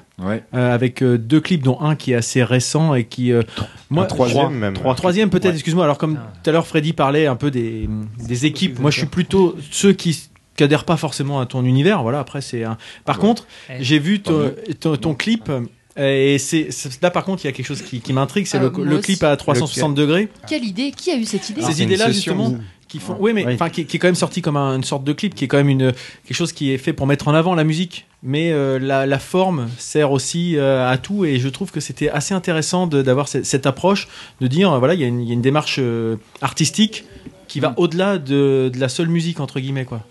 Euh, avec euh, deux clips dont un qui est assez récent et qui euh, moi
Un troisième
trois-
même.
trois- troisième peut-être. Excuse-moi. Alors comme tout à l'heure Freddy parlait un peu des, des équipes, moi je suis plutôt ceux qui n'adhèrent pas forcément à ton univers. Voilà. Après c'est un. Par contre, j'ai vu ton, ton- ton clip. euh, Et c'est c'est- là par contre il y a quelque chose qui, qui m'intrigue, c'est
Ah,
le,
moi
le
aussi.
clip à 360 degrés.
Quelle idée Qui a eu cette idée
Ces idées-là justement qui font, oui mais enfin qui, qui est quand même sorti comme un- une sorte de clip, qui est quand même une quelque chose qui est fait pour mettre en avant la musique, mais euh, la, la forme sert aussi euh, à tout et je trouve que c'était assez intéressant de- d'avoir ce- cette approche de dire euh, voilà il y, a une- il y a une démarche euh, artistique qui
Mm.
va au-delà de, de la seule musique entre guillemets quoi.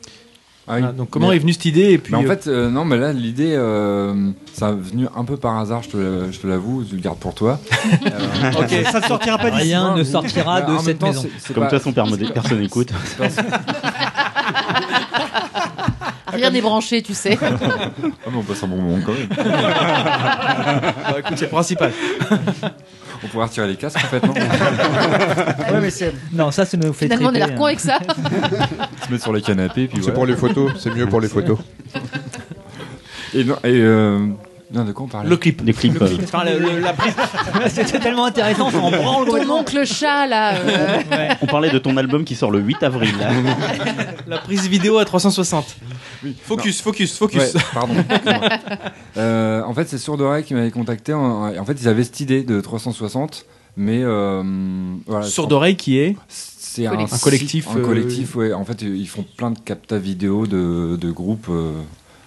Voilà, donc comment
Ah Mais-
est venue cette idée et puis
Mais en
euh,
fait, euh, non, mais là, l'idée, euh, ça est venu un peu par hasard, je te, la- je te l'avoue, je le garde pour toi. Euh,
*laughs* Ok, ça ne sortira pas d'ici. Rien ne sortira
Mais
de
Bah, en même
cette
temps,
maison.
c'est- c'est
Comme
pas-
toi, son père
*laughs* c'est
modé-
pas-
personne n'écoute.
Rien n'est branché, tu sais.
*laughs* Ah, mais on passe un bon moment quand même.
Bah, écoute, c'est le principal.
*laughs* On pourra retirer les casques en fait,
*laughs*
non
Ouais, mais c'est- non, ça, ça nous fait
Finalement, on a
triper,
l'air con
hein.
avec ça.
Se mettre sur les canapés, puis
C'est
voilà.
pour les photos, c'est mieux pour les photos.
Et non, et euh, non, de quoi on parlait
Le clip.
Le clip.
Enfin, le- le- la *laughs* prise- C'était hein. tellement intéressant, on s'en branle
Ton
complètement.
oncle chat là. euh,
On parlait de ton album qui sort le 8 avril. là.
la prise vidéo à 360. Focus, focus, focus.
Ouais,
*laughs*
pardon. excuse-moi. Euh, en fait, c'est Sourd Oreille qui m'avait contacté. En, en fait, ils avaient cette idée de 360, mais euh, voilà.
Sourd Oreille qui est
C'est un,
Un collectif,
Un
euh,
collectif, ouais. En fait, ils font plein de capta vidéo de, de groupes. euh,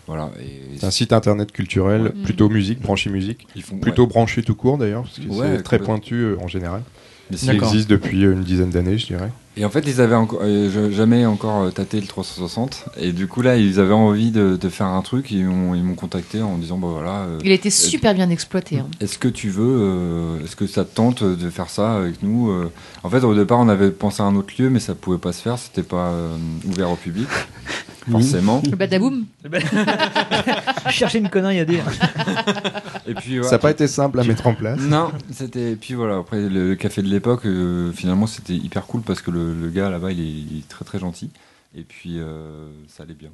voilà. Et,
C'est un site internet culturel, plutôt musique, branché musique.
Ils font-
plutôt
ouais.
branché tout court d'ailleurs, parce que
Ouais,
c'est très
complètement.
pointu euh, en général.
Mais
Il
d'accord.
existe depuis euh, une dizaine d'années, je dirais.
Et en fait, ils avaient encore, euh, je- jamais encore euh, tâté le 360. Et du coup, là, ils avaient envie de, de faire un truc. Ils m'ont ils m'ont contacté en disant, bah voilà. euh,
Il était
euh,
super bien exploité. hein.
Est-ce que tu veux, euh, est-ce que ça te tente de faire ça avec nous euh En fait, au départ, on avait pensé à un autre lieu, mais ça pouvait pas se faire, c'était pas euh, ouvert au public,
*laughs*
forcément.
*laughs*
Le badaboum.
Chercher une connerie à dire.
Et puis,
Ça
ouais,
n'a pas été simple à mettre en place.
*laughs* Non, c'était. et Puis voilà, après le, le café de l'époque, euh, finalement, c'était hyper cool parce que le, le gars là-bas, il, est- il est très très gentil. Et puis, euh, ça allait bien.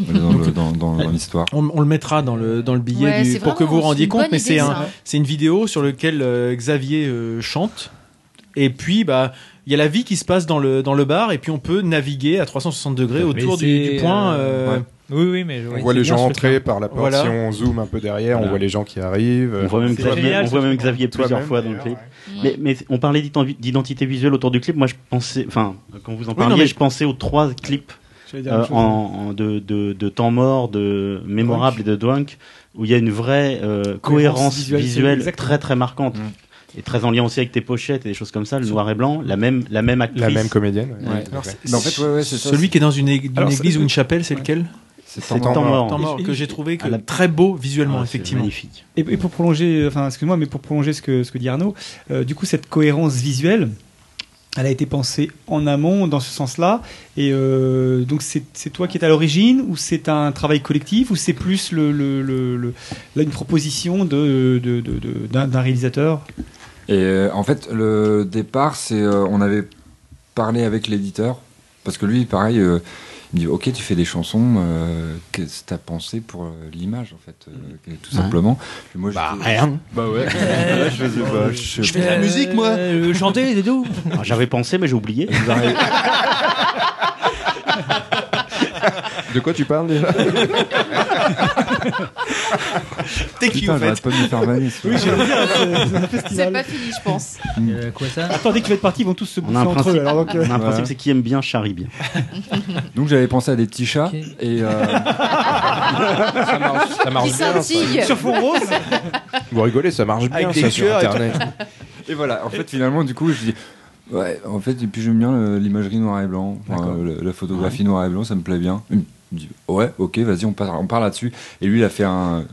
Dans le- dans- dans- dans l'histoire.
On, on le mettra dans le, dans le billet
Ouais,
du-
c'est
pour que
vraiment-
vous vous
c'est
rendiez
une
compte,
bonne
mais
idée,
c'est
ça,
un-
hein.
c'est une vidéo sur laquelle euh, Xavier euh, chante. Et puis, bah, il y a la vie qui se passe dans le, dans le bar, et puis on peut naviguer à 360 degrés autour du, du point. euh,
Oui, oui, mais.
On voit les gens entrer par la porte,
Voilà.
si on zoome un peu derrière, on voit les gens qui arrivent.
On voit même
C'est
Xavier,
génial,
on voit
ce
même
truc.
Xavier plusieurs
Toi-même,
fois dans le clip. Mais, mais on parlait d'identi- d'identité visuelle autour du clip. Moi, je pensais, enfin, quand vous en
Oui,
parliez,
non, mais-
je pensais aux trois clips
J'allais dire la
euh,
même chose.
en, en- de, de- de temps mort, de mémorable et de drunk, où il y a une vraie euh, cohérence
visuelle,
visuelle,
c'est exact.
très très marquante.
Mm.
Et très en lien aussi avec tes pochettes et des choses comme ça, le noir et blanc, la même, la même actrice.
La même comédienne, ouais.
Ouais.
Alors, c'est-
Mais en fait, ouais, ouais, c'est ça.
Celui qui est dans une, ég- une
Alors, c'est-
église ou une chapelle, c'est lequel
C'est
Temps Temps Mort. Ah, Mort.
Temps
Et-
que j'ai trouvé que
à la-
très beau visuellement,
Ah, c'est
effectivement.
Magnifique.
Et, et pour euh, prolonger, enfin, excuse-moi, mais pour prolonger ce que, ce que dit Arnaud, euh, du coup, cette cohérence visuelle, Elle a été pensée en amont dans ce sens-là. Et euh, donc c'est c'est toi qui es à l'origine ou c'est un travail collectif ou c'est plus le, le- le- le- là, une proposition de- de- de- de- d'un d'un réalisateur
Et euh, en fait, le départ, c'est euh, on avait parlé avec l'éditeur parce que lui, pareil, euh, il me dit OK, tu fais des chansons, euh, qu'est-ce que t'as pensé pour euh, l'image en fait, euh, tout
Ouais.
simplement. Et moi, bah
rien.
Bah ouais. Ouais, je faisais pas. Je,
Je fais de la musique, moi.
Euh, chanter, c'est tout.
Alors, Ah, J'avais pensé, mais j'ai
*laughs*
oublié.
De quoi tu
*laughs*
parles déjà
T'es qui, Putain, en fait j'arrête pas de me faire vanner, ce
Oui,
soir.
j'allais
*laughs*
dire, c'est- c'est un
C'est
festival.
pas fini, je pense.
Euh, quoi ça
Attendez qu'ils vont être partis, ils vont tous se
Hmm. On a un
bouffer entre
principe,
eux. Alors donc, euh,
on a un
Voilà.
*laughs*
principe, c'est qui aime bien charrie
*laughs*
bien.
Donc j'avais pensé à des petits chats et euh,
Ça marche bien, ça.
Sur fond rose
Vous rigolez, ça marche bien
Avec des
ça sur
cœurs et tout.
internet.
Et voilà, en fait, finalement, du coup, je dis. Ouais, en fait, et puis j'aime bien euh, l'imagerie noir et blanc, Enfin,
D'accord.
euh, la, la photographie noir et blanc, ça me plaît bien. Il me dit, ouais, ok, vas-y, on part, on part là-dessus. Et lui, il a fait un,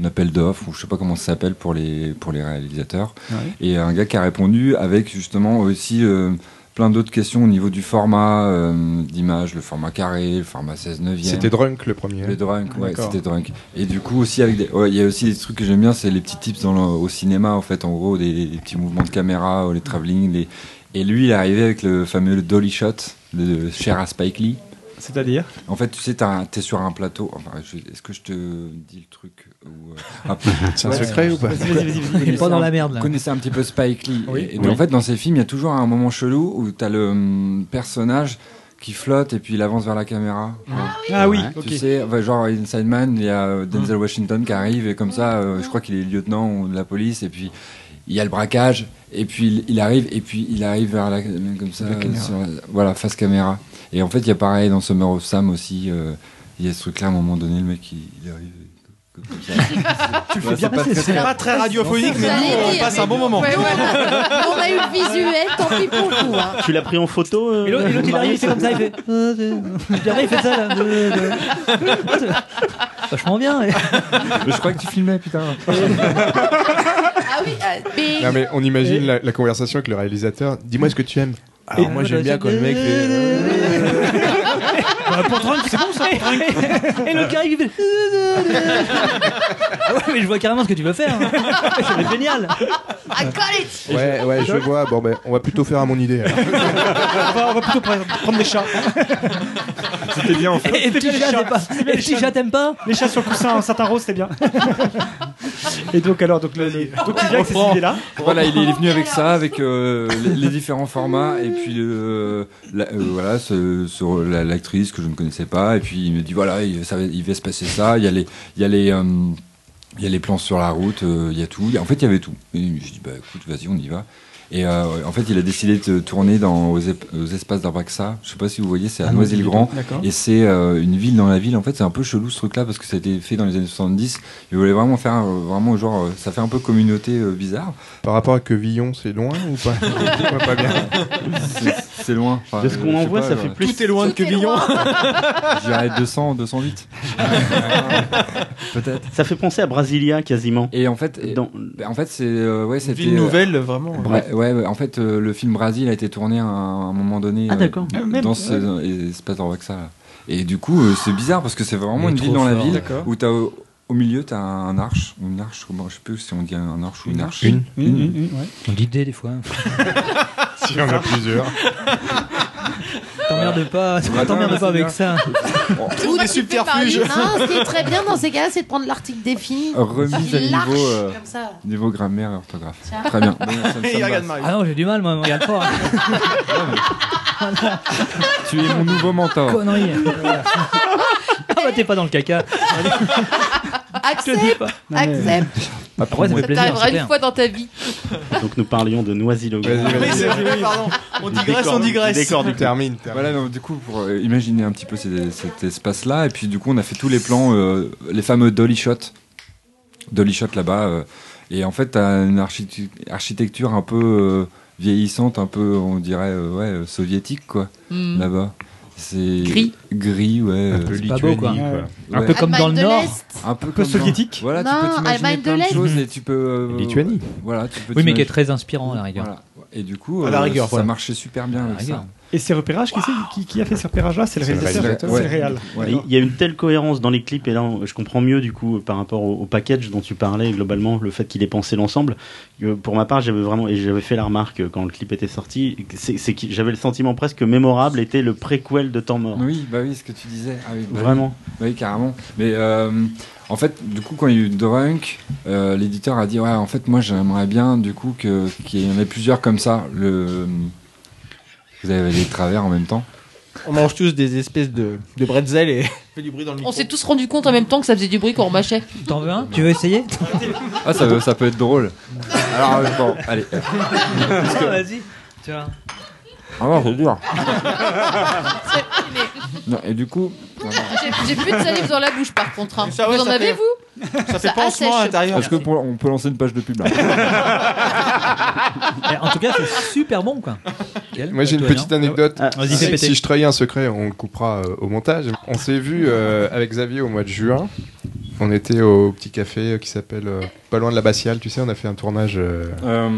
un appel d'offres, ou je sais pas comment ça s'appelle pour les, pour les réalisateurs.
Ouais.
Et un gars qui a répondu avec justement aussi euh, plein d'autres questions au niveau du format euh, d'image, le format carré, le format 16 9
C'était Drunk, le premier.
Le Drunk, ouais,
D'accord.
c'était Drunk. Et du coup, aussi, avec des- ouais, il y a aussi des trucs que j'aime bien, c'est les petits tips dans le- au cinéma, en fait, en gros, des, des petits mouvements de caméra, ou les travelling. les- Et lui, il est arrivé avec le fameux Dolly Shot, de Cher à Spike Lee.
C'est-à-dire
En fait, tu sais, t'as un- t'es sur un plateau. Enfin, je- est-ce que je te dis le truc ou, euh, ah,
*laughs* C'est un secret ou pas Vas-y, vas-y, vas-y, vas-y.
Connaissez
Pas dans
un-
la merde, là.
Connaissez un petit peu Spike Lee.
Oui.
Et, et
Oui.
en fait, dans ces films, il y a toujours un moment chelou où t'as le hum, personnage qui flotte et puis il avance vers la caméra.
Ah oui,
Tu
ok. Hum.
sais, enfin, genre Inside Man, il y a euh, Denzel Washington qui arrive et comme ça, euh, je crois qu'il est lieutenant ou de la police et puis il y a le braquage et puis il, il arrive et puis il arrive vers la comme ça,
La caméra.
sur la- voilà face caméra. Et en fait, il y a pareil dans Summer of Sam aussi. euh, il y a ce truc-là à un moment donné, le mec il, il arrive. comme- comme ça.
*laughs* Tu le
Ouais,
fais
c'est
bien
pas
passer,
très
c'est
clair.
pas très radiophonique, mais
J'allais
nous, on
dire,
passe
mais
un bon moment.
ouais, ouais. on a eu le visuel, tant pis pour vous. hein.
Tu l'as pris en photo euh,
Et l'autre, et l'autre, il arrive, il fait comme ça, il fait.
Ah,
Euh, c'est- Je dirais, il fait ça là. Euh, euh. Vachement bien.
Je crois que tu filmais,
*laughs*
putain.
Ah oui, ah, mais-
Non, mais on imagine la, la conversation avec le réalisateur. Dis-moi ce que tu aimes. Alors, Ah, moi, j'aime bien quand le mec euh,
Bah,
pour 30, c'est bon ça Et le gars il fait. Ah *laughs* ouais, mais je vois carrément ce que tu veux faire. hein. Ça va être génial.
fait. Ouais, ouais, je vois. Bon, ben, on va plutôt faire à mon idée. alors.
on, va, on va plutôt prendre prendre des chats.
C'était bien, en fait.
Et petit chat, t'aimes pas Et petit chat, t'aimes pas
Les chats sur le coussin en satin rose, c'est bien. Et donc, alors, donc, le- le- donc tu viens avec cette idée-là.
Voilà, il est, il est venu avec ça, avec euh, les, les différents formats, et puis euh, la- euh, voilà, ce- sur la- l'actrice que je ne connaissais pas, et puis il me dit voilà, il, ça va, il va se passer ça, il y a les, il y a les, euh, il y a les plans sur la route, euh, il y a tout, Il y a- en fait il y avait tout. Et je dis bah écoute, vas-y, on y va. Et euh, en fait, il a décidé de tourner dans, aux, ép- aux espaces d'Arbaxa. Je sais pas si vous voyez, c'est à
Ah,
Noisy-le-Grand.
d'accord.
Et c'est euh, une ville dans la ville. En fait, c'est un peu chelou ce truc-là parce que ça a été fait dans les années 70. Il voulait vraiment faire euh, vraiment genre, euh, ça fait un peu communauté euh, bizarre.
Par rapport à que Villon, c'est loin ou pas Je vois pas bien.
*laughs* C'est- C'est loin. Enfin,
De ce qu'on
je sais
envoie,
pas,
ça
genre,
fait plus.
Tout est loin de Quevillon.
*laughs* J'irais 200,
*laughs*
208. Peut-être.
Ça fait penser à Brasilia quasiment.
Et en fait, et-
Dans-
bah, en fait, c'est euh, ouais, c'était
Ville nouvelle, vraiment.
Ouais, ouais, ouais, en fait, euh, le film Brasil a été tourné à un, à un moment donné euh,
Ah, d'accord. Ah, même,
dans ce euh, espace en ça. là. Et du coup, euh, c'est bizarre parce que c'est vraiment
Il est
une ville
trop
dans la
fort.
ville
D'accord.
où t'as au, au milieu t'as un arche, ou une arche, comment- je sais plus si on dit un arche ou une arche.
Une.
Hum, hum, hum, ouais.
On dit des, des fois.
Si on a
*laughs*
plusieurs.
T'emmerdes pas,
Voilà,
t'emmerdes pas
c'est
avec
bien.
ça.
Oh.
Ou
Bah,
des subterfuges.
Non, ce qui est très bien dans ces cas-là, c'est de prendre l'article défini.
Remise à
L'arche,
niveau, euh,
comme ça.
niveau grammaire et orthographe.
Tiens.
Très
*laughs*
bien. Donc, ça- ça me
Et il
va.
regarde Marie.
Ah non, j'ai du mal, moi, on regarde pas.
tu es mon nouveau mentor.
Connerie. Ah bah t'es pas dans le caca. Je te dis
Accepte,
pas.
accepte.
Ah,
Après, ça
moi.
fait plaisir.
T'arriveras
c'est
une
clair.
fois dans ta vie.
Donc nous parlions de Noisy-le-Grand. *laughs*
Vas-y,
Oui,
vas-y.
c'est vrai, pardon. On digresse, on digresse.
*laughs*
Décor du
Termine, termine.
Voilà, donc du coup, pour euh, imaginer un petit peu ces- cet espace-là, et puis du coup, on a fait tous les plans, euh, les fameux dolly shots, dolly shots là-bas, euh, et en fait, t'as une architu- architecture un peu euh, vieillissante, un peu, on dirait, euh, ouais, euh, soviétique, quoi,
Hmm.
là-bas. C'est
Gris.
Gris, ouais. euh,
peu
C'est pas beau, quoi.
Lituanie,
Un
ouais.
peu comme dans le
Allemagne de
Nord.
l'Est.
Un peu
peu
comme dans-
soviétique.
Voilà,
Non,
tu peux t'imaginer
Allemagne de
plein de
l'Est.
choses et tu peux. euh,
Lituanie.
Voilà, tu peux
Oui, mais qui est
t'imaginer-
très inspirant à la rigueur.
Voilà. Et du coup,
À la
euh,
rigueur,
ça
voilà.
marchait super bien avec ça.
Et ces repérages, qui, c'est qui, qui a fait ces repérages-là C'est le réalisateur, c'est le réal.
Il y a une telle cohérence dans les clips, et là on- je comprends mieux du coup par rapport au, au package dont tu parlais, globalement, le fait qu'il ait pensé l'ensemble. que Pour ma part, j'avais vraiment, et j'avais fait la remarque euh, quand le clip était sorti, c'est c'est que j'avais le sentiment presque que mémorable était le préquel de Temps Mort.
Oui, bah oui, ce que tu disais. Ah oui, bah oui.
Vraiment.
Oui, carrément. Mais euh, en fait, du coup, quand il y a eu Drunk, euh, l'éditeur a dit Ouais, en fait, moi j'aimerais bien du coup que- qu'il y en ait plusieurs comme ça. Le... Vous avez les travers en même temps
*laughs* On mange tous des espèces de, de bretzel et fait du bruit dans le
On s'est tous rendu compte en même temps que ça faisait du bruit quand on mâchait.
T'en veux un Tu veux essayer
Ah, ça, veut- ça peut être drôle. Alors, euh, bon, allez. Parce
*laughs*
que-
Vas-y, tu vois.
Ah non, c'est dur. Non, et du coup.
J'ai- J'ai plus de salive dans la bouche par contre. hein.
Ça, ouais,
vous en
ça fait-
avez vous
Ça hein,
fait Ça pansement à assèche. l'intérieur.
Est-ce que pour- on peut lancer une page de pub là
Eh, En tout cas, c'est super bon, quoi.
Moi j'ai une petite anecdote.
Ah, vas-y, fais
si,
péter.
si je trahis un secret, on le coupera euh, au montage. On s'est vu euh, avec Xavier au mois de juin. On était au petit café euh, qui s'appelle euh, pas loin de la Bastiale, tu sais, on a fait un tournage. euh,
Euh,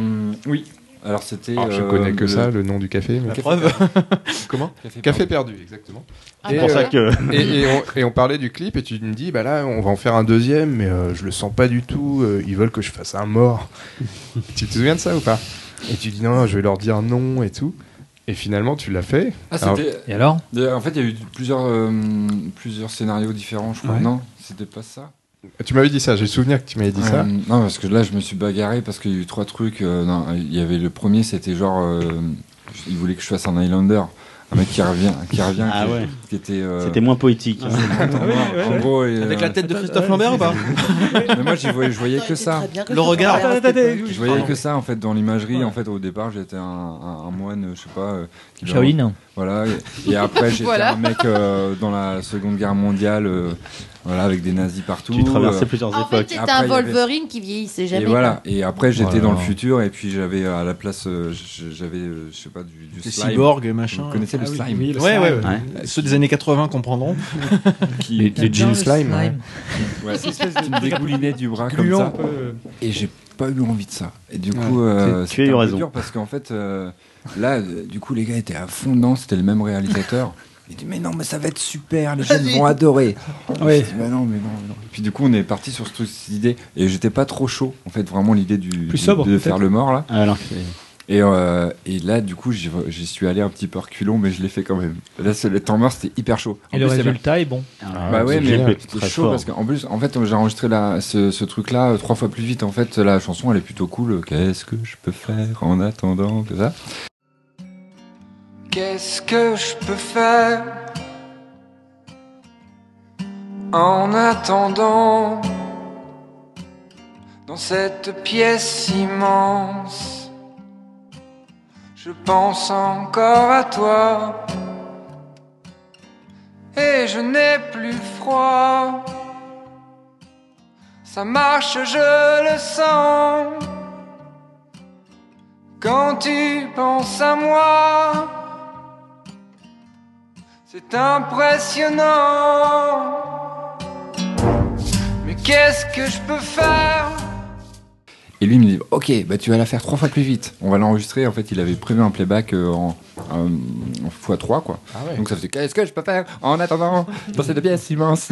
Oui. Alors, c'était.
alors, je
euh,
connais que
le-
ça, le nom du café. mais-
La preuve. *laughs*
Comment
Café
Café,
perdu.
perdu. exactement.
Ah,
Et,
bah,
euh,
voilà.
et- et on, et on parlait du clip et tu me dis bah là on va en faire un deuxième mais euh, je le sens pas du tout euh, ils veulent que je fasse
*laughs*
un mort tu te souviens de ça ou pas et tu dis non, non, je vais leur dire non et tout et finalement tu l'as fait
Ah,
Alors-
c'était- En fait, il y a eu plusieurs, euh, plusieurs scénarios différents, je crois.
Ouais.
Non, c'était pas ça.
tu m'avais dit ça j'ai le souvenir que tu m'avais dit
Euh,
ça
Non, parce que là, je me suis bagarré parce qu'il y a eu trois trucs. euh, non, il y avait le premier, c'était genre, euh, il voulait que je fasse un Highlander. Un mec qui revient, qui revient,
Ah
qui,
ouais.
qui était. euh,
C'était moins poétique.
qui était moins temps
Ouais,
mort.
ouais,
*laughs* En
ouais.
gros, et,
Avec
euh,
la tête de Christophe Lambert ou pas
*laughs* Mais moi, j'y voyais- je voyais que ça.
Le regard.
Je voyais que ça en fait dans l'imagerie. En fait, au départ, j'étais un, un- un moine, je sais pas. euh, qui
Shaolin.
leur- Voilà. Et, et après, j'étais
Voilà.
un mec euh, dans la Seconde Guerre mondiale, euh, voilà, avec des nazis partout.
Tu traversais
euh,
plusieurs
En fait,
Après,
c'était
il
un
y avait-
Wolverine qui vieillissait jamais.
et voilà. Et euh, après, j'étais
Voilà.
dans le futur, et puis j'avais euh, à la place, euh, j- j'avais, euh, je sais pas, du, du
Des
slime.
cyborgs, machin.
Vous connaissez le
Ah oui,
slime
oui, le Ouais, slime. ouais, ouais. Ouais. Ceux des années 80
*laughs*
comprendront. Les- les J'adore jeans le slime, slime. ouais.
Ouais,
Cette espèce
qui
de
me
truc un peu
dégoulinaient du bras
gluant, un
comme ça.
peu, euh.
Et j'ai pas eu envie de ça. Et du
Ouais.
coup, euh,
Tu as eu
c'était un peu
raison.
dur parce qu'en fait, euh, là, euh, du coup, les gars étaient à fond dedans, c'était le même réalisateur. Il dit, mais non, mais ça va être super, *laughs* les jeunes vont adorer.
Ouais.
Je dis, Bah non, mais non, mais non. Et puis du coup, on est parti sur cette cette idée, et j'étais pas trop chaud, en fait, vraiment l'idée du,
Plus
du-
sobre,
de faire
peut-être.
le mort, là.
Alors
Et, euh, et là, du coup, j'y j'y suis allé un petit peu reculon, mais je l'ai fait quand même. Là, c'est- le temps mort, c'était hyper chaud.
Et le
plus, c'est
résultat est bon.
Ah, bah ouais, mais c'était chaud parce qu'en plus, en fait, j'ai enregistré la, ce, ce truc-là euh, trois fois plus vite. En fait, la chanson, elle est plutôt cool. Qu'est-ce que je peux faire en attendant que ça
Qu'est-ce que je peux faire en attendant dans cette pièce immense Je pense encore à toi et je n'ai plus froid. Ça marche, je le sens. Quand tu penses à moi, c'est impressionnant. Mais qu'est-ce que je peux faire
Ah Et lui, il me dit Ok, bah, tu vas la faire trois fois plus vite. On va l'enregistrer. En fait, il avait prévu un playback euh, en, en- en x3, quoi.
Ah
Donc, ça faisait Qu'est-ce que je peux faire en attendant dans cette pièce immense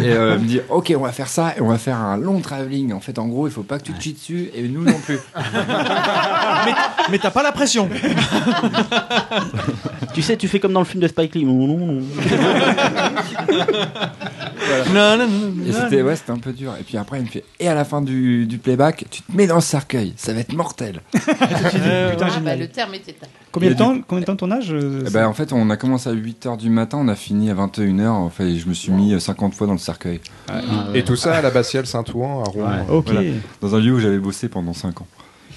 Et euh, il me dit Ok, on va faire ça et on va faire un long travelling. En fait, en gros, il faut pas que tu te chies dessus et nous non plus.
*laughs* mais mais t'as pas la pression.
Tu sais, tu fais comme dans le film de Spike Lee.
Voilà. Et c'était ouais, c'était un peu dur. Et puis après, il me fait Et à la fin du, du playback, tu te mets dans ce cercueil, ça va être
*laughs*
mortel.
Putain,
Ah bah,
génial.
le terme était tard.
Combien de
Il y a
temps, combien de temps de tournage euh,
Et ben, en fait, on a commencé à 8h du matin, on a fini à 21h. En fait, et je me suis mis euh, 50 fois dans le cercueil.
et tout ça à la Bastiale Saint-Ouen à Rouen
Ah, Ouais, voilà. Dans un lieu où j'avais bossé pendant 5 ans.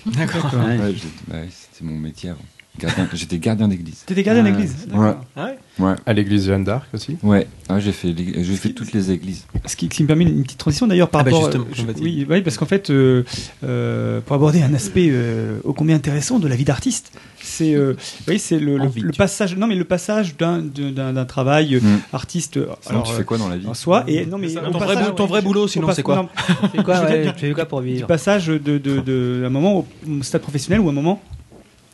D'accord.
Ouais, j'ai- ouais, c'était mon métier avant. Gardien- *laughs* J'étais gardien d'église.
T'étais gardien d'église,
Ouais.
d'accord. Ah
À l'église Jeanne d'Arc aussi Ouais, Ah, j'ai fait, l'ég- j'ai fait toutes les églises.
Ce qui, qui me permet une petite transition d'ailleurs par
Ah bah
rapport.
justement,
je-
vas-y.
oui, oui, parce qu'en fait, euh, euh, pour aborder un aspect euh, ô combien intéressant de la vie d'artiste, c'est euh, vous voyez, c'est le, le-
Ah,
le passage. Non, mais le passage d'un d'un- d'un- d'un travail euh, artiste. euh,
Hmm. Sinon, tu fais quoi dans la vie
en soi et non mais
Mmh. Ton
au
vrai
passage-
bou- ton vrai boulot,
au
sinon,
pas-
c'est quoi
non, *laughs*
C'est quoi,
je veux
ouais,
dire,
tu fais quoi pour vivre
Du passage de, de, de- d'un moment au au stade professionnel ou un moment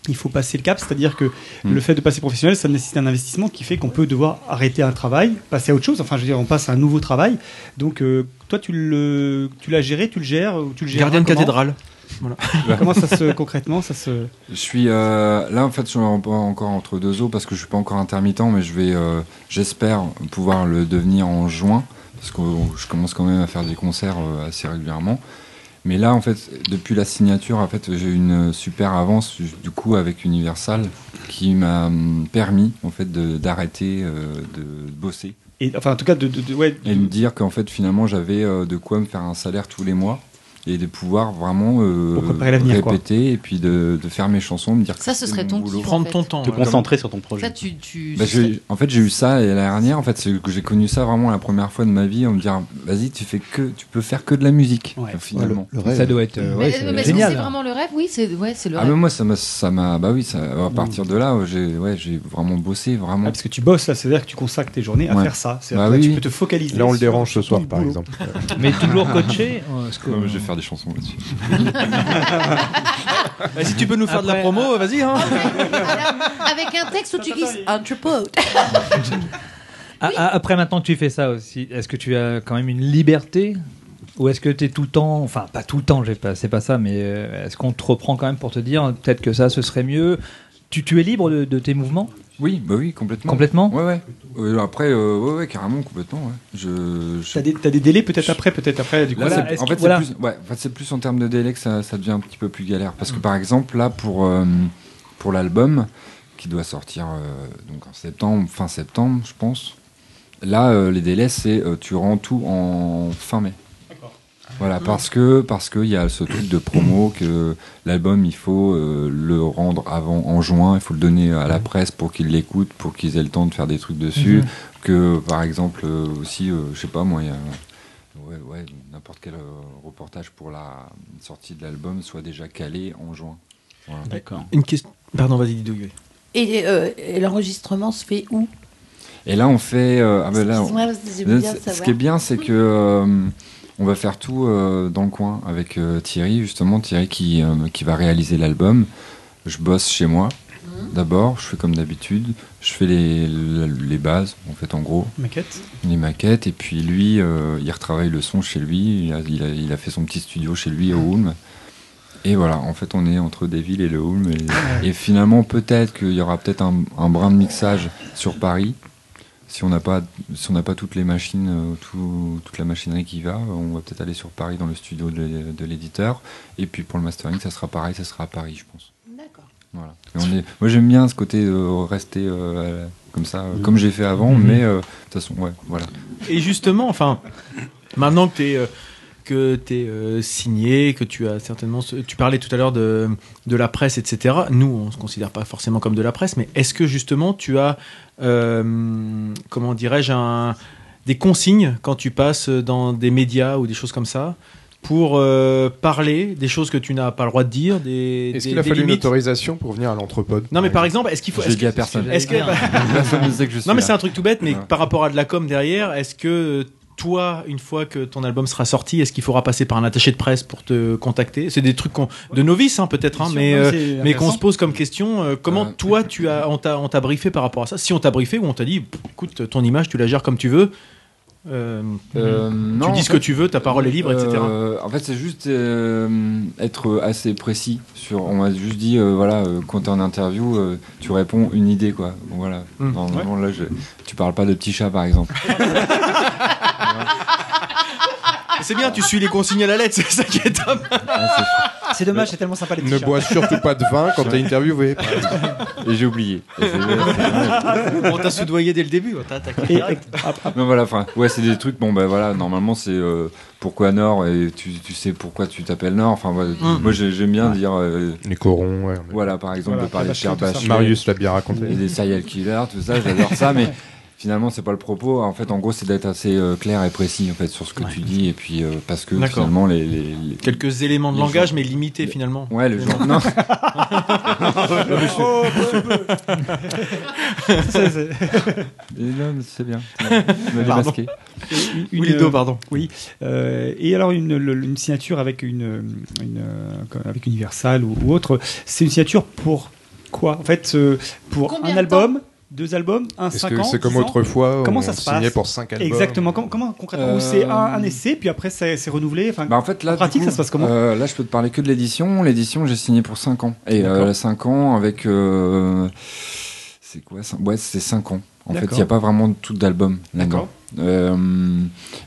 il faut passer le cap, c'est-à-dire que
Hmm.
le fait de passer professionnel, ça nécessite un investissement qui fait qu'on peut devoir arrêter un travail, passer à autre chose. Enfin, je veux dire, on passe à un nouveau travail. Donc, euh, toi, tu le, tu l'as géré, tu le gères, ou tu le gères.
Gardien de cathédrale.
Voilà. comment
*laughs*
ça se concrètement ça se
Je suis euh, là en fait, je suis en- encore entre deux eaux parce que je suis pas encore intermittent, mais je vais, euh, j'espère pouvoir le devenir en juin parce que je commence quand même à faire des concerts euh, assez régulièrement. Mais là, en fait, depuis la signature, en fait, j'ai eu une super avance du coup avec Universal qui m'a hum, permis en fait de- d'arrêter euh, de bosser
Et enfin, en tout cas, de, de- de- ouais,
et me dire qu'en fait finalement j'avais euh, de quoi me faire un salaire tous les mois et de pouvoir vraiment euh,
Pour préparer
répéter
l'avenir, quoi.
et puis de, de faire mes chansons me dire
Ça,
que
ce
c'était
serait
mon
ton
boulot.
kiff, Prendre en fait. ton temps,
hein.
hein.
Te
Voilà.
concentrer sur ton projet.
Ça, tu. tu
Bah, j'ai- en fait j'ai eu ça et la dernière en fait c'est que j'ai connu ça vraiment la première fois de ma vie en me dire vas-y tu fais que tu peux faire que de la musique finalement
le rêve. Ça doit être, euh,
Mais- mais est-ce que C'est vraiment le rêve, oui, c'est ouais, c'est le
ah
rêve.
mais moi ça m'a ça m'a bah oui ça, à partir de là j'ai ouais j'ai vraiment bossé vraiment
Mm. Ah, parce que tu bosses là, c'est-à-dire que tu consacres tes journées à
Ouais.
faire ça. C'est-à-dire
Bah
que là,
oui.
tu peux te focaliser.
Là, on le
sur-
dérange
sur
ce soir,
ton
par
boulot.
exemple.
Mais toujours coaché, euh, parce que-
Non, mais je vais faire des chansons là-dessus
Bah, si tu peux nous faire de la promo, vas-y. hein.
Avec un texte où tu dis un triple.
*laughs* Ah, ah, Après, maintenant que tu fais ça aussi, est-ce que tu as quand même une liberté Ou est-ce que tu es tout le temps, enfin, pas tout le temps, j'ai pas- c'est pas ça, mais euh, est-ce qu'on te reprend quand même pour te dire peut-être que ça, ce serait mieux tu, tu es libre de, de tes mouvements
Oui, bah oui, complètement.
Complètement
Ouais, ouais. Euh, après, euh, ouais, ouais, carrément, complètement. Ouais. Je, je-
T'as des, t'as des délais peut-être après, peut-être après. Du coup,
Là,
voilà,
c'est-
est-ce
en
que-
fait, c'est
voilà.
plus, ouais, en fait, c'est plus en termes de délai que ça, ça devient un petit peu plus galère. Parce
Mm.
que par exemple, là, pour, euh, pour l'album, qui doit sortir euh, donc en septembre, fin septembre, je pense, là, euh, les délais, c'est euh, tu rends tout en fin mai.
Ah.
Voilà, parce que parce qu'il y a ce truc de promo que l'album, il faut euh, le rendre avant en juin, il faut le donner à
Mm.
la presse pour qu'ils l'écoutent, pour qu'ils aient le temps de faire des trucs dessus.
Mhm.
Mm-hmm.
Que par exemple, euh, aussi, euh, je sais pas moi, il y a- *laughs* ouais, ouais, n'importe quel euh, reportage pour la sortie de l'album soit déjà calé en juin. Voilà.
Une question. Pardon, vas-y, Didou.
Et, euh, et l'enregistrement se fait où
Et là, on fait. euh, ah ben là, on-
Ouais, parce que j'aime bien
ce- ce
savoir.
qui est bien, c'est que euh, on va faire tout euh, dans le coin avec euh, Thierry, justement. Thierry qui, euh, qui va réaliser l'album. Je bosse chez moi.
Mmh.
D'abord, je fais comme d'habitude. Je fais les, les bases, en fait, en gros.
Maquette.
Les maquettes. Et puis lui, euh, il retravaille le son chez lui. Il a, il a- il a fait son petit studio chez lui au Ulm. Et voilà, en fait, on est entre Deville et le Hulme. Et, et finalement, peut-être qu'il y aura peut-être un, un brin de mixage sur Paris. Si on n'a pas, si on n'a pas toutes les machines, euh, tout- toute la machinerie qui va, on va peut-être aller sur Paris dans le studio de, de l'éditeur. Et puis pour le mastering, ça sera pareil, ça sera à Paris, je pense.
D'accord.
Voilà. Et on est- moi, j'aime bien ce côté euh, rester euh, à la- comme ça, euh,
Mhm.
comme j'ai fait avant,
Mhm.
mais euh, de toute façon, ouais, voilà.
Et justement, enfin, maintenant que tu es, que t'es, euh, signé, que tu as certainement. ce- Tu parlais tout à l'heure de, de la presse, etc. Nous, on se considère pas forcément comme de la presse, mais est-ce que justement tu as. euh, comment dirais-je un- Des consignes quand tu passes dans des médias ou des choses comme ça pour euh, parler des choses que tu n'as pas le droit de dire, des,
Est-ce
des-
qu'il a
des
fallu une
limites
autorisation pour venir à l'entrepode
Non, mais par exemple, est-ce qu'il faut.
Je
est-ce
l'ai dit
que-
à personne.
Est-ce que...
Personne *laughs* ne sait que je suis
*laughs* non, mais
là.
c'est un truc tout bête, mais
Ouais.
par rapport à de la com derrière, est-ce que toi, une fois que ton album sera sorti, est-ce qu'il faudra passer par un attaché de presse pour te contacter C'est des trucs qu'on- de novices, hein, peut-être, hein,
Bien sûr,
mais,
non, mais
euh,
c'est
mais
intéressant.
qu'on se pose comme question. euh, comment
Euh.
toi, tu as, on t'a on t'a briefé par rapport à ça Si on t'a briefé ou on t'a dit, écoute, ton image, tu la gères comme tu veux. euh,
Euh,
tu
non,
dis
en
ce
fait,
que tu veux, ta parole est libre, etc.
euh, en fait, c'est juste euh, être assez précis. Sur, on m'a juste dit, euh, voilà, euh, quand t'es en interview, euh, tu réponds une idée, quoi. Bon, Voilà.
Mm.
Non, non, là, je- tu parles pas de petit chat, par
*laughs*
exemple.
C'est bien, tu suis les consignes à la lettre, c'est ça qui est top.
C'est dommage, c'est tellement sympa les
Ne bois surtout pas de vin
*laughs*
quand t'es interviewé. par exemple.
Et j'ai oublié. Et c'est-
*laughs* *laughs* on t'a soudoyé dès le début, on t'a attaqué. direct.
non, voilà, enfin, ouais, c'est des trucs. Bon, ben voilà, normalement, c'est euh, pourquoi Nord et tu, tu sais pourquoi tu t'appelles Nord. Enfin, voilà,
Mm.
moi, j'ai- j'aime bien dire. euh,
Les corons, ouais.
Voilà, par exemple,
Voilà,
de parler de Cher
Cher Bachelet, tout ça.
Bachelet.
Marius l'a bien raconté.
Et des serial killers, tout ça, j'adore ça, mais finalement, c'est pas le propos. En fait, en gros, c'est d'être assez euh, clair et précis en fait, sur ce que tu dis, et puis euh, parce que
D'accord.
finalement, les. les- les-
Quelques éléments de
les gens-
langage, mais limités finalement.
Ouais, le
*laughs*
genre.
*laughs*
Non.
Oh,
Ça, c'est-
*laughs* Et là, c'est
*laughs*
bien. On avait
Pardon.
masqué.
Une-
Oui, les
euh,
deux, pardon.
Oui. euh, et alors, une, le- une signature avec, une, une, euh, avec Universal ou, ou autre, c'est une signature pour quoi En fait, euh, pour
Combien
un
de
album, deux albums, un
Est-ce
5
que
ans.
c'est comme
10 ans
autrefois,
Comment
on
ça se passe
signait pour cinq albums
Exactement. Comment, comment concrètement Ou c'est
Euh,
un, un essai, puis après c'est c'est renouvelé enfin,
Bah, en fait, là, du
pratique,
coup,
ça se passe comment
euh, Là, je peux te parler que de l'édition. L'édition, j'ai signé pour 5 ans. Et
D'accord.
5 ans avec. euh, c'est quoi cinq- Ouais, c'est 5 ans. En fait,
D'accord.
il n'y a pas vraiment tout d'album là-dedans.
D'accord.
Euh,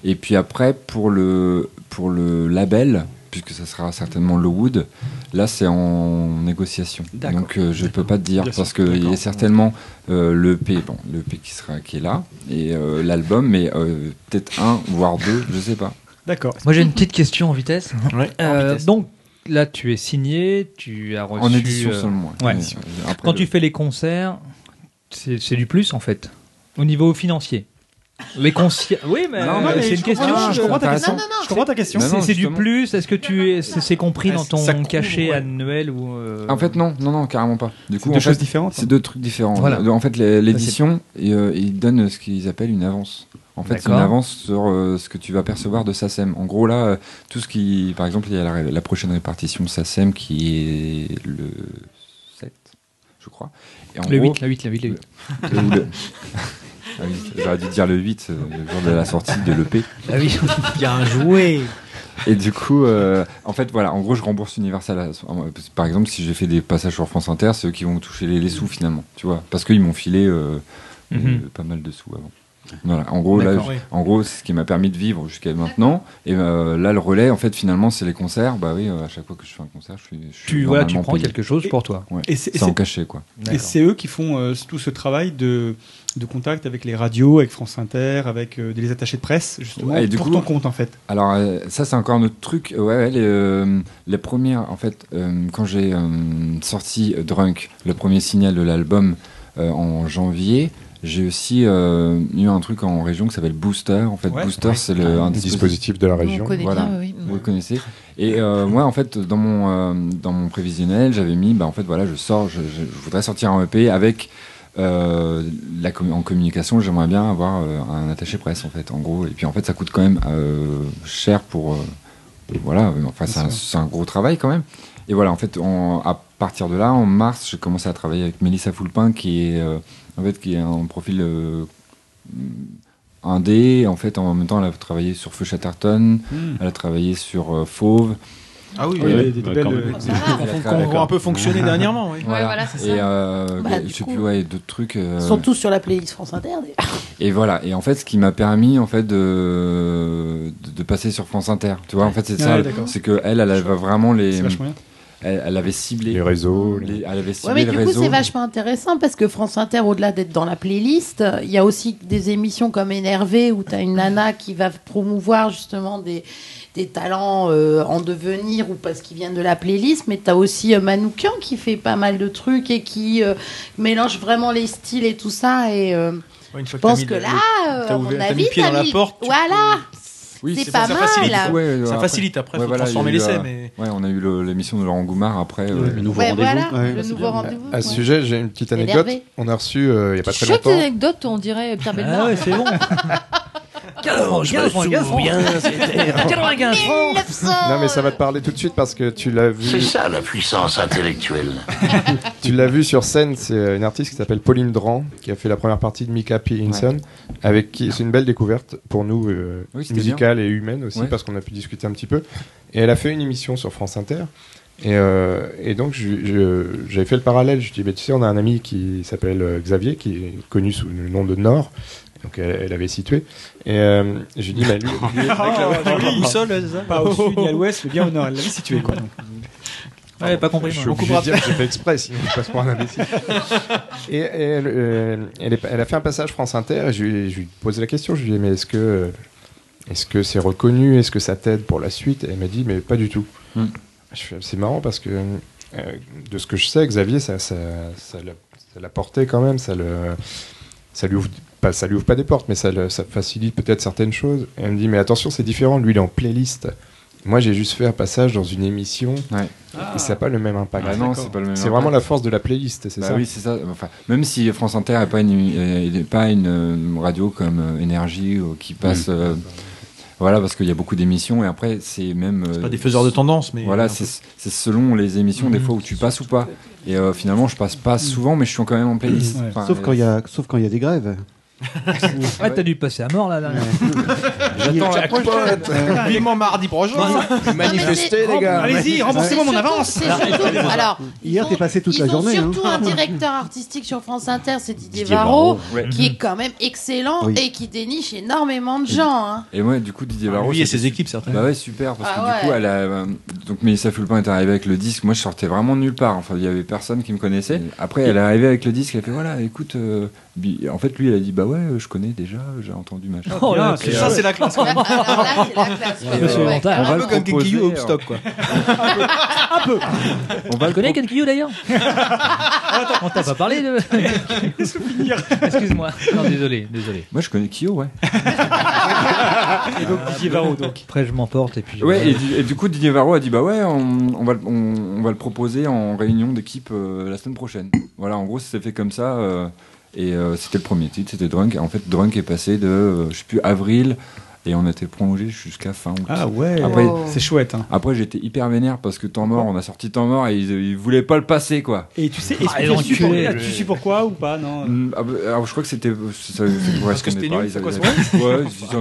et puis après, pour le, pour le label, puisque ça sera certainement le Wood, là, c'est en négociation.
D'accord.
Donc, euh, je peux pas te dire
Bien sûr.
parce qu'il y a
D'accord.
certainement euh, le P, bon, le P qui sera qui est là, et euh, l'album, mais euh, peut-être un, voire deux, je sais pas.
D'accord.
Moi j'ai une petite question en
*laughs*
vitesse.
Ouais.
Euh,
En vitesse.
Donc là tu es signé, tu as reçu.
En édition
euh,
seulement, ouais.
ouais.
Mais, euh, après
Quand
le-
tu fais les concerts, c'est c'est du plus en fait. Au niveau financier. Les concerts. *laughs* Oui, mais
Non, mais
euh, c'est
je
une question.
comprends- je comprends ta
euh,
question. Non, non, non, Je comprends ta question.
C'est-
Non, non,
C'est du
justement.
plus. Est-ce que tu es- c'est c'est compris
Ah,
dans
ça
ton
couvre,
cachet
ouais.
annuel ou euh,
En fait, non, non, non, carrément pas. Du
deux
en fait,
choses différentes, hein.
C'est deux trucs différents.
Voilà.
En fait, les- l'édition, et, euh, ils donnent ce qu'ils appellent une avance. En fait, c'est une
D'accord.
avance sur euh, ce que tu vas percevoir de SACEM. En gros, là, euh, tout ce qui. Par exemple, il y a la, ré- la prochaine répartition SACEM qui est le 7, je crois. Et en
Le
gros-
8, la 8, la 8, la 8.
Le- ou
*laughs*
le- Ah oui, J'aurais dû dire le 8, euh, le jour de la sortie de l'EP.
Ah oui, *laughs* bien joué.
Et du coup, euh, en fait, voilà, en gros, je rembourse Universal. à- Par exemple, si j'ai fait des passages sur France Inter, c'est eux qui vont me toucher les, les sous finalement, tu vois, parce qu'ils m'ont filé euh, euh,
Mhm.
pas mal de sous avant. Voilà, en gros, là,
D'accord.
je-
Oui.
en gros, c'est ce qui m'a permis de vivre jusqu'à maintenant. Et euh, là, le relais, en fait, finalement, c'est les concerts. Bah oui, euh, à chaque fois que je fais un concert, je suis. je suis
Tu- voilà, tu
normalement
prends quelque chose pour toi.
Ouais.
Et c'est- et
c'est en
c'est-
cachet, quoi.
Et c'est eux qui font euh, tout ce travail de, de contact avec les radios, avec France Inter, avec euh, les attachés de presse, justement,
Ouais, et du
pour
coup- *laughs*
ton compte hein. en fait.
Alors euh, ça c'est encore notre truc. Ouais, ouais, les, euh, les premières en fait euh, quand j'ai euh, sorti euh, Drunk, le premier signal de l'album euh, en janvier, j'ai aussi euh, eu un truc en région qui s'appelle Booster. En fait
Ouais.
Booster
Ouais. Ah,
c'est le un
Le dispositif de la Nous, on région. connaît
Voilà,
bien, oui, oui.
vous le connaissez. Et euh, moi en fait dans mon euh, dans mon prévisionnel j'avais mis bah en fait voilà je sors je, je- je voudrais sortir un EP avec euh, la commu- en communication, j'aimerais bien avoir euh, un attaché presse en fait, en gros. Et puis en fait, ça coûte quand même euh, cher pour euh, voilà. mais Enfin, c'est un,
sûr.
c'est un gros travail quand même. Et voilà, en fait, en- à partir de là, en mars, j'ai commencé à travailler avec Mélissa Foulpin, qui est euh, en fait qui est un profil euh, indé. En fait, en même temps, elle a travaillé sur Feu Chatterton,
Mm.
elle a travaillé sur euh, Fauve.
Hmm. Ah oui,
Et-
oui, des- des
Ouais,
belles,
quand
euh,
même.
Ça va.
Elle a
Qu'on-
travaillé-
qu'on voit un peu fonctionner dernièrement, oui. Ouais,
Voilà.
voilà, c'est
Et
ça.
euh,
Bah,
je
du
sais
coup,
plus, ouais, d'autres trucs. euh,
Ils sont tous sur la playlist France Inter. d'ailleurs.
et voilà. Et en fait, ce qui m'a permis en fait de, de, de passer sur France Inter. Tu vois, en fait, c'est
Ouais,
ça. le-
d'accord.
C'est que elle, elle avait vraiment les.
C'est vachement bien.
Elle, elle avait ciblé les réseaux. elle avait ciblé
Ouais, mais
le
du coup,
réseau.
c'est vachement intéressant parce que France Inter, au-delà d'être dans la playlist, euh, il y a aussi des émissions comme Énervé où tu as une nana qui va promouvoir justement des, des talents euh, en devenir ou parce qu'ils viennent de la playlist, mais tu as aussi euh, Manoukian qui fait pas mal de trucs et qui euh, mélange vraiment les styles et tout ça. Et euh, je
que t'as
pense
mis
que
le-
là,
le-
euh,
t'as ouvert-
à mon
t'as mis
avis,
le pied
t'as
dans la porte, tu
Voilà! c'est pas
ça
mal!
facilite,
là.
ouais. Ça
après-
facilite, après, faut
il y a
transformer
eu,
l'essai,
euh,
mais-
Ouais, on a eu le- l'émission de Laurent Goumard après. euh,
nouveau Ouais, rendez-vous. voilà, le nouveau rendez-vous,
À ce sujet, j'ai une petite
Énervé.
anecdote. On a reçu euh, il y a pas très
Chouette
longtemps.
anecdote, on dirait
Ah
Pierre Belmar. *laughs*
ouais, c'est bon.
Alors, je me souviens, c'était en
95
Non mais ça va te parler tout de suite parce que tu l'as vu.
C'est ça la puissance intellectuelle.
*laughs* Tu l'as vu sur scène, c'est euh, une artiste qui s'appelle Pauline Dran, qui a fait la première partie de Mika P. Hinson, avec qui c'est une belle découverte pour nous, euh,
Oui, c'était
musicale et humaine aussi,
Ouais.
parce qu'on a pu discuter un petit peu. Et elle a fait une émission sur France Inter. Et, euh, et donc je- je- j'avais fait le parallèle, je dis, bah, tu sais, on a un ami qui s'appelle euh, Xavier, qui est connu sous le nom de Nord, donc elle, elle avait situé. Et euh, j'ai dit, bah, lui, lui-
Ah, bah
Pas au sud ni à l'ouest, mais bien au nord. Elle l'avait situé quoi. donc.
Ouais, pas compris.
Je suis
moi.
obligé de dire que j'ai fait exprès, sinon je passe pour
*laughs*
un imbécile. Et elle, euh, elle, est- elle a fait un passage France Inter et je, lui- je lui posais la question. Je lui ai dit, mais est-ce que euh, est-ce que c'est reconnu Est-ce que ça t'aide pour la suite Et Elle m'a dit, mais pas du tout.
Mm.
Je fais, C'est marrant parce que euh, de ce que je sais, Xavier, ça, ça, ça l'a- ça l'a porté quand même. Ça, le, ça lui ouvre pas, ça lui ouvre pas des portes, mais ça, le- ça facilite peut-être certaines choses. Et elle me dit, mais attention, c'est différent. Lui, il est en playlist. Moi, j'ai juste fait un passage dans une émission et ça n'a pas le même impact.
Ah non, c'est pas le même
C'est
impact.
vraiment la force de la playlist, c'est
Bah
ça
oui, c'est ça. Enfin, même si France Inter n'est
Mm.
pas une, euh, est pas une euh, radio comme euh, Énergie euh, qui passe. euh, Voilà, parce qu'il y a beaucoup d'émissions et après, c'est même. euh,
C'est pas des faiseurs de tendance, mais. Mm.
Voilà, c'est c'est selon les émissions, des fois où tu passes ou pas. Et euh, finalement, je passe pas souvent, mais je suis quand même en playlist. Enfin,
Sauf
et-
quand il y a- sauf quand il y a des grèves.
*laughs* Ouais, t'as dû passer à mort là dernière. *laughs*
J'attends la
prochaine. Vivement mardi prochain.
Manifestez, les gars.
Allez-y, remboursez-moi mon avance.
C'est surtout- alors,
Hier, t'es passé toute
ils
la
ont
journée.
*laughs* surtout
hein.
un directeur artistique sur France Inter, c'est Didier,
Didier
Varro,
Varro, ouais.
Mm-hmm.
qui est quand même excellent
Oui.
et qui déniche énormément de gens. hein.
Et ouais, du coup, Didier Varro.
Ah, lui et
c'était
ses
su-
équipes, certainement.
Bah ouais, super, parce que
Ah
du coup,
ouais.
elle a, euh, donc Mélissa Fulpin est arrivée avec le disque. Moi, je sortais vraiment de nulle part. Enfin, il y avait personne qui me connaissait. Et Après, elle est arrivée avec le disque. Elle a fait voilà, écoute. euh, Bi- en fait, lui, elle a dit bah ouais, euh, je connais déjà, j'ai entendu machin.
Oh là,
Et,
c'est- ça, c'est la classe, quand même. Alors là, c'est la classe, quoi.
Et,
Monsieur
euh,
Vantard.
on va
Un
le
peu comme
proposer,
Kekiyu
euh,
Hoopstock, quoi.
Un peu.
On va le
connais Kenkyu d'ailleurs On t'a pas parlé de. Excuse-moi. Non, désolé, désolé.
Moi, je connais Kyo, ouais.
Ah, Et donc, Didier Varro, donc. Après, je m'emporte et puis.
Ouais, et, du- et du coup, Didier Varro a dit bah ouais, on, on va, le- on, on va le proposer en réunion d'équipe euh, la semaine prochaine. Voilà, en gros, ça s'est fait comme ça. euh, et euh, c'était le premier titre, c'était Drunk. Et En fait, Drunk est passé de, euh, je sais plus, avril. Et on a été prolongé jusqu'à fin août.
Ah ouais, c'est chouette. hein.
Après, j'étais hyper vénère parce que Temps Mort, on a sorti Temps Mort et ils, ils voulaient pas le passer, quoi.
Et tu sais, est-ce
Ah,
que tu,
l'enculé.
suis tu sais pourquoi ou pas non
Mm, ah bah, alors, je crois que c'était. ça- ça-
Parce que
ça
c'était
dépend,
nul,
ils
c'est quoi,
avaient-
c'est vrai
Ouais, ils- ils-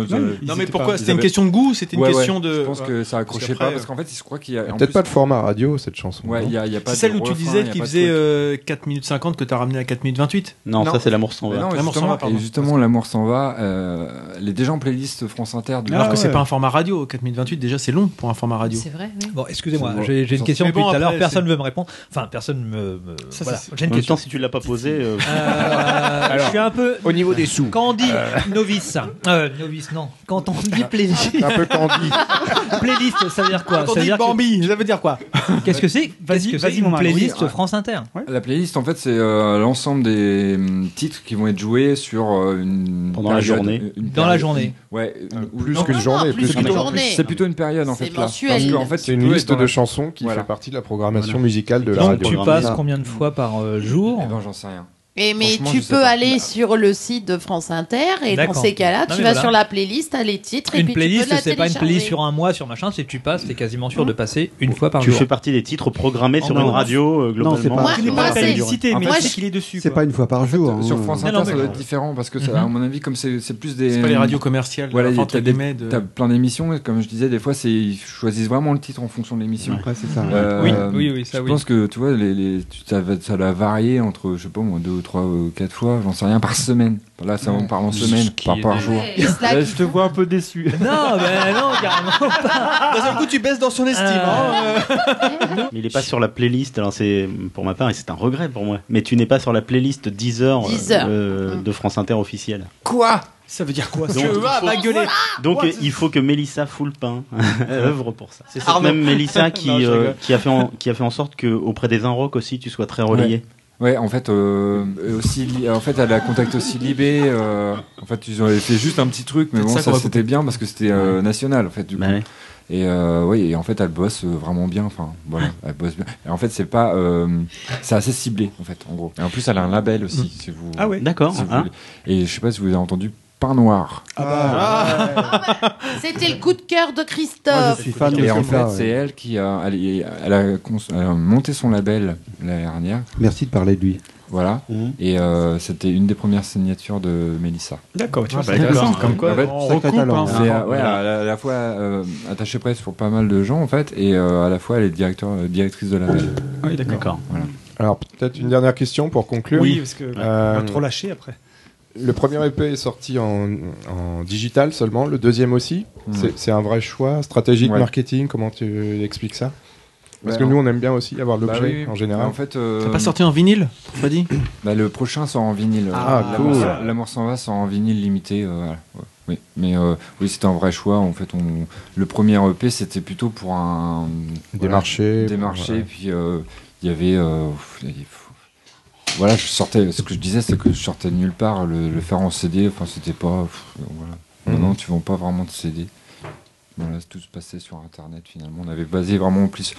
Non,
ils-
mais
ils étaient
pourquoi
pas-
C'était
ils
une
avaient-
question de goût, c'était une
Ouais, ouais,
question de-
Je pense que ça accrochait pas parce qu'en fait, je crois qu'il y a. en
Peut-être
plus-
pas le format radio, cette chanson.
Ouais, il y a- il y a pas
C'est celle
de
où tu
refrain, il
disais
y a
qu'il
pas de
faisait
truc.
euh, 4 minutes 50 que t'as ramené à 4 minutes 28
Non, ça, c'est L'amour s'en va.
Mais non,
L'amour s'en
justement,
va, pardon.
Et justement, l'amour s'en va. euh, elle est déjà en playlist France Inter.
Alors que c'est pas un format radio, 4 minutes 28 déjà c'est long pour un format radio.
C'est vrai,
Bon, excusez-moi,
C'est bon.
j'ai j'ai une question
Mais
depuis
bon,
tout à l'heure,
après,
personne
c'est-
ne veut me répondre. Enfin, personne me. me-
Ça,
voilà,
c'est-
j'ai une
En même
question.
temps, si tu l'as pas posé.
Euh, je suis un peu.
Au niveau des sous.
Quand on dit novice, euh, novice, non. Quand on dit playlist.
Un peu
candy. *laughs* playlist, ça veut dire quoi
Quand
Ça
on
veut
dit
dire que-
Bambi, ça veut dire quoi
*laughs* Qu'est-ce que c'est
Vas-y,
Qu'est-ce que
vas-y,
c'est une
mon Marc.
playlist
Oui, ouais.
France Inter.
La playlist, en fait, c'est euh, l'ensemble des hum, titres qui vont être joués sur euh, une
Pendant la
période-
journée.
une
Dans la
période-
journée.
Ouais, une- ou-
Euh, plus Non, qu'une non, journée, plus plus qu'une qu'une journée. journée.
C'est plutôt une période en
C'est
fait. là.
mensuel.
Parce qu'en fait,
C'est
tu
une
peux être
liste
dans
de
la-
chansons qui
Voilà. Eh ben,
fait partie de la programmation musicale de la
Donc
radio.
tu passes combien de fois par euh, jour
J'en sais rien.
Et mais
Franchement,
tu
je sais
peux
pas.
aller sur le site de France Inter et dans
D'accord.
ces cas-là,
Non,
tu
mais
vas
voilà.
sur la playlist, t'as les titres et
Une
puis tu
playlist,
peux la
c'est pas une playlist
télécharger.
sur un mois, sur machin, c'est que tu passes, t'es quasiment sûr de passer une fois par
Tu
jour.
fais partie des titres programmés
Oh
sur
non.
une radio, euh, globalement.
Non, c'est pas-
sur
Je connais
la
pas la
durée.
publicité,
mais je sais
qu'il est dessus.
C'est pas une fois par jour. hein.
Sur France
Non,
Inter,
non,
ça
mais-
doit être différent parce que, ça,
Mhm.
à mon avis, comme c'est c'est plus des.
C'est pas les radios commerciales,
Voilà,
enfin,
t'as
entre
des-
guillemets, de-
t'as plein d'émissions. et Comme je disais, des fois, c'est- ils choisissent vraiment le titre en fonction de l'émission. Euh,
Ouais, c'est ça.
Oui, oui, oui, ça,
je
oui.
pense que tu vois, les, les- tu- ça va- ça l'a varié entre, je sais pas, moi, deux ou trois, euh, quatre fois, j'en sais rien, par semaine. Là, ça on parle en semaine,
qui
par,
est
par
des-
jour.
Et Slack.
je te vois un peu déçu.
Non, mais non, carrément pas.
*laughs*
*laughs*
D'un seul coup, tu baisses dans son estime. hein, euh.
Mais il est pas sur la playlist, alors c'est pour ma part et c'est un regret pour moi. Mais tu n'es pas sur la playlist 10 heures
Deezer.
de France Inter officielle.
Quoi Ça veut dire quoi ça
Donc,
Tu vas
faut-
va gueuler.
Donc
What
euh, il faut que Mélissa Foulpin *laughs* œuvre pour ça. C'est cette
Arnaud.
*laughs*
même Mélissa qui,
Non, je
euh,
rigole.
qui, a fait en, qui a fait en sorte que auprès des Inrocks aussi tu sois très relayé.
Ouais, en fait, euh, et aussi, Li- en fait, elle a contacté aussi Libé. euh, en fait, ils ont fait juste un petit truc, mais
Peut-être
bon,
ça
ça,
qu'on va
c'était bien parce que c'était euh, national, en fait, du coup.
Bah ouais.
Et euh, oui, et en fait, elle bosse euh, vraiment bien. Enfin, voilà, elle bosse bien. Et en fait, c'est pas, euh, c'est assez ciblé, en fait, en gros. Et en plus, elle a un label aussi, si vous.
Ah ouais.
Mm. D'accord,
si vous
hein.
voulez. Et je sais pas si vous avez entendu Pain Noir.
C'était le coup de cœur de Christophe.
Et en fait,
ça, ouais.
c'est elle qui a, elle, est- elle a cons- elle a monté son label l'année dernière.
Merci de parler de lui. Mhm.
Voilà. Et euh, c'était une des premières signatures de Mélissa.
D'accord, tu
Ah,
vois,
bah,
c'est
d'accord.
intéressant.
Comme quoi,
En fait,
on sacré recoupe, talent. hein.
C'est, euh, ouais,
Voilà.
à, la- à la fois euh, attachée presse pour pas mal de gens en fait, et euh, à la fois elle est directeur, euh, directrice de label.
Oui, d'accord.
Voilà.
Alors peut-être une dernière question pour conclure.
Oui, parce que
Euh,
on va trop lâcher après.
Le premier EP est sorti en, en digital seulement, le deuxième aussi.
Mm.
C'est- C'est un vrai choix stratégique,
Ouais.
marketing, comment tu expliques ça Parce
Bah,
que nous,
en-
on aime bien aussi avoir
Bah
l'objet
oui, oui.
en général.
En fait, euh,
T'as pas sorti en vinyle, Freddy
*coughs* bah, le prochain sort en vinyle.
Ah,
Euh,
cool.
L'amour s'en- L'amour s'en va sort en vinyle limité. euh, voilà. Ouais. Oui, mais euh, oui, c'était un vrai choix. En fait, on, le premier EP, c'était plutôt pour un
Des marchés,
des
pour,
marchés.
ouais.
Puis euh, il y avait, euh, pff, il y avait- pff. voilà, je sortais. Ce que je disais, c'est que je sortais de nulle part. Le, le faire en CD, enfin, c'était pas. pff, voilà.
Mhm.
Maintenant, tu vends pas vraiment de CD. Voilà, tout se passait sur Internet finalement. On avait basé vraiment plus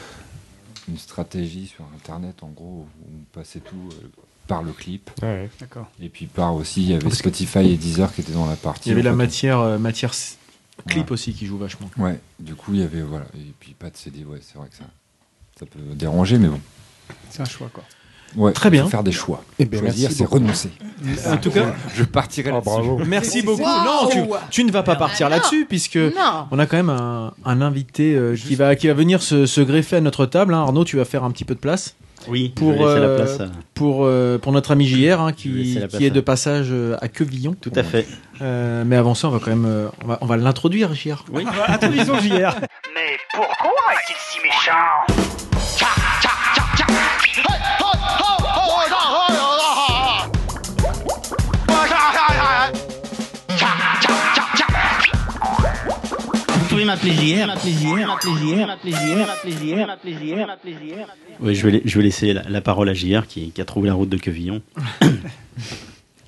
une stratégie sur Internet, en gros, où on passait tout euh, par le clip.
Ouais.
D'accord.
Et puis par aussi, il y avait Spotify et Deezer qui étaient dans la partie.
Il y avait
en
la
fait.
matière, euh, matière s- Clip aussi qui joue vachement.
Ouais, du coup, il y avait. Voilà. Et puis pas de CD, ouais, c'est vrai que ça, ça peut déranger, mais bon.
C'est un choix, quoi.
Ouais,
Très bien.
faut faire des choix.
Eh ben,
Choisir,
merci
c'est
beaucoup.
renoncer. Ah,
En tout cas,
je partirai là-dessus.
Merci beaucoup. Non, tu, tu ne vas
Ah,
pas partir
bah
là-dessus puisque
Non.
on a quand même un, un invité euh, qui va qui va venir se, se greffer à notre table. hein. Arnaud, tu vas faire un petit peu de place.
Oui, je
pour
vais laisser la
euh,
place, euh.
pour euh, pour notre ami JR hein,
vais
qui,
laisser la place
qui est
à-
de passage euh, à Quevillon. Tout
à fait.
mais avant ça, on va quand même euh, on va, on va l'introduire JR.
Oui.
Introduisons JR.
Mais pourquoi est-il si méchant Tcha, tcha, tcha, tcha. Hey, ho, ho, ho, ho, ho, ho, ho, ho.
Vous pouvez m'appeler JR. Oui, je vais, la- je vais laisser la, la parole à JR qui, qui a trouvé la route de *coughs* Quevillon.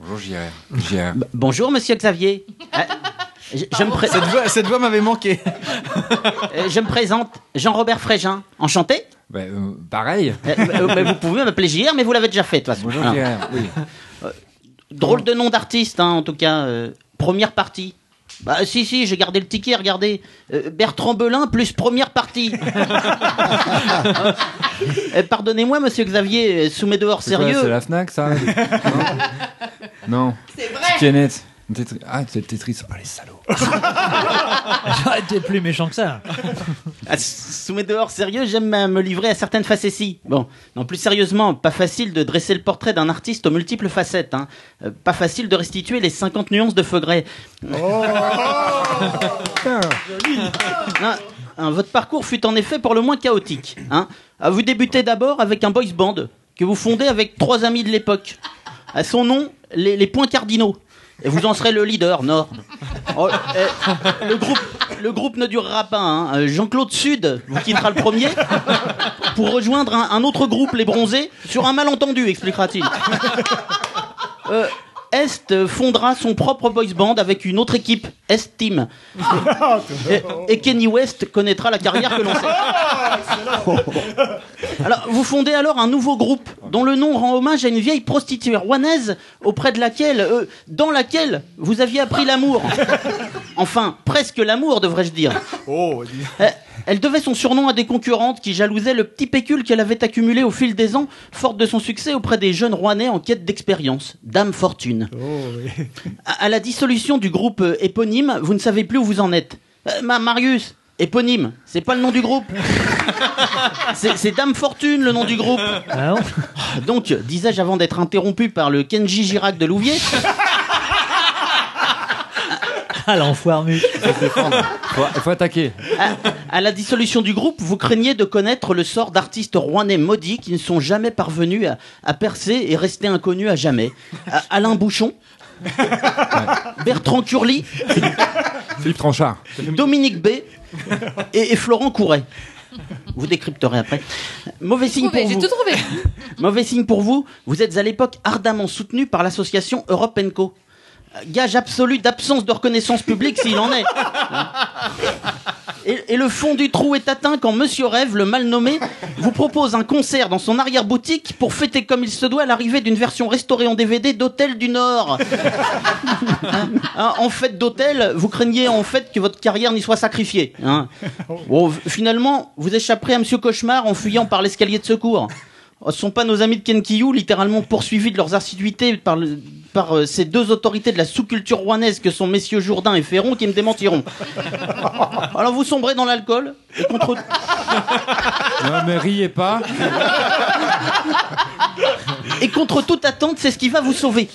Bonjour, JR.
Bah, Bonjour, monsieur Xavier. Euh, je, je me Cette
voix, m'avait
*laughs*
manqué.
je me présente, Jean-Robert Frégin. Enchanté
Bah, euh,
Euh, bah,
Pareil.
vous pouvez m'appeler JR, mais vous l'avez déjà fait, de toute façon. Ah.
Bonjour,
Alors,
JR, *laughs* oui.
Drôle de nom d'artiste, hein, en tout cas. euh, première partie. Bah, si, si, j'ai gardé le ticket, regardez. Euh, Bertrand Belin plus première partie. Euh, Pardonnez-moi, monsieur Xavier, euh, sous mes dehors
C'est quoi,
sérieux.
C'est la hein Fnac, ça *laughs* Non. C'est vrai. Kenneth. Tetris- Ah, c'est le Tetris. Oh, les salauds.
*laughs* J'aurais été plus méchant que
*laughs*
ça.
Ah, s- sous mes dehors sérieux, j'aime euh, me livrer à certaines facéties. Bon, non, plus sérieusement, pas facile de dresser le portrait d'un artiste aux multiples facettes. hein. Euh, pas facile de restituer les 50 nuances de feu Gray. Hein, hein, votre parcours fut en effet pour le moins chaotique. Hein. Ah, Vous débutez d'abord avec un boys band que vous fondez avec trois amis de l'époque. À son nom, les, les points cardinaux. Et vous en serez le leader, Nord. Oh, eh, le, groupe, le groupe ne durera pas. hein. Euh, Jean-Claude Sud vous quittera le premier pour rejoindre un, un autre groupe, les Bronzés, sur un malentendu, expliquera-t-il. Euh, Est euh, fondera son propre boys band avec une autre équipe, Est Team. Et, et Kenny West connaîtra la carrière que l'on sait. Alors, vous fondez alors un nouveau groupe dont le nom rend hommage à une vieille prostituée rouennaise auprès de laquelle, euh, dans laquelle, vous aviez appris l'amour. Enfin, presque l'amour, devrais-je dire. Euh, Elle devait son surnom à des concurrentes qui jalousaient le petit pécule qu'elle avait accumulé au fil des ans, forte de son succès auprès des jeunes Rouennais en quête d'expérience. Dame Fortune. À à la dissolution du groupe euh, éponyme, vous ne savez plus où vous en êtes. Euh, Ma- Marius, éponyme, c'est pas le nom du groupe. C'est c'est Dame Fortune le nom du groupe.
Ah
Ah, Donc, disais-je avant d'être interrompu par le Kenji Girac de Louvier.
Ah l'enfoiré.
Faut, faut attaquer.
À la dissolution du groupe, vous craignez de connaître le sort d'artistes rouennais maudits qui ne sont jamais parvenus à, à percer et rester inconnus à jamais. À- Alain Bouchon, Bertrand Curly,
Philippe Tranchard.
Dominique B et, et Florent Couret. Vous décrypterez après. Mauvais signe
Trouvé,
pour
j'ai
vous.
tout trouvé.
*laughs* Mauvais signe pour vous, vous êtes à l'époque ardemment soutenu par l'association Europe Co. Euh, Gage absolu d'absence de reconnaissance publique s'il en
*laughs*
est. Et, et le fond du trou est atteint quand Monsieur Rêve, le mal nommé, vous propose un concert dans son arrière-boutique pour fêter comme il se doit l'arrivée d'une version restaurée en DVD d'Hôtel du Nord. Hein, en fait d'hôtel, vous craignez en fait que votre carrière n'y soit sacrifiée. hein. Bon, v- finalement, vous échapperez à Monsieur Cauchemar en fuyant par l'escalier de secours. Oh, Ce sont pas nos amis de Kenkyu littéralement poursuivis de leurs assiduités par, le- par euh, ces deux autorités de la sous-culture rouennaise que sont messieurs Jourdain et Ferron qui me démentiront. Alors vous sombrez dans l'alcool et contre...
Non, mais riez pas.
Et contre toute attente, c'est ce qui va vous sauver.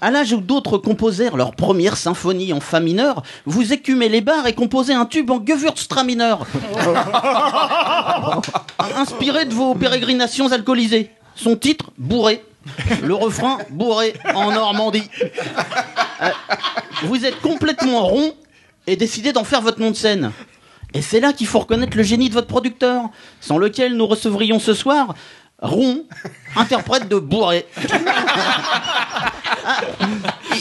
À l'âge où d'autres composèrent leur première symphonie en fa mineur, vous écumez les bars et composez un tube en Gewürztraminer, mineur, *laughs* inspiré de vos pérégrinations alcoolisées. Son titre, Bourré. Le refrain, Bourré en Normandie. Euh, Vous êtes complètement rond et décidez d'en faire votre nom de scène. Et c'est là qu'il faut reconnaître le génie de votre producteur, sans lequel nous recevrions ce soir Ron, interprète de Bourré. Ah,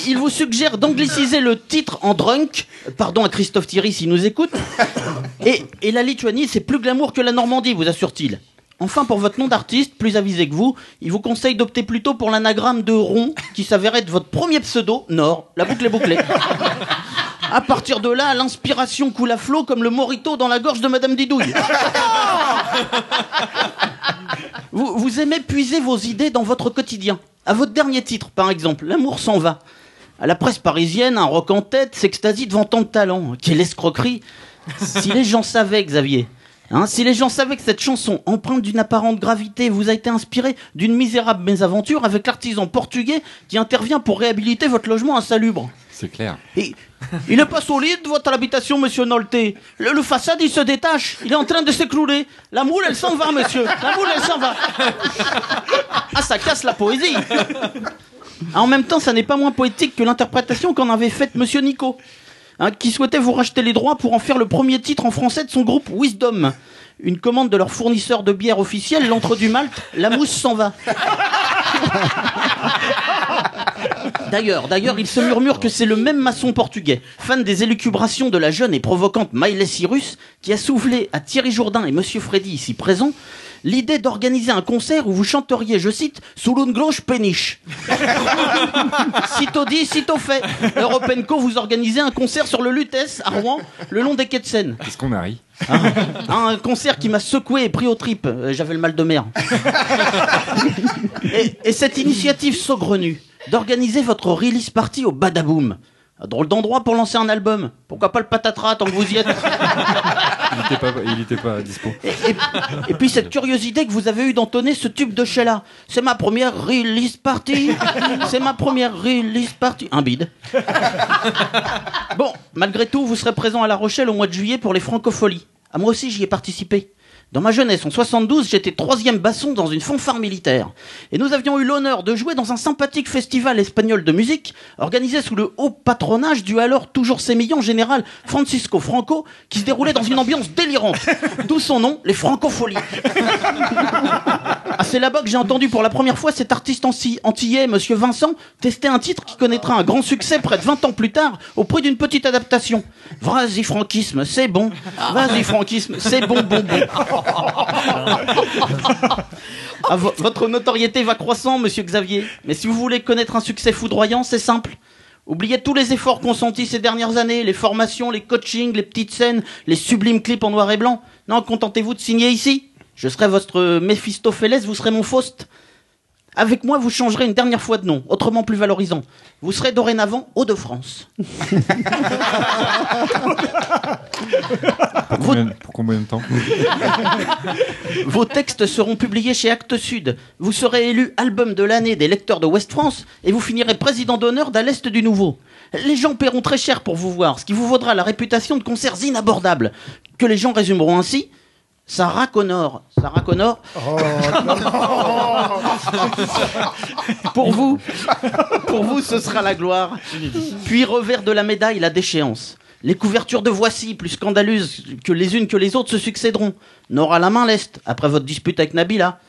Il vous suggère d'angliciser le titre en drunk, pardon à Christophe Thierry s'il nous écoute, et, et la Lituanie c'est plus glamour que la Normandie, vous assure-t-il. Enfin, pour votre nom d'artiste, plus avisé que vous, il vous conseille d'opter plutôt pour l'anagramme de Ron, qui s'avérait être votre premier pseudo, Nord. La boucle est bouclée. À partir de là, l'inspiration coule à flot comme le morito dans la gorge de Madame Didouille. vous, vous aimez puiser vos idées dans votre quotidien. À votre dernier titre, par exemple, L'amour s'en va. À la presse parisienne, un rock en tête s'extasie devant tant de talent. Quelle escroquerie Si les gens savaient, Xavier, hein, si les gens savaient que cette chanson, empreinte d'une apparente gravité, vous a été inspirée d'une misérable mésaventure avec l'artisan portugais qui intervient pour réhabiliter votre logement insalubre.
C'est clair.
Et- il n'est pas solide, votre habitation, monsieur Nolté. Le, le façade, il se détache. Il est en train de s'écrouler. La moule, elle s'en va, monsieur. La moule, elle s'en va. Ah, ça casse la poésie. Ah, en même temps, ça n'est pas moins poétique que l'interprétation qu'en avait faite monsieur Nico, hein, qui souhaitait vous racheter les droits pour en faire le premier titre en français de son groupe Wisdom. Une commande de leur fournisseur de bière officiel, l'entre du Malte, la mousse s'en va. D'ailleurs, d'ailleurs, il se murmure que c'est le même maçon portugais, fan des élucubrations de la jeune et provocante Miley Cyrus, qui a soufflé à Thierry Jourdain et Monsieur Freddy ici présents l'idée d'organiser un concert où vous chanteriez, je cite, sous une grosse péniche. *laughs* sitôt dit, sitôt fait. Europenco, vous organisez un concert sur le Lutèce à Rouen, le long des quais de Seine. Ah,
Qu'est-ce qu'on a ri
Un concert qui m'a secoué et pris aux tripes. Euh, J'avais le mal de mer. et, et cette initiative saugrenue d'organiser votre release party au Badaboom. Un Drôle d'endroit pour lancer un album. Pourquoi pas le patatras tant que vous y êtes
Il était pas, il était pas dispo.
Et puis cette curiosité que vous avez eue d'entonner ce tube de Sheila. C'est ma première release party. C'est ma première release party. Un bide. Bon, malgré tout, vous serez présent à La Rochelle au mois de juillet pour les francopholies. Ah, moi aussi, j'y ai participé. Dans ma jeunesse, en 72, j'étais troisième basson dans une fanfare militaire. Et nous avions eu l'honneur de jouer dans un sympathique festival espagnol de musique, organisé sous le haut patronage du alors toujours sémillant général Francisco Franco, qui se déroulait dans une ambiance délirante. D'où son nom, les Francofolies. Ah, c'est là-bas que j'ai entendu pour la première fois cet artiste anci- antillais, Monsieur Vincent, tester un titre qui connaîtra un grand succès près de 20 ans plus tard au prix d'une petite adaptation. Vas-y franquisme, c'est bon. Vas-y franquisme, c'est bon, bon, bon. Ah, vo- votre notoriété va croissant, Monsieur Xavier. Mais si vous voulez connaître un succès foudroyant, c'est simple. Oubliez tous les efforts consentis ces dernières années, les formations, les coachings, les petites scènes, les sublimes clips en noir et blanc. Non, contentez-vous de signer ici. Je serai votre Méphistophélès, vous serez mon Faust. Avec moi, vous changerez une dernière fois de nom, autrement plus valorisant. Vous serez dorénavant Hauts-de-France.
Pour combien, pour combien de temps
Vos textes seront publiés chez Actes Sud. Vous serez élu album de l'année des lecteurs de West France et vous finirez président d'honneur d'À l'Est du Nouveau. Les gens paieront très cher pour vous voir, ce qui vous vaudra la réputation de concerts inabordables, que les gens résumeront ainsi. Sarah Connor. Sarah Connor. pour vous, pour vous, ce sera la gloire. Puis revers de la médaille, la déchéance. Les couvertures de Voici, plus scandaleuses que les unes que les autres, se succéderont. Nord à la main l'Est, après votre dispute avec Nabila.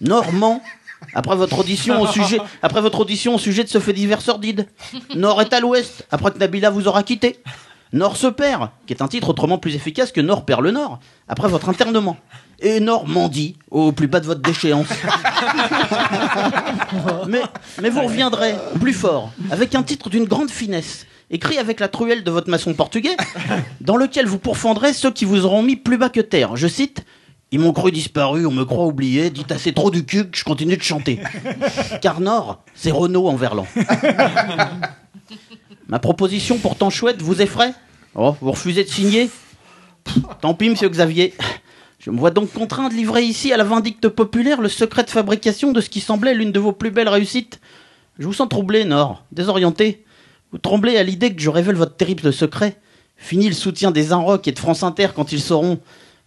Normand, après votre audition au sujet, après votre audition au sujet de ce fait divers sordide. Nord est à l'Ouest, après que Nabila vous aura quitté. Nord se perd, qui est un titre autrement plus efficace que Nord perd le Nord, après votre internement. Et Normandie, au plus bas de votre déchéance. *laughs* Mais, mais vous reviendrez plus fort, avec un titre d'une grande finesse, écrit avec la truelle de votre maçon portugais, dans lequel vous pourfendrez ceux qui vous auront mis plus bas que terre. Je cite Ils m'ont cru disparu, on me croit oublié, dites assez trop du cul que je continue de chanter. Car Nord, c'est Renault en verlan. Ma proposition pourtant chouette vous effraie Oh, vous refusez de signer Pff, Tant pis, monsieur Xavier. Je me vois donc contraint de livrer ici à la vindicte populaire le secret de fabrication de ce qui semblait l'une de vos plus belles réussites. Je vous sens troublé, Nord, désorienté. Vous tremblez à l'idée que je révèle votre terrible secret. Fini le soutien des Inrock et de France Inter quand ils sauront.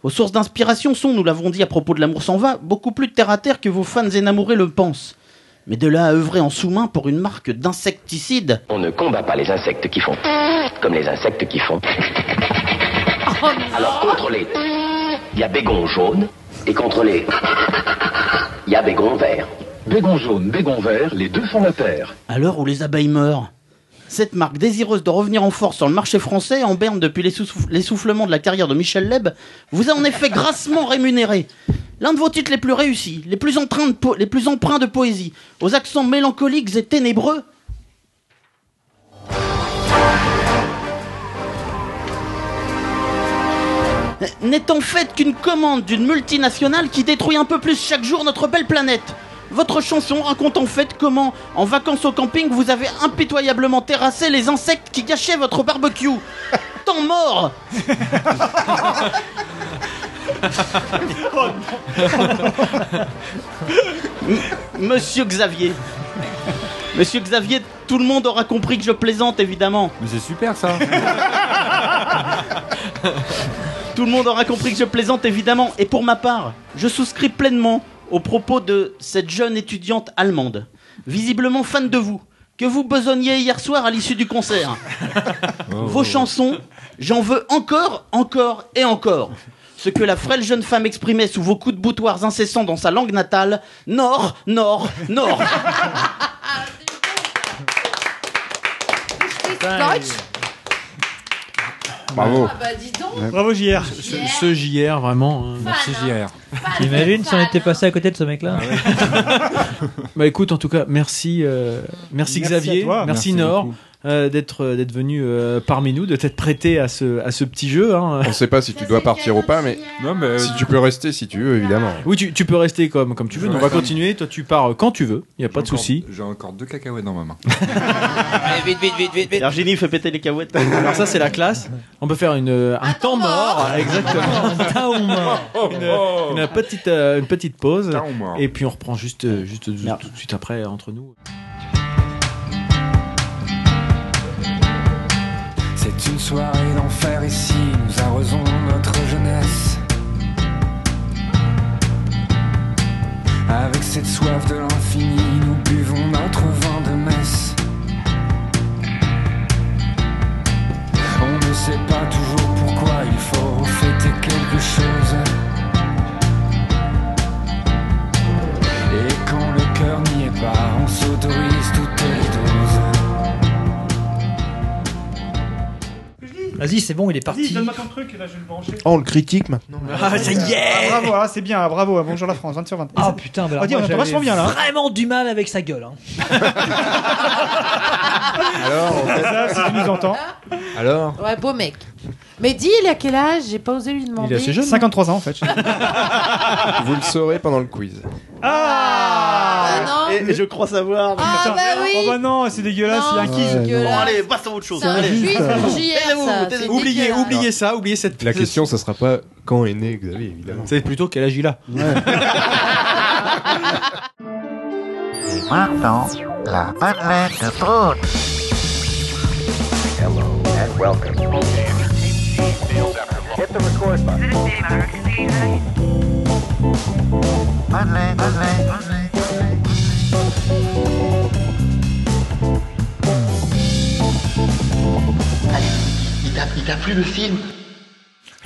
Vos sources d'inspiration sont, nous l'avons dit à propos de l'amour s'en va, beaucoup plus terre à terre que vos fans énamourés le pensent. Mais de là à œuvrer en sous-main pour une marque d'insecticide.
On ne combat pas les insectes qui font comme les insectes qui font. Alors contre les, il y a bégon jaune et contre les, il y a bégon vert.
Bégon jaune, bégon vert, les deux font la paire.
à l'heure où les abeilles meurent. Cette marque désireuse de revenir en force sur le marché français, en berne depuis l'essouff- l'essoufflement de la carrière de Michel Leb, vous a en effet grassement rémunéré. L'un de vos titres les plus réussis, les plus, empreints de po- les plus empreints de poésie, aux accents mélancoliques et ténébreux, n'est en fait qu'une commande d'une multinationale qui détruit un peu plus chaque jour notre belle planète. Votre chanson raconte en fait comment, en vacances au camping, vous avez impitoyablement terrassé les insectes qui gâchaient votre barbecue. Temps mort M- Monsieur Xavier. Monsieur Xavier, tout le monde aura compris que je plaisante, évidemment. Mais c'est super ça. *laughs* tout le monde aura compris que je plaisante, évidemment. Et pour ma part, je souscris pleinement aux propos de cette jeune étudiante allemande, visiblement fan de vous, que vous besogniez hier soir à l'issue du concert. Vos chansons, j'en veux encore, encore et encore. Ce que la frêle jeune femme exprimait sous vos coups de boutoirs incessants dans sa langue natale, Nord, Nord, *laughs* Nord.
Bravo.
Ah bah dis donc.
Bravo JR. Ce, ce JR, vraiment. hein.
Merci, Fan,
JR.
T'imagines si on était passé à côté de ce mec-là
Ah
*laughs*
Bah écoute, en tout cas, merci, euh,
Merci
merci, Xavier,
à toi.
merci,
Merci
Nord.
beaucoup.
euh, d'être euh, d'être venu euh, parmi nous, de t'être prêté à ce à ce petit jeu. Hein.
On sait pas si tu dois partir ou pas, mais, si tu peux rester si tu veux, évidemment.
Oui, tu, tu peux rester comme comme tu veux.
Je
donc on va
reste comme-
continuer. Toi, tu pars euh, quand tu veux. Il y a pas de
J'ai encore-
souci.
J'ai encore deux cacahuètes dans ma main.
Allez, Eh, vite, vite, vite, vite, vite. Virginie fait péter les cacahuètes.
Alors ça, c'est la classe. *laughs* On peut faire une euh, un temps mort, exactement. une, une petite euh, une petite pause. Et puis on reprend juste euh, juste tout de suite après entre nous.
C'est une soirée d'enfer ici, nous arrosons notre jeunesse. Avec cette soif de l'infini, nous buvons notre vin de messe. On ne sait pas toujours pourquoi il faut fêter quelque chose. Et quand le cœur n'y est pas, on s'autorise toutes les doses.
Vas-y, c'est bon, il est
Vas-y,
parti.
donne-moi ton truc, et là je vais le brancher.
Oh, on le critique maintenant.
Ah, ça y est
Ah, Bravo, ah, c'est bien, ah, bravo, ah, bonjour la France, 20 sur 20.
Ah putain, bah alors
on dit,
moi,
on entend
j'avais
vachement bien là. hein.
Vraiment du mal avec sa gueule. hein.
Alors,
Ça, si tu nous entends.
Alors
Ouais, beau mec. Mais dis, il a quel âge J'ai pas osé lui demander.
hein.
53 ans en fait.
*laughs* Vous le saurez pendant le quiz.
Ah, non.
Et, je crois savoir.
Ah, bah oui.
Oh bah non, c'est dégueulasse, il y a un
Non,
quiz.
dégueulasse.
Bon, allez, passons à autre chose.
C'est
allez.
injuste.
Taisez-vous,
JR, ça, c'est
taisez-vous.
Oubliez
dégueulasse.
oubliez ça, oubliez cette.
La question, ça sera pas quand est né Xavier, évidemment.
C'est plutôt quel âge il a.
Maintenant, *laughs* la barre de trône. Hello and welcome. Hit the record button. Parlez, parlez, parlez.
Il t'a, il t'a plu le film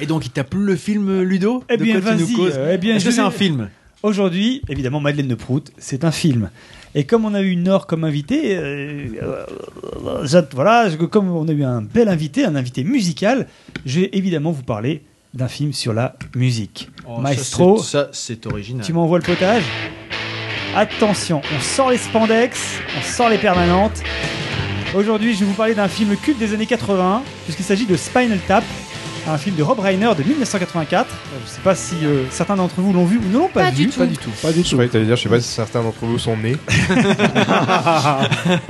Et donc il t'a plu le film Ludo
Eh
De
bien,
quoi tu nous
vas-y.
causes
euh, eh bien,
Est-ce que
je
c'est
vais-
un film
Aujourd'hui, évidemment, Madeleine de Prout, c'est un film. Et comme on a eu Nord comme invité, euh, euh, j'a- voilà, je- comme on a eu un bel invité, un invité musical, je vais évidemment vous parler d'un film sur la musique.
Oh, ça,
Maestro,
c'est- Ça, c'est original.
tu
*laughs*
m'envoies le potage Attention, on sort les spandex, on sort les permanentes. Aujourd'hui, je vais vous parler d'un film culte des années 80, puisqu'il s'agit de Spinal Tap, un film de Rob Reiner de 1984. Euh, Je ne sais pas si euh, certains d'entre vous l'ont vu ou ne l'ont pas, vu.
Pas du tout. Pas du tout. Je croyais que t'allais dire, je sais pas si certains d'entre vous
*laughs*
sont nés.
*laughs*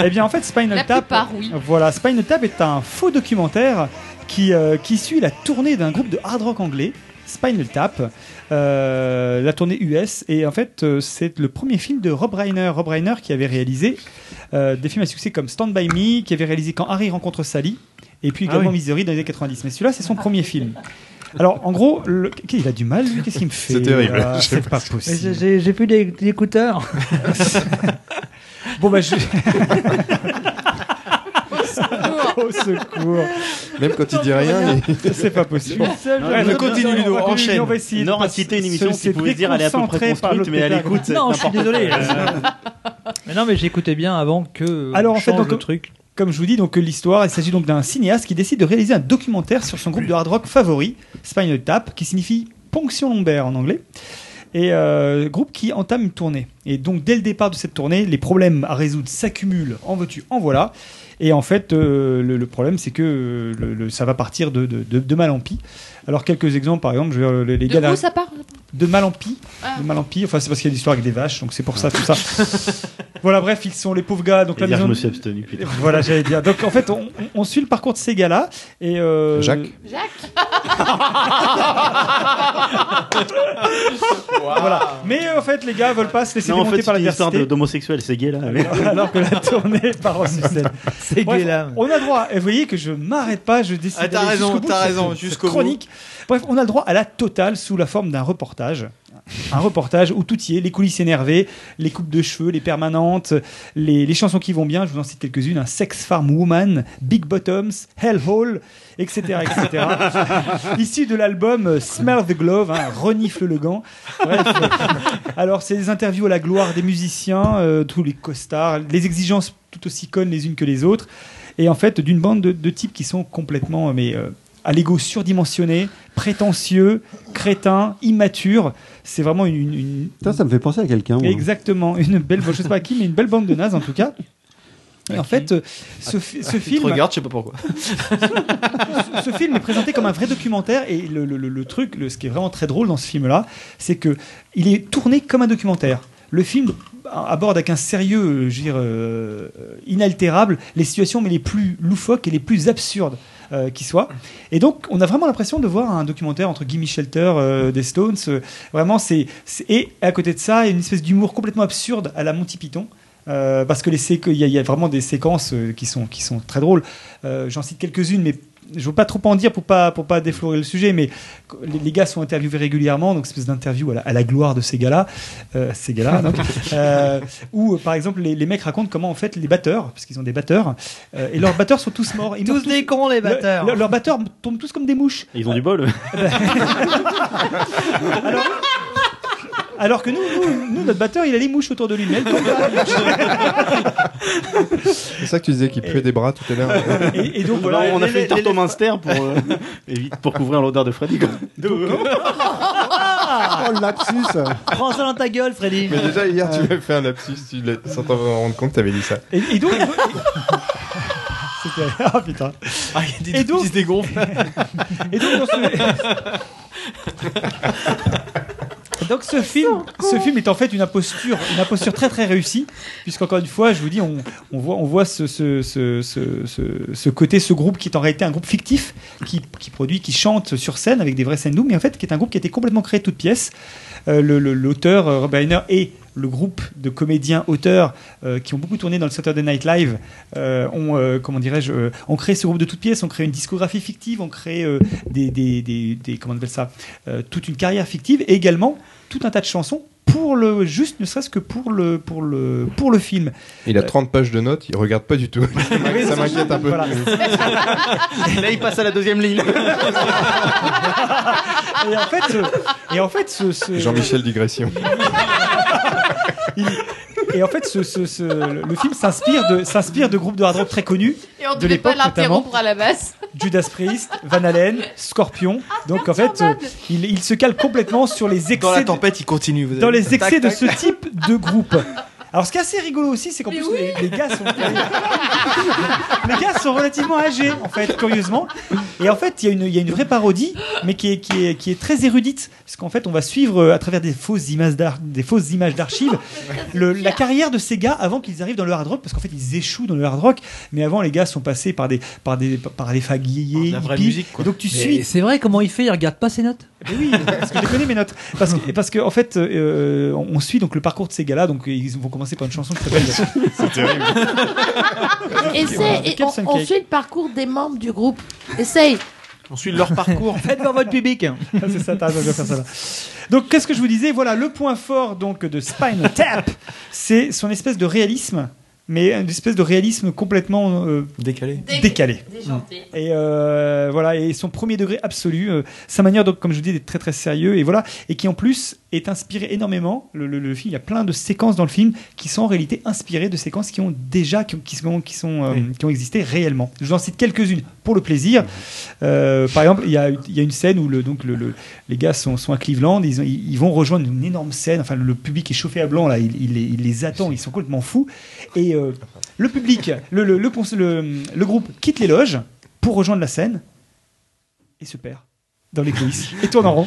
Eh bien, en fait, Spinal
La
Tap.
plupart, oui.
Voilà, Spinal Tap est un faux documentaire qui, euh, qui suit la tournée d'un groupe de hard rock anglais, Spinal Tap, euh, la tournée US. Et en fait, euh, c'est le premier film de Rob Reiner. Rob Reiner qui avait réalisé euh, des films à succès comme Stand By Me, qui avait réalisé Quand Harry rencontre Sally, et puis
Ah
également
oui.
Misery dans les années 90. Mais celui-là, c'est son premier film. Alors, en gros, le- il a du mal, lui Qu'est-ce qu'il me fait
C'est terrible.
là
Je sais
Ah, C'est
pas
pas
ce
possible.
J'ai j'ai plus d'é- d'écouteurs.
Bon bah je... *laughs* Au secours.
Même quand il dit rien, *laughs* il-
C'est pas possible.
Bon.
Ouais, donc, on va continuer, On va essayer. de
Nord a
pas-
cité une émission
se-
qui pouvait
se
dire elle est à peu
déconcentrer
près
par
construite, mais à
l'autre
l'écoute, c'est
Non, je suis
n'importe
désolé.
quoi.
euh. *laughs* mais non, mais j'écoutais bien avant que.
Alors en fait, donc,
le truc.
comme je vous dis, donc l'histoire, il s'agit donc d'un cinéaste qui décide de réaliser un documentaire sur son groupe de hard rock favori, Spinal Tap, qui signifie ponction lombaire en anglais. Et euh, groupe qui entame une tournée. Et donc dès le départ de cette tournée, les problèmes à résoudre s'accumulent. En veux-tu, en voilà. Et en fait, euh, le, le problème, c'est que euh, le- le- ça va partir de, de- de- de mal en pis. Alors quelques exemples, par exemple, je vais dire, les, les
De
gars
où
d'Ar-
ça part
de mal en pis. De mal en pis. Enfin, c'est parce qu'il y a des histoires avec des vaches, donc c'est pour ça tout ça. voilà, bref, ils sont les pauvres gars. Donc
Et
la
dire,
maison-
je me suis abstenu, putain.
*laughs* Voilà, j'allais dire. Donc en fait, on, on- on suit le parcours de ces gars-là et euh,
Jacques.
Voilà. Mais euh, en fait, les gars veulent pas se laisser
Non, en
démonter
fait,
par
c'est
la
une histoire
diversité.
de- d'homosexuel, c'est
*laughs*
gay là.
Alors que la tournée part en sucette.
C'est
Bref,
gay, là.
On a droit. Et vous voyez que je m'arrête pas, je décide.
Ah, t'as
d'aller
raison,
jusqu'au bout de
t'as
cette-
raison,
cette
jusqu'au bout.
chronique. Bref, on a le droit à la totale sous la forme d'un reportage. Un reportage où tout y est, les coulisses énervées, les coupes de cheveux, les permanentes, les, les chansons qui vont bien, je vous en cite quelques-unes, un Sex Farm Woman, Big Bottoms, Hellhole, etc. etc. Issu de l'album euh, Smell the Glove, hein, renifle le gant. Bref, alors, c'est des interviews à la gloire des musiciens, euh, tous les costards, les exigences tout aussi connes les unes que les autres, et en fait, d'une bande de, de types qui sont complètement, euh, mais euh, à l'ego surdimensionné, prétentieux, crétins, immatures. C'est vraiment une, une- une-
Putain, ça me fait penser à quelqu'un. moi.
exactement une belle, je sais pas à qui, mais une belle bande de nazes en tout cas. Et en fait, euh, ce, fi-
Il
ce
Ah, te
film
regarde, je sais pas pourquoi.
ce film est présenté comme un vrai documentaire et le, le- le- le truc, le- ce qui est vraiment très drôle dans ce film-là, c'est que il est tourné comme un documentaire. Le film aborde avec un sérieux, euh, je veux dire, euh, inaltérable, les situations mais les plus loufoques et les plus absurdes euh, qui soient. Et donc, on a vraiment l'impression de voir un documentaire entre Gimme Shelter euh, des Stones. euh, vraiment, c'est c'est- et à côté de ça, une espèce d'humour complètement absurde à la Monty Python. Euh, parce que les séqu- il y, a- il y a vraiment des séquences euh, qui sont qui sont très drôles. Euh, J'en cite quelques-unes, mais je veux pas trop en dire pour pas pour pas déflorer le sujet. Mais qu- les, les gars sont interviewés régulièrement, donc espèce d'interview à, la- à la gloire de ces gars-là, euh, ces gars-là. *laughs* donc, euh, où euh, par exemple les, les mecs racontent comment en fait les batteurs, parce qu'ils ont des batteurs, euh, et leurs batteurs sont tous morts. Ils tous des cons les
batteurs.
leurs batteurs tombent tous comme des mouches.
Ils ont du bol. eux.
*laughs*
Alors que nous, nous, nous, notre batteur, il a les mouches autour de lui, mais elles tombent pas.
*laughs* C'est ça que tu disais qu'il puait des bras tout à l'heure.
*laughs*
Et, et donc
Voilà,
voilà,
on a
les-
fait
les-
une tarte au Munster pour,
*laughs*
euh, évite- pour couvrir l'odeur de Freddy. quoi.
Ah
Oh, le lapsus
Prends-en dans ta gueule, Freddy.
Mais déjà, hier, tu m'as fait un lapsus, tu l'as- sans t'en rendre compte, t'avais dit ça.
Et, et donc. C'était- *laughs* Ah putain. et donc, se *laughs* et donc, dans ce... Donc, ce film, ce film est en fait une imposture, une imposture très très réussie, puisqu'encore une fois, je vous dis, on, on voit, on voit ce, ce, ce, ce, ce- ce côté, ce groupe qui est en réalité un groupe fictif, qui, qui produit, qui chante sur scène avec des vrais scènes mais en fait qui est un groupe qui a été complètement créé de toutes pièces. Euh, le- le- L'auteur euh, Robert Reiner et le groupe de comédiens auteurs euh, qui ont beaucoup tourné dans le Saturday Night Live euh, ont euh, comment dirais-je euh, ont créé ce groupe de toutes pièces, ont créé une discographie fictive, ont créé euh, des, des, des- des- comment on appelle ça euh, toute une carrière fictive et également tout un tas de chansons pour le juste ne serait-ce que pour le pour le pour le film.
Il a 30 pages de notes, il regarde pas du tout. *laughs* ça m'inquiète un
*laughs*
peu.
Voilà.
Là, il passe à la deuxième
*laughs*
ligne.
Et en fait, euh, et en fait ce, ce-
Jean-Michel
*laughs*
Digression.
Et en fait, ce, ce- ce- le film s'inspire de, s'inspire de groupes de hard rock très connus.
Et on
de
devait pas
l'époque, notamment
l'interrompre à la Ah, basse.
*laughs* Judas Priest, Van Halen, Scorpion. Donc en fait, euh, il, il se cale complètement sur les excès.
Dans la
de-
tempête, il continue. vous
dans
avez-
les
Tac,
excès de
tac,
ce
tac.
type de groupe. Alors, ce qui est assez rigolo aussi, c'est qu'en plus, les, les gars sont. les gars sont relativement âgés, en fait, curieusement. Et en fait, il y, a une- il y a une vraie parodie, mais qui est, qui est, qui est très érudite. Parce qu'en fait, on va suivre, euh, à travers des fausses images d'ar- des fausses images d'archives, le- la carrière de ces gars avant qu'ils arrivent dans le hard rock. Parce qu'en fait, ils échouent dans le hard rock. Mais avant, les gars sont passés par des, par des, par des faguillés.
La vraie
hippies.
musique, quoi.
Et donc, tu
Mais
suis.
C'est vrai, comment il fait Il regarde pas ses notes
Mais oui, parce que j'ai connu mes notes. Parce que, parce que en fait, euh, on on suit donc le parcours de ces gars-là. Donc ils vont commencer par une chanson qui s'appelle. C'est terrible.
*laughs* Et c'est-
Voilà.
et on,
Cupcake.
on suit le parcours des membres du groupe. Essaye.
On suit leur parcours. *laughs* Faites dans votre public. c'est ça, t'as raison, je vais faire ça. là. Donc qu'est-ce que je vous disais Voilà, le point fort donc de Spinal *laughs* Tap, c'est son espèce de réalisme, mais une espèce de réalisme complètement euh,
décalé.
Décalé. Et euh, voilà, et son premier degré absolu, euh, sa manière donc comme je vous dis d'être très très sérieux et voilà, et qui en plus est inspiré énormément. Le, le- le film, il y a plein de séquences dans le film qui sont en réalité inspirées de séquences qui ont déjà qui, qui sont qui sont euh, qui ont existé réellement. Je vous en cite quelques-unes pour le plaisir. Euh, par exemple, il y a, il y a une scène où le, donc le- le- les gars sont, sont à Cleveland, ils, ont- ils vont rejoindre une énorme scène. Enfin, le public est chauffé à blanc là, il, il les, il les attend, ils sont complètement fous. Et euh, le public, le, le- le cons- le- le groupe quitte les loges pour rejoindre la scène et se perd dans les coulisses et tourne
*laughs*
en rond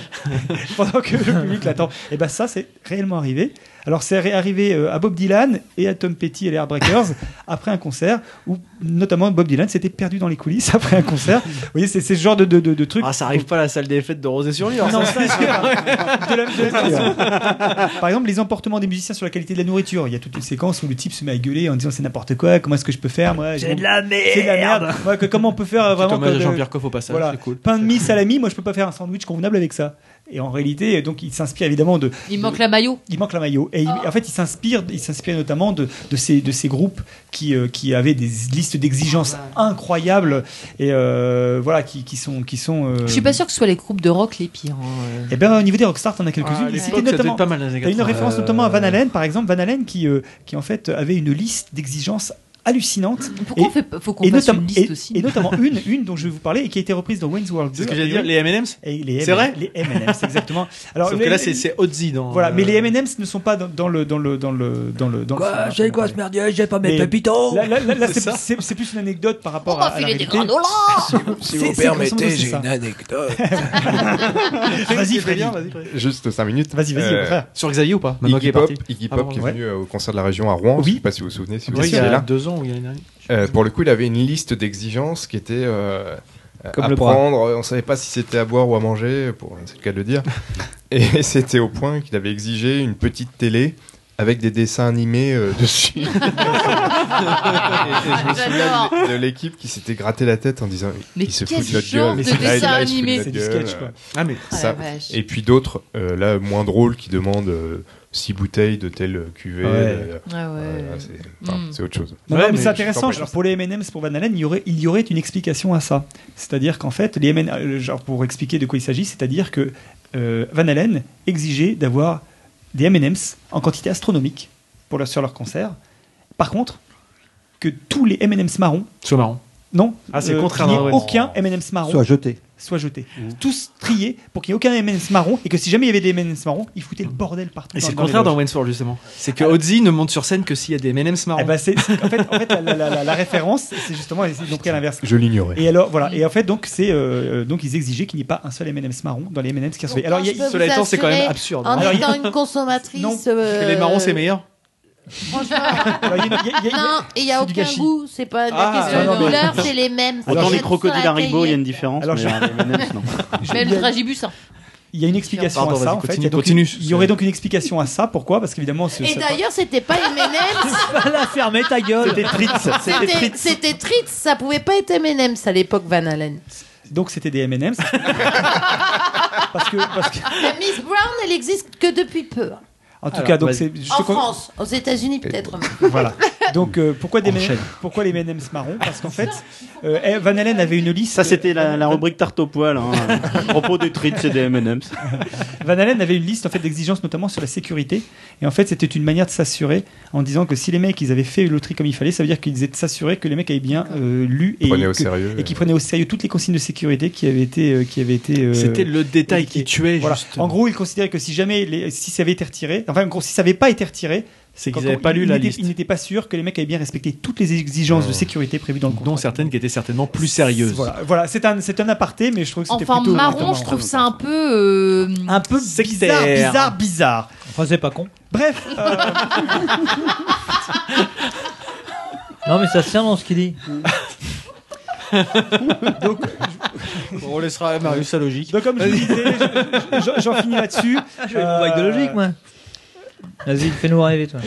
pendant que le public l'attend. Et ben ça, c'est réellement arrivé. Alors c'est ré- arrivé euh, à Bob Dylan et à Tom Petty et
*laughs*
les Heartbreakers après un concert où notamment Bob Dylan s'était perdu dans les coulisses après
*laughs*
un concert. Vous voyez, c'est c'est ce genre de, de, de, de truc.
Ah, ça arrive pas à la salle des fêtes de Rosé-sur-Lyon.
Non,
ça,
ça,
c'est sûr. *laughs*
De la- de la- *laughs* Par exemple, les emportements des musiciens sur la qualité de la nourriture. Il y a toute une séquence où le type se met à gueuler en disant c'est n'importe quoi, comment est-ce que je peux faire moi
C'est de la merde.
C'est de la merde. Ouais, que- comment on peut faire euh, vraiment
hommage
que-
à Jean-Pierre Coff au passage,
Voilà.
c'est cool.
Pain de mie, salami, moi je peux pas faire un sandwich convenable avec ça. Et en réalité, donc il s'inspire évidemment de.
Il manque la maillot.
Il manque la maillot. Et il- en fait, il s'inspire, il s'inspire notamment de, de ces, de ces groupes qui, euh, qui avaient des listes d'exigences
Ah,
incroyables et euh, voilà qui, qui sont qui sont. euh,
Je suis pas sûr que ce soit les groupes de rock les pires. hein.
eh bien, au niveau des rockstars, t'en as quelques-unes.
Ah,
mais
les
c'était
Fox, ça devait
notamment-
être pas mal dans les années
T'as une
80.
référence
Euh,
notamment à Van Halen, par exemple. Van Halen qui, euh, qui en fait avait une liste d'exigences hallucinantes.
Pourquoi on fait- faut qu'on
et
fasse
notam-
une liste
et-
aussi
Et notamment une, une dont je vais vous parler et qui a été reprise dans Wayne's World 2.
C'est ce que j'allais dire, les M&M's
Et les
C'est vrai
Les M&M's, exactement.
*laughs* Sauf que là, c'est- c'est Ozzy dans-
Voilà, mais
euh,
les M&M's ne sont pas dans, dans le dans le dans le dans le dans le film.
c'est quoi ce merdier J'ai pas
Mais Là, là- là- là,
C'est
c'est-
ça.
c'est c'est plus une anecdote par rapport
On m'a
à. à la
filé des
réalité.
granolas
C'est-
Si
c'est-
vous
c'est
permettez,
grosso modo, c'est
j'ai
ça.
une
*laughs*
anecdote.
*laughs* Vas-y, Freddy.
Juste 5 minutes. Euh,
Vas-y, vas-y, au contraire.
Sur Xavier ou pas Maintenant qu'il
Iggy
est
Pop,
parti.
Iggy
Ah,
Pop
bon,
qui est
ouais.
venu euh, au concert de la région à Rouen. Je sais pas si vous vous souvenez. Si vous
Oui, il y
étiez
a
là.
deux ans ou il y a une année.
Euh, pour le coup, il avait une liste d'exigences qui était euh,
Comme
à
le bras.
prendre. On savait pas si c'était à boire ou à manger, pour c'est le cas de le
*laughs*
dire. Et c'était au point qu'il avait exigé une petite télé avec des dessins animés euh, dessus. Et
Ah,
je me souviens de l'équipe qui s'était gratté la tête en disant
Mais
il se
quel
fout de notre
genre
gueule
de
Là, il-
dessin
là, il se fout de
animé.
notre
C'est du
gueule,
sketch, quoi.
euh,
Ah, mais
Ah,
ça.
la vache.
et puis d'autres euh, là moins drôles qui demandent 6 bouteilles de telle cuvée
Ouais.
euh,
Ah ouais.
voilà, c'est enfin,
Mm.
c'est autre chose
Non, non, mais c'est intéressant.
Je t'en
Genre, pour les M&M's, pour Van Halen, il y aurait, il y aurait une explication à ça. C'est-à-dire qu'en fait, les M&M's, euh, genre pour expliquer de quoi il s'agit, c'est-à-dire que euh, Van Halen exigeait d'avoir des M&M's en quantité astronomique pour leur, sur leur concert. Par contre, que tous les M&M's marrons
soient marrons.
Non.
Ah, c'est
euh,
contraire, Mmh.
qu'il n'y ait
ouais.
Aucun M&M's marron
Soit jeté.
Soit jeté. Tous triés pour qu'il n'y ait aucun M&M's marron et que si jamais il y avait des M&M's marrons, ils foutaient le bordel partout.
Et c'est le
dans- les
contraire
loges. Eh
dans Wayne's World, justement. C'est que Ozzy ne monte sur scène que s'il y a des M&M's marrons.
ben, en fait, en fait la, la- la- la- la référence, c'est justement, ils ont pris à l'inverse.
Je l'ignorais.
Et alors, voilà. Et en fait, donc, c'est, euh, euh, donc ils exigeaient qu'il n'y ait pas un seul M&M's marron dans les M&M's qui recevaient. Alors, il y a-
Je peux vous assurer, En
hein. Alors, il y
*laughs*
a-
étant une consommatrice. euh,
Parce que les marrons, c'est meilleur.
Non, et il n'y a
du
aucun
gâchis.
goût. C'est pas la
Ah,
question de
non, mais-
couleur, c'est les mêmes. c'est
Dans
les
les
mêmes
crocodiles
sont à
Haribo, il y a
payer.
une différence. *laughs*
Alors,
mais
je-
dans les M&M's, non.
Mais
il y
le
a-
dragibus. hein.
*laughs* il y a une explication
Pardon,
à ça,
vas-y,
en fait.
continue,
Il y a donc
continue.
une- il y aurait donc une explication à ça. Pourquoi Parce qu'évidemment, ce-
Et
ça- *laughs*
d'ailleurs, c'était pas M&M's.
la fermer ta gueule.
*laughs*
C'était Tritz. C'était
C'était-
Tritz.
C'était Tritz. Ça pouvait pas être M&M's à l'époque, Van Halen.
Donc c'était des M&M's. parce que, parce que,
La Ah, Miss Brown, elle existe que depuis peu.
en tout
Alors,
cas, donc
vas-y.
c'est. je
En
te con-
France, aux États-Unis peut-être.
Voilà. Donc euh, pourquoi des
Enchaîne.
M&M's pourquoi les M&M's marrons
*laughs*
Parce qu'en fait, euh, eh, Van Halen avait une liste.
Ça, c'était la, la rubrique tarte au poil. Hein, à propos des Tritz et des M&M's.
*laughs* Van Halen avait une liste en fait d'exigences notamment sur la sécurité et en fait c'était une manière de s'assurer en disant que si les mecs ils avaient fait une loterie comme il fallait ça veut dire qu'ils étaient s'assurer que les mecs avaient bien euh, lu et
Prenaient au
que-
sérieux, euh.
et qu'ils prenaient au sérieux toutes les consignes de sécurité qui avaient été euh, qui avaient été euh,
C'était le détail qui tuait,
voilà.
justement.
en gros ils considéraient que si jamais les, si ça avait été retiré enfin en gros si ça n'avait pas été retiré
C'est
quand
qu'ils avaient
on-
pas lu
ils
la
n'étaient-
liste.
ils n'étaient pas sûrs que les mecs avaient bien respecté toutes les exigences de sécurité prévues dans le contrat
Dont certaines qui étaient certainement plus sérieuses.
voilà, voilà c'est un c'est un aparté mais je trouve que Oh, c'était
Enfin,
plutôt
marron, je trouve ça un peu. euh,
un peu bizarre,
Sectaire.
bizarre, bizarre.
Enfin, c'est pas con.
Bref,
*laughs*
euh,
Non, mais ça se tient dans ce qu'il dit.
*laughs* Donc,
*laughs*
euh,
on laissera à Marius sa logique.
Donc, comme je vous disais, je- je- j'en finis là-dessus.
Ah,
*laughs*
Je vais avec de
Euh,
logique, moi. Vas-y, fais-nous rêver, toi.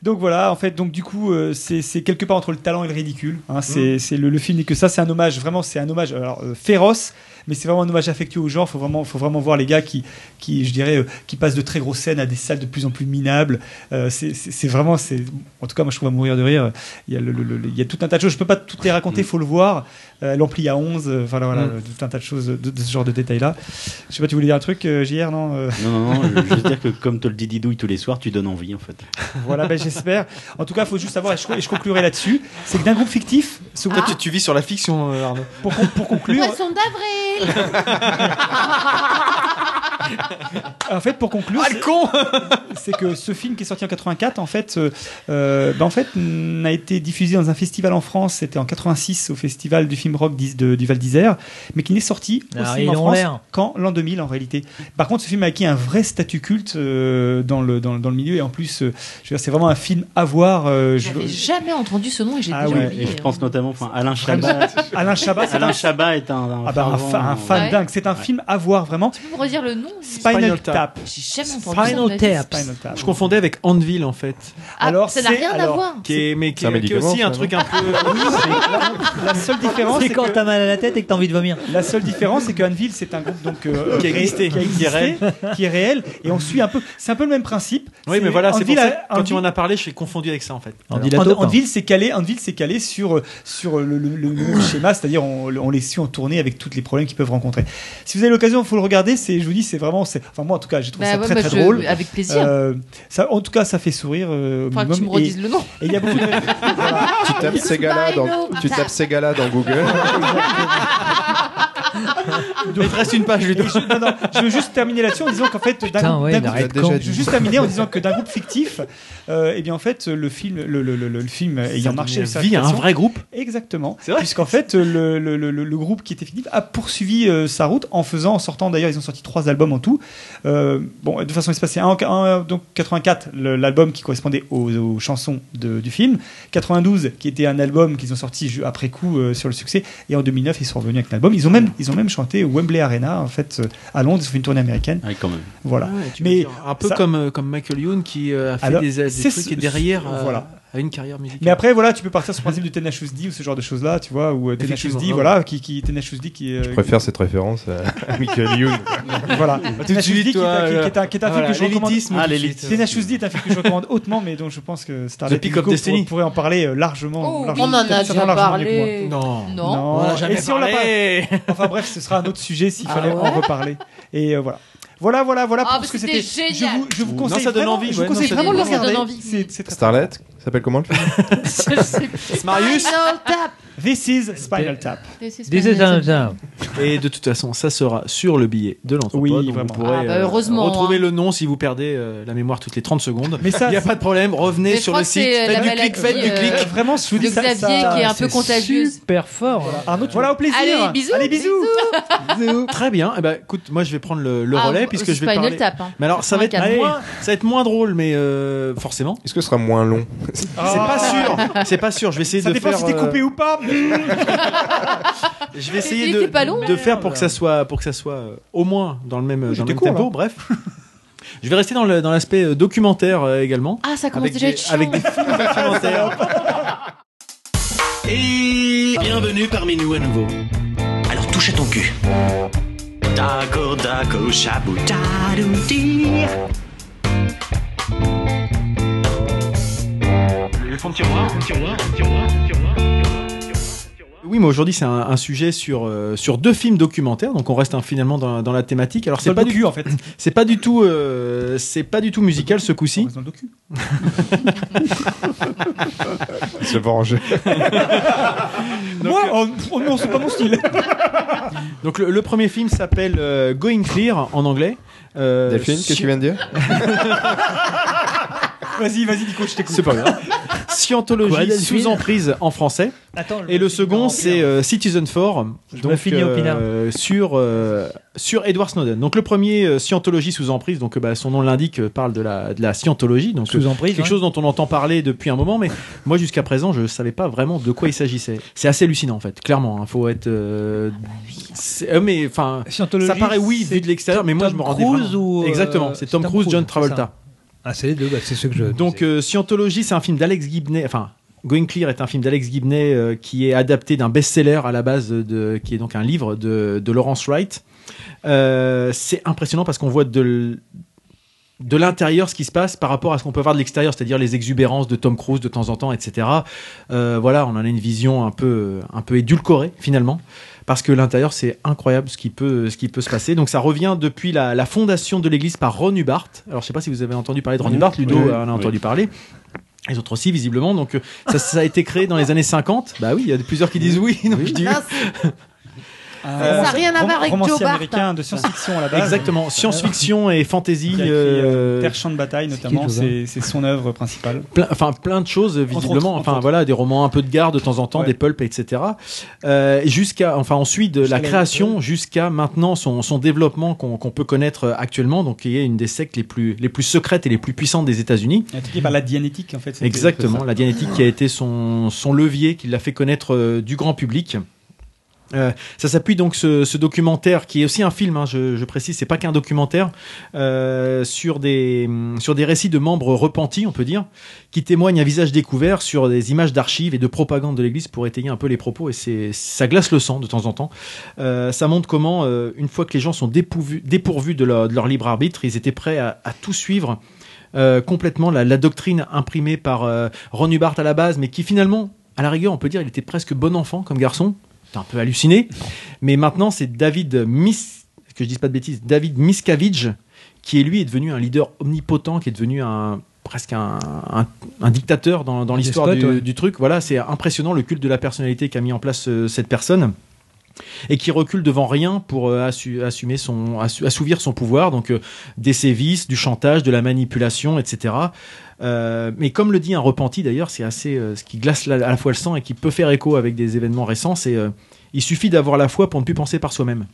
Donc voilà, en fait, donc du coup, euh, c'est c'est quelque
Mm.
part entre le talent et le ridicule. hein. c'est c'est le, le film n'est que ça. C'est un hommage, vraiment, c'est un hommage alors, euh, féroce, mais c'est vraiment un hommage affectueux au genre. Faut vraiment, faut vraiment voir les gars qui, qui je dirais, euh, qui passent de très grosses scènes à des salles de plus en plus minables. Euh, c'est- c'est c'est vraiment, c'est, en tout cas, moi je trouve à mourir de rire. Il y a, le- le- le- il y a tout un tas de choses. Je peux pas toutes les raconter, faut le voir. Euh, L'ampli à 11, euh, enfin là, voilà,
Mm.
euh, tout un tas de choses de, de ce genre de détails là. Je sais pas, tu voulais dire un truc, euh, JR, non euh
Non, non, non, je veux juste dire que comme te le dit Didouille tous les soirs, tu donnes envie en fait.
voilà, ben, j'espère. En tout cas, il faut juste savoir, et je, et je conclurai là-dessus, c'est que d'un groupe fictif, ce
Toi, Ah, tu, tu vis sur la fiction, euh, Arnaud.
Pour, con- pour conclure,
Poisson d'avril
en fait, pour conclure,
Ah,
c'est- c'est que ce film qui est sorti en 84, en fait, euh, euh, ben, en fait, n'a été diffusé dans un festival en France. C'était en 86 au festival du film rock d'Is- de- du Val d'Isère, mais qui n'est sorti au
Ah,
cinéma
ils
en
ont
France
l'air.
qu'en l'an 2000 en réalité. Par contre, ce film a acquis un vrai statut culte euh, dans, le, dans, le- dans le milieu et en plus, euh, je veux dire, c'est vraiment un film à voir. euh, je-
J'avais jamais entendu ce nom et j'ai
Ah
déjà
ouais,
oublié.
et je
hein.
pense notamment enfin, Alain
Vraiment.
Chabat.
Alain Chabat, c'est
Alain
un-
Chabat est un, un
Ah bah, un,
fervent-
fa- un fan
Ouais.
dingue. C'est un film à voir vraiment.
Tu peux me redire le nom
Spinal Tap.
J'ai jamais entendu ça de
Final
ma vie.
Tap. Je confondais avec Anvil en fait.
Ah, ça n'a
c'est-
rien à
alors,
voir.
Qui est, mais qui,
C'est un
qui est
médicament,
aussi un
ça,
truc
non
un peu.
La seule différence,
C'est quand t'as mal à la tête et que t'as envie de vomir.
La seule différence, c'est que Anvil, c'est un groupe donc
*laughs*
euh,
Qui a
ré-
existé,
qui a
qui est réel.
existé, qui est réel, et on suit un peu. C'est un peu le même principe.
Oui, mais voilà, c'est pour
Anvil
ça.
a-
que Quand tu
Anvil-
en as parlé, je suis confondu avec ça en hein. fait.
Anvil,
hein.
Anvil s'est calé, Anvil s'est calé sur euh, sur le, le- le- le même schéma, c'est-à-dire on, le- on les suit en tournée avec tous les problèmes qu'ils peuvent rencontrer. Si vous avez l'occasion, faut le regarder. C'est, je vous dis, c'est vraiment, c'est, enfin moi en tout cas, j'ai trouvé
Bah
ça
ouais,
très
moi,
très
je-
drôle.
avec plaisir.
Euh, ça, en tout cas, ça fait sourire. euh, au
Faudra que tu me
minimum. Et-
redises le nom.
Et il y a beaucoup de
*laughs*
Tu tapes Segala dans, tu tapes Segala dans Google.
Il te reste une page, Ludo.
Je, non, non, je veux juste terminer là-dessus en disant qu'en fait, d'un
Putain,
groupe-
ouais,
d'un
il
groupe-
arrête
je
quand
veux juste terminer en disant que d'un groupe fictif, euh, eh bien en fait, le film, le, le, le, le film ayant
donne
marché,
vie
sa
à un
réputation-
vrai groupe.
Exactement. Puisqu'en fait, euh, le, le, le, le- le groupe qui était fictif a poursuivi euh, sa route en faisant, en sortant d'ailleurs, ils ont sorti trois albums en tout. Euh, bon, de toute façon, il se passait un, en- un- donc 84, le- l'album qui correspondait aux, aux chansons de- du film, 92 qui était un album qu'ils ont sorti ju- après coup euh, sur le succès, et en 2009 ils sont revenus avec un album. Ils ont même, ils ont même chanté au Wembley Arena en fait euh, à Londres, ils ont fait une tournée américaine.
Ouais, Ah quand même.
Voilà.
Ah mais un peu
ça-
comme, euh, comme Michael Youn qui euh, a fait
Alors,
des, des
c'est
trucs
ce-
et derrière
ce-
euh,
voilà.
a une carrière musicale.
Mais après, voilà, tu peux partir sur le principe du Tenacious D ou ce genre de choses-là, tu vois, ou euh, Tenacious
Effectivement,
D,
ouais.
voilà, qui, qui Tenacious D qui.
Je préfère cette référence à Michael Youn.
*laughs* voilà.
Tout de
Tenacious D
suite,
qui, est un- qui est- qui est un, qui est un
toi, euh,
film que je
voilà,
recommande.
l'élitisme, Ah, tout de l'élite. suite.
Tenacious D est un film que je recommande hautement, mais dont je pense que Star
The Pick of Destiny.
pourrait en parler euh, largement.
Oh,
largement,
on en a
peut-être
déjà
certainement largement mieux que moi.
parlé.
Non.
Non.
On en a jamais
Et si on l'a
parlé.
pas- Enfin bref, ce sera un autre sujet s'il
Ah
fallait
ouais
en reparler. Et euh, voilà. Voilà, voilà, voilà.
Ah,
pour ce
mais
que
c'était
Je
génial.
vous, je vous
Non,
conseille
ça donne
vraiment,
envie,
je vous
ouais, non,
conseille
ça
vraiment de
donne
le
envie. Ça
regarder.
donne envie.
C'est c'est très
Starlet ça s'appelle comment le film
Marius
Final Tap.
This is Spinal Tap.
This is
This
Spinal
is
Tap.
Et de toute façon, ça sera sur le billet de l'entrepôt. Oui, vous pourrez
Ah, bah,
euh,
heureusement,
retrouver
hein.
le nom si vous perdez euh, la mémoire toutes les 30 secondes.
Mais ça, Ah,
il n'y a pas de problème. Revenez
Mais je
sur
crois
le
que
site.
c'est
Faites
la
du clic,
maladie,
faites du
euh,
clic.
Vraiment, je vous
de
dis ça-
Xavier
ça-
qui est un peu contagieuse.
Super fort.
Arnaud, voilà au plaisir.
Allez, bisous.
Allez, bisous.
Très bien. Eh ben, écoute, moi je vais prendre le, le
Ah,
relais
euh,
puisque
c'est
je vais
Spinal
parler.
Tap, hein.
Mais alors, ça va être
84.
moins, ça va être moins drôle, mais euh, forcément.
Est-ce que ce sera moins long
*laughs* Ah, C'est pas sûr. *laughs*
Ah.
C'est pas sûr. Je vais essayer
Ça
de
dépend
faire.
si t'es
euh,
coupé
*laughs*
ou pas.
Je vais
Il
essayer
était
de,
pas long,
euh, de faire pour que ça soit, pour que ça soit euh, au moins dans le même, dans le
j'étais
même
court,
tempo.
hein.
là.
Bref.
*laughs*
Je vais rester dans le- dans l'aspect euh, documentaire euh, également.
Ah, ça commence
avec
déjà à
des-
être chiant.
Avec des films documentaires.
Et bienvenue parmi nous à nouveau. Alors touche à ton cul. Dago, dago, chabou, tadoudi. Le fond de tiroir, fond de tiroir, fond de tiroir, fond de tiroir.
Oui, mais aujourd'hui c'est un, un sujet sur euh, sur deux films documentaires, donc on reste hein, finalement dans, dans la thématique. Alors c'est
Dans
pas
le
du
docu, en fait.
*clears throat* c'est pas du tout euh, c'est pas du tout musical ce coup-ci.
C'est vengé.
Moi,
euh,
euh,
oh, oh non, c'est pas mon style.
*laughs* Donc le, le premier film s'appelle euh, Going Clear en anglais. Euh,
Delphine, qu'est-ce que tu viens
*laughs*
de dire
Vas-y, vas-y, Nico, je t'écoute.
C'est pas grave. Scientologie
Quoi, Delphine
sous emprise en français.
Attends,
Et le second,
hein.
c'est euh, Citizen 4,
me
donc
finis au pinard.
euh, sur euh, sur Edward Snowden. Donc le premier, euh, Scientologie sous emprise. Donc euh, bah, son nom l'indique, euh, parle de la de la Scientologie. Donc
Sous
euh,
emprise,
quelque
ouais.
chose dont on entend parler depuis un moment, mais moi jusqu'à présent, je savais pas vraiment de quoi il s'agissait. C'est assez hallucinant en fait. Clairement, il faut être. euh, c'est- euh, mais enfin,
Scientologie,
ça paraît oui vu de l'extérieur, mais moi je me rendais
Cruise
vraiment-
ou, euh,
exactement. C'est Tom, Cruise, John Travolta.
Ah, c'est les deux, bah, c'est ce que je.
euh, Donc euh, Scientologie, c'est un film d'Alex Gibney, enfin Going Clear est un film d'Alex Gibney euh, qui est adapté d'un best-seller à la base, de, qui est donc un livre de, de Lawrence Wright. Euh, c'est impressionnant parce qu'on voit de l- de l'intérieur ce qui se passe par rapport à ce qu'on peut voir de l'extérieur, c'est-à-dire les exubérances de Tom Cruise de temps en temps, etc. Euh, voilà, on en a une vision un peu, un peu édulcorée finalement. Parce que l'intérieur, c'est incroyable ce qui, peut, ce qui peut se passer. Donc, ça revient depuis la, la fondation de l'église par Ron Hubbard. Alors, je sais pas si vous avez entendu parler de Ron
Oui.
Hubbard, Ludo
Oui, oui.
en a entendu
Oui.
parler. Les autres aussi, visiblement. Donc, euh, ça, ça a été créé dans les années 50. Bah oui, il y a plusieurs qui disent oui. donc je dis oui. Euh,
Ça n'a rien à voir avec Joe Bart.
Exactement. Science-fiction et fantasy.
Qui a écrit,
euh,
Terre Champ de Bataille,
qui,
notamment,
Joe Bart
c'est c'est son œuvre principale.
plein, enfin plein de choses visiblement
autres, entre
enfin voilà des romans un peu de gare de temps en temps des pulps etc Euh, jusqu'à enfin ensuite de la
la-
création jusqu'à maintenant son, son développement qu'on qu'on peut connaître euh, actuellement donc qui est une des sectes les plus les plus secrètes et les plus puissantes des États-Unis
Intrigué par la dianétique, en fait. c'était-
Exactement,
c'est ça.
la Dianétique qui a été son, son levier, qui l'a fait connaître euh, du grand public. Euh, ça s'appuie donc ce, ce documentaire qui est aussi un film, hein, je, je précise, c'est pas qu'un documentaire euh, sur des hum, sur des récits de membres repentis, on peut dire, qui témoignent à visage découvert sur des images d'archives et de propagande de l'Église pour étayer un peu les propos et c'est ça glace le sang de temps en temps. Euh, ça montre comment euh, une fois que les gens sont dépourvus, dépourvus de, leur, de leur libre arbitre, ils étaient prêts à, à tout suivre euh, complètement la, la doctrine imprimée par euh, Ron Hubbard à la base, mais qui finalement, à la rigueur, on peut dire, il était presque bon enfant comme garçon. T'es un peu halluciné. Mais maintenant, c'est David Mis, que je dise pas de bêtises, David Miscavige, qui est lui est devenu un leader omnipotent, qui est devenu un presque un, un- un dictateur dans, dans l'histoire
spots,
du,
ouais.
du truc. Voilà, c'est impressionnant le culte de la personnalité qu'a mis en place euh, cette personne et qui recule devant rien pour euh, assu- assumer son, assu- assouvir son pouvoir, donc euh, des sévices, du chantage, de la manipulation, etc. Euh, mais comme le dit un repenti d'ailleurs, c'est assez euh, ce qui glace la- à la fois le sang et qui peut faire écho avec des événements récents, c'est euh, il suffit d'avoir la foi pour ne plus penser par soi-même.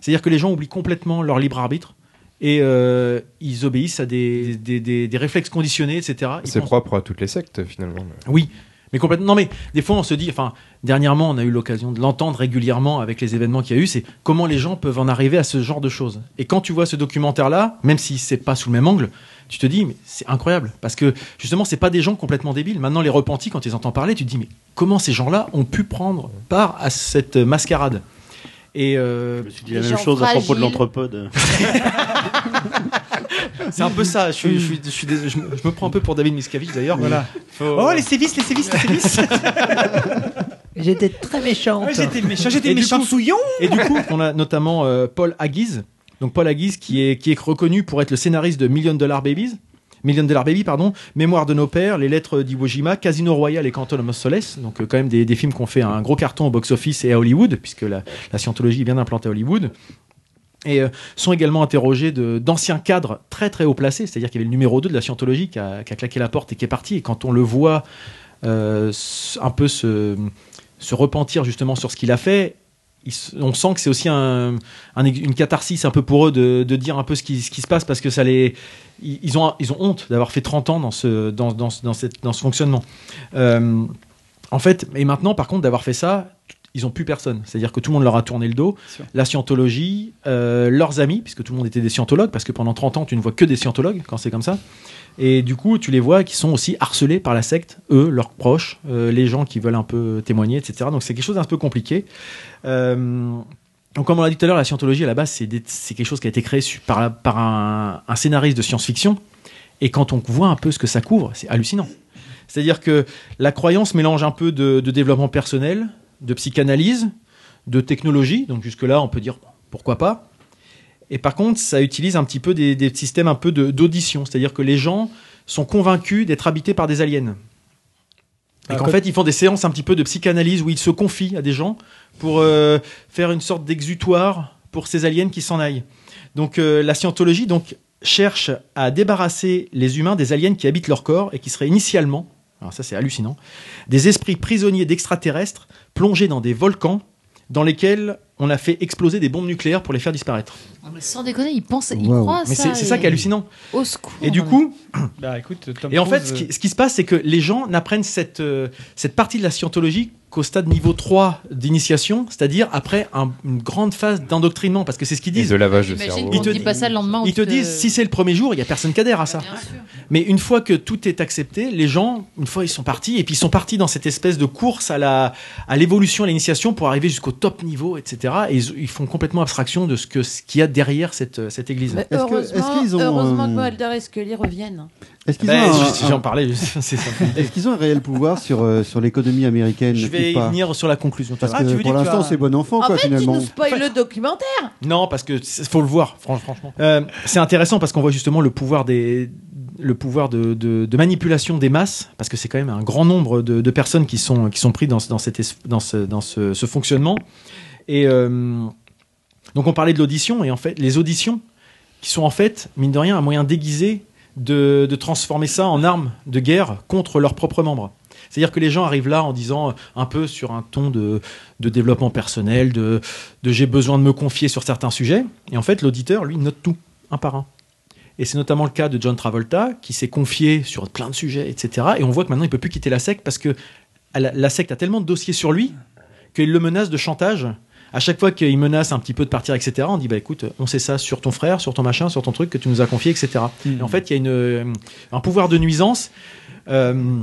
C'est-à-dire que les gens oublient complètement leur libre arbitre et euh, ils obéissent à des, des- des- des réflexes conditionnés, etc. Ils
C'est
pensent-
propre à toutes les sectes finalement.
oui, mais complètement. Non, mais des fois, on se dit, enfin, dernièrement, on a eu l'occasion de l'entendre régulièrement avec les événements qu'il y a eu, c'est comment les gens peuvent en arriver à ce genre de choses. Et quand tu vois ce documentaire-là, même si c'est pas sous le même angle, tu te dis, mais c'est incroyable. Parce que justement, c'est pas des gens complètement débiles. Maintenant, les repentis, quand ils entendent parler, tu te dis, mais comment ces gens-là ont pu prendre part à cette mascarade et euh, je me suis
dit la Les même gens chose à propos de fragiles. l'anthropode.
*laughs* C'est un peu ça. Je, suis- je suis- je suis dés- je me, je me prends un peu pour David Miscavige d'ailleurs.
Voilà.
Faut-
Oh, les sévices, les sévices, les sévices
J'étais très méchante.
J'étais méchant, j'étais
Et du
méchant
coup-
souillon
Et du coup, on a notamment euh, Paul Haggis. Donc Paul Haggis qui est, qui est reconnu pour être le scénariste de Million Dollar Babies. Million Dollar Baby, pardon, Mémoire de nos pères, Les Lettres d'Iwo Jima, Casino Royal et Canton of Solace. Donc, euh, quand même des, des films qui ont fait un gros carton au box-office et à Hollywood, puisque la, la scientologie est bien implantée à Hollywood. Et euh, sont également interrogés de- d'anciens cadres très très haut placés, c'est-à-dire qu'il y avait le numéro 2 de la scientologie qui a, qui a claqué la porte et qui est parti. Et quand on le voit euh, s- un peu se, se repentir justement sur ce qu'il a fait, il s- on sent que c'est aussi un- un ex- une catharsis un peu pour eux de, de dire un peu ce qui, ce qui se passe parce que ça les. Ils ils ont, ils ont honte d'avoir fait 30 ans dans ce, dans, dans, ce- dans cette- dans ce fonctionnement. Euh, en fait, et maintenant, par contre, d'avoir fait ça, ils ont plus personne. C'est-à-dire que tout le monde leur a tourné le dos. La scientologie, euh, leurs amis, puisque tout le monde était des scientologues, parce que pendant 30 ans, tu ne vois que des scientologues quand c'est comme ça. Et du coup, tu les vois qui sont aussi harcelés par la secte, eux, leurs proches, euh, les gens qui veulent un peu témoigner, etc. Donc c'est quelque chose d'un peu compliqué. Euh, donc, comme on l'a dit tout à l'heure, la scientologie à la base, c'est des- c'est quelque chose qui a été créé su- par, la- par un, un scénariste de science-fiction. Et quand on voit un peu ce que ça couvre, c'est hallucinant. C'est-à-dire que la croyance mélange un peu de, de développement personnel, de psychanalyse, de technologie. Donc jusque-là, on peut dire bon, pourquoi pas. Et par contre, ça utilise un petit peu des, des systèmes un peu de- d'audition. C'est-à-dire que les gens sont convaincus d'être habités par des aliens. Et
Ah,
qu'en
comme-
fait, ils font des séances un petit peu de psychanalyse où ils se confient à des gens pour euh, faire une sorte d'exutoire pour ces aliens qui s'en aillent. Donc euh, la scientologie donc, cherche à débarrasser les humains des aliens qui habitent leur corps et qui seraient initialement, alors ça c'est hallucinant, des esprits prisonniers d'extraterrestres plongés dans des volcans dans lesquels on a fait exploser des bombes nucléaires pour les faire disparaître.
Sans déconner, ils pensent, ils
Waouh.
croient à
Oh. Mais
Oh, ça. Oh,
c'est- c'est ça
et-
qui est hallucinant.
Au secours. hein.
Et du coup,
Bah écoute, Tom
et en fait,
Cruise,
ce
euh,
qui, ce qui se passe, c'est que les gens n'apprennent cette, euh, cette partie de la scientologie qu'au stade niveau 3 d'initiation, c'est-à-dire après un- une grande phase d'endoctrinement, parce que c'est ce qu'ils
Et
disent.
de lavage de
J'imagine
Ils
qu'on
te,
ne dit euh, pas ça le lendemain. on
ils te disent, si c'est le premier jour, il n'y a personne qui adhère à ça. Mais une fois que tout est accepté, les gens, une fois ils sont partis, et puis ils sont partis dans cette espèce de course à la à l'évolution, à l'initiation, pour arriver jusqu'au top niveau, etc. Et ils, ils font complètement abstraction de ce que ce qu'il y a derrière cette, cette église.
Mais heureusement,
qu'ils ont,
heureusement
euh,
que Mulder et Scully reviennent. hein.
Est-ce qu'ils
Ben,
ont un-
si j'en
un-
parlais, je- c'est ça.
Est-ce qu'ils ont un réel pouvoir sur, euh, sur l'économie américaine
Je vais
ou
y
pas
venir sur la conclusion. Ah, de toute
Parce
façon.
que pour l'instant, c'est bon enfant,
en
quoi,
fait,
finalement.
tu nous spoil le documentaire.
Non, parce que c'est- faut le voir, fran- franchement. Euh, c'est intéressant parce qu'on voit justement le pouvoir des le pouvoir de, de- de manipulation des masses, parce que c'est quand même un grand nombre de, de personnes qui sont, qui sont prises dans, ce- dans, cet es- dans, ce, dans ce, ce fonctionnement. Et euh, donc on parlait de l'audition, et en fait, les auditions, qui sont en fait, mine de rien, un moyen déguisé de, de transformer ça en arme de guerre contre leurs propres membres. C'est-à-dire que les gens arrivent là en disant euh, un peu sur un ton de, de développement personnel, de, de j'ai besoin de me confier sur certains sujets. Et en fait, l'auditeur, lui, note tout, un par un. Et c'est notamment le cas de John Travolta, qui s'est confié sur plein de sujets, etc. Et on voit que maintenant, il peut plus quitter la secte parce que la, la secte a tellement de dossiers sur lui qu'il le menace de chantage. À chaque fois qu'il menace un petit peu de partir, etc., on dit bah écoute, on sait ça sur ton frère, sur ton machin, sur ton truc que tu nous as confié, etc. Et en fait, il y a une, euh, un pouvoir de nuisance. euh,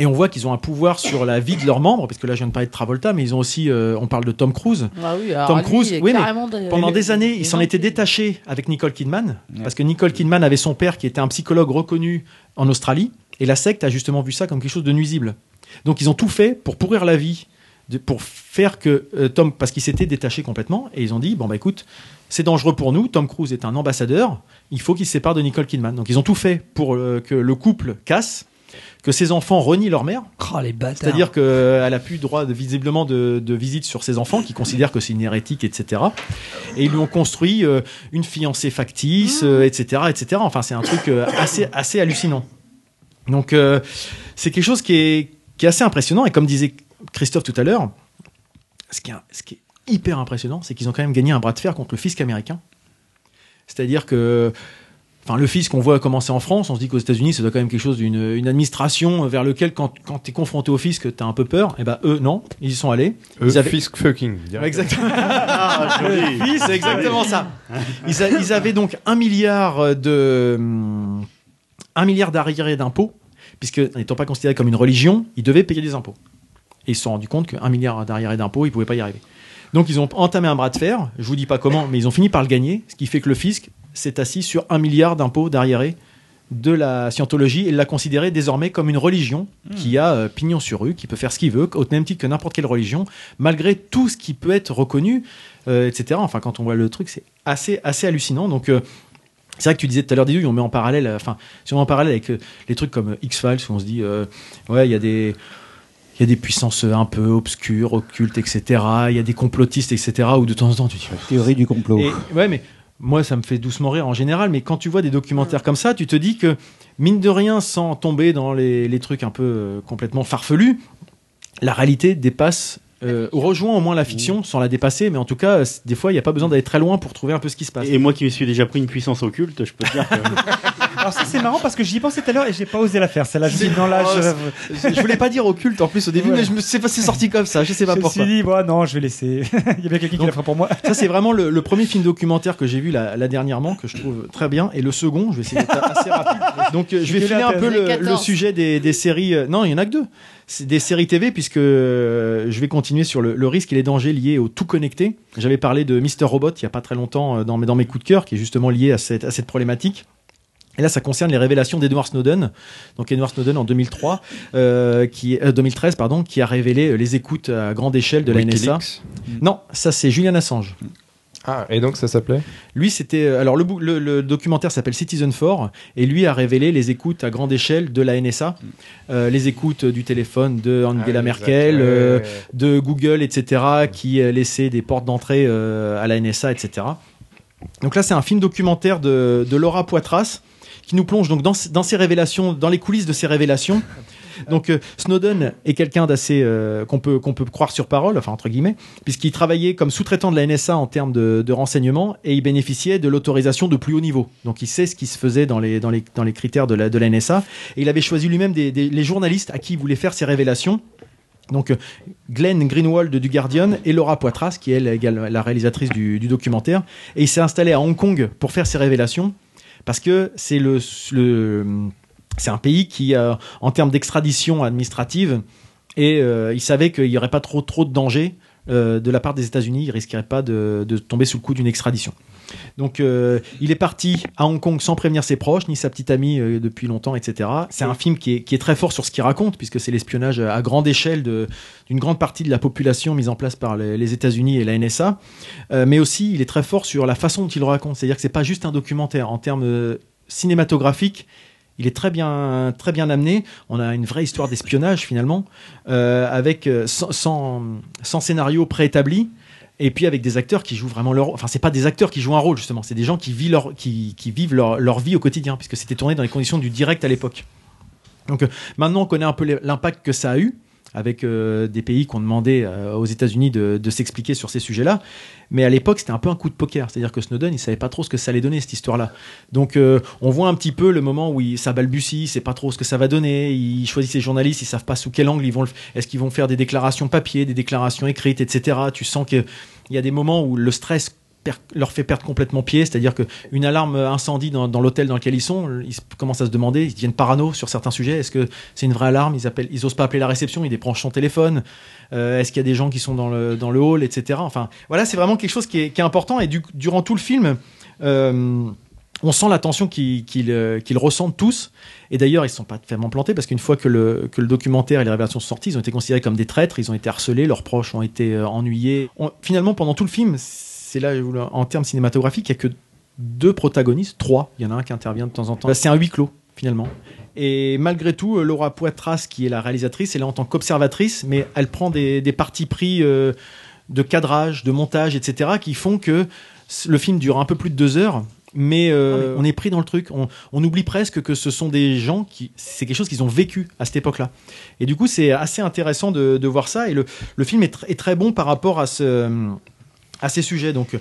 et on voit qu'ils ont un pouvoir sur la vie de leurs membres, parce que là je viens de parler de Travolta, mais ils ont aussi, euh, on parle de Tom Cruise,
Ah oui, alors
Tom
lui,
Cruise,
il est
oui, mais
carrément de-
pendant
il est-
des années,
il est
il s'en
gentil.
était détaché avec Nicole Kidman, parce que Nicole Kidman avait son père qui était un psychologue reconnu en Australie, et la secte a justement vu ça comme quelque chose de nuisible. Donc ils ont tout fait pour pourrir la vie, de- pour faire que euh, Tom, parce qu'il s'était détaché complètement, et ils ont dit bon bah écoute, c'est dangereux pour nous, Tom Cruise est un ambassadeur, il faut qu'il se sépare de Nicole Kidman. Donc ils ont tout fait pour euh, que le couple casse, que ses enfants renient leur mère.
les bâtards.
C'est-à-dire qu'elle a plus droit de, visiblement de, de visite sur ses enfants, qui considèrent que c'est une hérétique, etc. Et ils lui ont construit euh, une fiancée factice, euh, etc., etc. Enfin, c'est un truc euh, assez, assez hallucinant. Donc, euh, c'est quelque chose qui est, qui est assez impressionnant. Et comme disait Christophe tout à l'heure, ce qui est, ce qui est hyper impressionnant, c'est qu'ils ont quand même gagné un bras de fer contre le fisc américain. C'est-à-dire que Enfin, le fisc qu'on voit commencer en France, on se dit qu'aux États-Unis, ça doit quand même quelque chose d'une une administration vers lequel, quand, quand tu es confronté au fisc, tu as un peu peur. Et ben eux, non, ils y sont allés.
Eux,
Ils avaient-
fisc fucking.
*laughs*
direct.
Exactement.
Ah, joli.
Oui, c'est exactement ça. Ils, a- ils avaient donc un milliard euh, de hum, un milliard d'arriérés d'impôts, puisque n'étant pas considérés comme une religion, ils devaient payer des impôts. Et ils se sont rendus compte qu'un milliard d'arriérés d'impôts, ils pouvaient pas y arriver. Donc ils ont entamé un bras de fer. Je vous dis pas comment, mais ils ont fini par le gagner, ce qui fait que le fisc s'est assis sur un milliard d'impôts d'arriérés de la scientologie et l'a considéré désormais comme une religion qui a euh, pignon sur rue, qui peut faire ce qu'il veut, au même titre que n'importe quelle religion, malgré tout ce qui peut être reconnu, euh, etc. Enfin, quand on voit le truc, c'est assez, assez hallucinant. Donc, euh, c'est vrai que tu disais tout à l'heure, Didou, on met en parallèle, euh, enfin, si on met en parallèle avec euh, les trucs comme euh, X-Files, où on se dit, euh, ouais, il y a des. Il y a des puissances euh, un peu obscures, occultes, etc. Il y a des complotistes, etc. Ou de temps en temps, tu dis.
Théorie du complot.
Et- ouais, mais moi, ça me fait doucement rire en général. Mais quand tu vois des documentaires comme ça, tu te dis que, mine de rien, sans tomber dans les, les trucs un peu euh, complètement farfelus, la réalité dépasse. euh, ou rejoint au moins la fiction sans la dépasser, mais en tout cas, euh, c- des fois, il n'y a pas besoin d'aller très loin pour trouver un peu ce qui se passe.
Et moi qui me suis déjà pris une puissance occulte, je peux te dire que.
Alors ça c'est marrant parce que j'y pensais tout à l'heure et j'ai pas osé la faire. Celle-là, je me suis dit, non là, je,
je,
*laughs*
voulais pas dire occulte en plus au début,
Voilà.
mais je me sais pas, c'est sorti comme ça, je sais pas
je me
pourquoi.
suis dit bon non, je vais laisser. *laughs* Il y a bien quelqu'un qui la fera pour moi.
Ça, c'est vraiment le, le premier film documentaire que j'ai vu la, la dernièrement, que je trouve très bien. Et le second, je vais essayer d'être assez rapide.
*laughs*
Donc, euh, je vais
Parce que
filer
là,
un
t'as-
peu le,
Les 14.
le sujet des, des séries. euh, non, il y en a que deux. C'est des séries TV, puisque euh, je vais continuer sur le, le risque et les dangers liés au tout connecté. J'avais parlé de Mister Robot il y a pas très longtemps euh, dans, mes- dans mes coups de cœur, qui est justement lié à cette, à cette problématique. Et là, ça concerne les révélations d'Edward Snowden. Donc, Edward Snowden en 2003, euh, qui, euh, 2013, pardon, qui a révélé euh, les écoutes à grande échelle de la NSA.
Wikileaks.
Non, ça, c'est Julian Assange.
Ah, et donc ça s'appelait
Lui, c'était. euh, Alors, le, bou- le- le documentaire s'appelle Citizen 4 et lui a révélé les écoutes à grande échelle de la NSA, euh, les écoutes du téléphone de Angela
oui,
Merkel,
Mm. Ah, exact, ouais,
euh,
ouais, ouais.
de Google, etc., qui euh, laissaient des portes d'entrée euh, à la NSA, etc. Donc là, c'est un film documentaire
*laughs*
de, de Laura Poitras qui nous plonge donc dans, ce- dans ces révélations, dans les coulisses de ces révélations. Donc euh, Snowden est quelqu'un d'assez euh, qu'on peut qu'on peut croire sur parole, enfin entre guillemets, puisqu'il travaillait comme sous-traitant de la NSA en termes de, de renseignements et il bénéficiait de l'autorisation de plus haut niveau. Donc il sait ce qui se faisait dans les dans les dans les critères de la de la NSA et il avait choisi lui-même des- des- les journalistes à qui il voulait faire ses révélations. Donc euh, Glenn Greenwald du Guardian et Laura Poitras, qui est elle, égale- la réalisatrice du, du documentaire. Et il s'est installé à Hong Kong pour faire ses révélations, parce que c'est le, le- c'est un pays qui, euh, en termes d'extradition administrative, et euh, il savait qu'il n'y aurait pas trop, trop de danger euh, de la part des États-Unis, il risquerait pas de, de tomber sous le coup d'une extradition. Donc euh, il est parti à Hong Kong sans prévenir ses proches, ni sa petite amie euh, depuis longtemps, etc. C'est un film qui est, qui est très fort sur ce qu'il raconte, puisque c'est l'espionnage à grande échelle de- d'une grande partie de la population mise en place par les, les États-Unis et la NSA. Euh, mais aussi, il est très fort sur la façon dont il le raconte. C'est-à-dire que c'est pas juste un documentaire. En termes euh, cinématographiques, il est très bien, très bien amené. On a une vraie histoire d'espionnage finalement, euh, avec euh, sans, sans, sans scénario préétabli. Et puis avec des acteurs qui jouent vraiment leur, enfin c'est pas des acteurs qui jouent un rôle justement, c'est des gens qui vivent leur, qui, qui vivent leur, leur vie au quotidien puisque c'était tourné dans les conditions du direct à l'époque. Donc euh, maintenant on connaît un peu les- l'impact que ça a eu avec euh, des pays qui ont demandé euh, aux États-Unis de, de s'expliquer sur ces sujets-là. Mais à l'époque, c'était un peu un coup de poker. C'est-à-dire que Snowden, il savait pas trop ce que ça allait donner, cette histoire-là. Donc, euh, on voit un petit peu le moment où il, ça balbutie, il sait pas trop ce que ça va donner. Il choisit ses journalistes, ils savent pas sous quel angle ils vont le... Est-ce qu'ils vont faire des déclarations papier, des déclarations écrites, etc. Tu sens qu'il y a des moments où le stress per- leur fait perdre complètement pied, c'est-à-dire qu'une alarme incendie dans, dans l'hôtel dans lequel ils sont, ils se- commencent à se demander, ils deviennent parano sur certains sujets, est-ce que c'est une vraie alarme ils, appellent, ils osent pas appeler la réception, ils débranchent son téléphone, Euh, est-ce qu'il y a des gens qui sont dans le, dans le hall, etc. Enfin, voilà, c'est vraiment quelque chose qui est, qui est important, et du- durant tout le film, euh, on sent la tension qu'ils qu'ils, euh, qu'ils ressentent tous. Et d'ailleurs, ils ne sont pas fermement plantés parce qu'une fois que le, que le documentaire et les révélations sont sorties, ils ont été considérés comme des traîtres, ils ont été harcelés, leurs proches ont été euh, ennuyés. On- finalement, pendant tout le film, c'est là, je voulais- en termes cinématographiques, il n'y a que deux protagonistes, trois. Il y en a un qui intervient de temps en temps. Bah, C'est un huis clos, finalement. Et malgré tout, euh, Laura Poitras, qui est la réalisatrice, elle est là en tant qu'observatrice, mais elle prend des, des partis pris euh, de cadrage, de montage, etc., qui font que c- le film dure un peu plus de deux heures. Mais, euh, on est pris dans le truc. On, on oublie presque que ce sont des gens qui. C'est quelque chose qu'ils ont vécu à cette époque-là. Et du coup, c'est assez intéressant de, de voir ça. Et le, le film est, tr- est très bon par rapport à, ce, à ces sujets. Donc euh,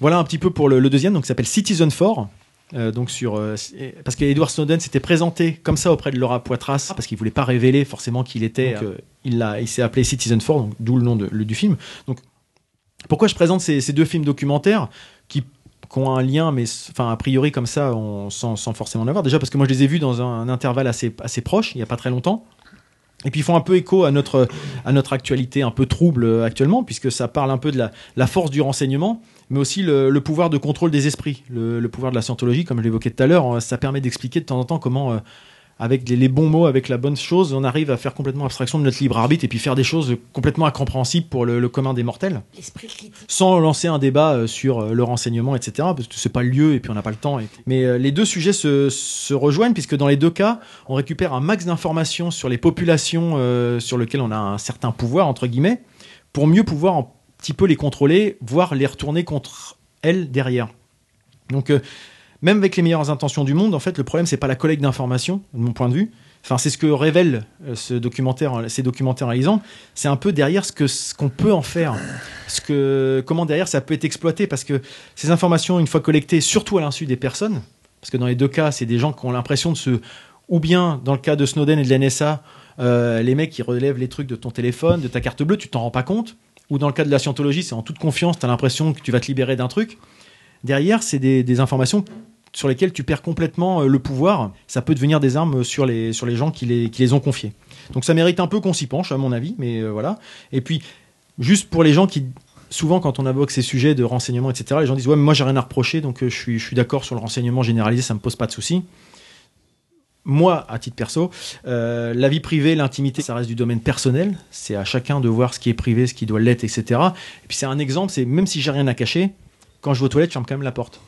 voilà un petit peu pour le, le deuxième, donc qui s'appelle Citizen 4. euh, donc sur euh, c- et- parce que Edward Snowden s'était présenté comme ça auprès de Laura Poitras parce qu'il voulait pas révéler forcément qui il était
Donc,
Donc, euh, il l'a il s'est appelé Citizen 4 donc d'où le nom de- le- du film donc pourquoi je présente ces, ces deux films documentaires qui, qui ont un lien, mais s- enfin, a priori comme ça, on, sans, sans forcément en avoir Déjà parce que moi, je les ai vus dans un, un intervalle assez, assez proche, il n'y a pas très longtemps. Et puis ils font un peu écho à notre, à notre actualité un peu trouble euh, actuellement, puisque ça parle un peu de la, la force du renseignement, mais aussi le, le pouvoir de contrôle des esprits, le, le pouvoir de la scientologie, comme je l'évoquais tout à l'heure. euh, Ça permet d'expliquer de temps en temps comment, euh, avec les, les bons mots, avec la bonne chose, on arrive à faire complètement abstraction de notre libre arbitre et puis faire des choses complètement incompréhensibles pour le- le commun des mortels
L'esprit critique.
sans lancer un débat euh, sur euh, le renseignement, etc., parce que c'est pas le lieu et puis on n'a pas le temps. et- Mais euh, les deux sujets se, se rejoignent puisque dans les deux cas, on récupère un max d'informations sur les populations euh, sur lesquelles on a un certain pouvoir entre guillemets, pour mieux pouvoir un petit peu les contrôler, voire les retourner contre elles derrière. Donc euh, même avec les meilleures intentions du monde, en fait, le problème c'est pas la collecte d'informations, de mon point de vue. Enfin, c'est ce que révèle euh, ce documentaire, ces documentaires réalisants. C'est un peu derrière ce que ce qu'on peut en faire, ce que comment derrière ça peut être exploité, parce que ces informations, une fois collectées, surtout à l'insu des personnes, parce que dans les deux cas, c'est des gens qui ont l'impression de se, ou bien dans le cas de Snowden et de la NSA, euh, les mecs qui relèvent les trucs de ton téléphone, de ta carte bleue, tu t'en rends pas compte. Ou dans le cas de la scientologie, c'est en toute confiance, tu as l'impression que tu vas te libérer d'un truc. Derrière, c'est des, des informations sur lesquelles tu perds complètement euh, le pouvoir. Ça peut devenir des armes euh, sur les, sur les gens qui les, qui les ont confiés. Donc ça mérite un peu qu'on s'y penche, à mon avis, mais euh, voilà. Et puis, juste pour les gens qui. Souvent, quand on invoque ces sujets de renseignement, etc., les gens disent Ouais, mais moi, j'ai rien à reprocher, donc euh, je suis, je suis d'accord sur le renseignement généralisé, ça me pose pas de soucis moi, à titre perso, euh, la vie privée, l'intimité, ça reste du domaine personnel. C'est à chacun de voir ce qui est privé, ce qui doit l'être, etc. Et puis c'est un exemple, c'est même si j'ai rien à cacher, quand je vais aux toilettes, je ferme quand même la porte.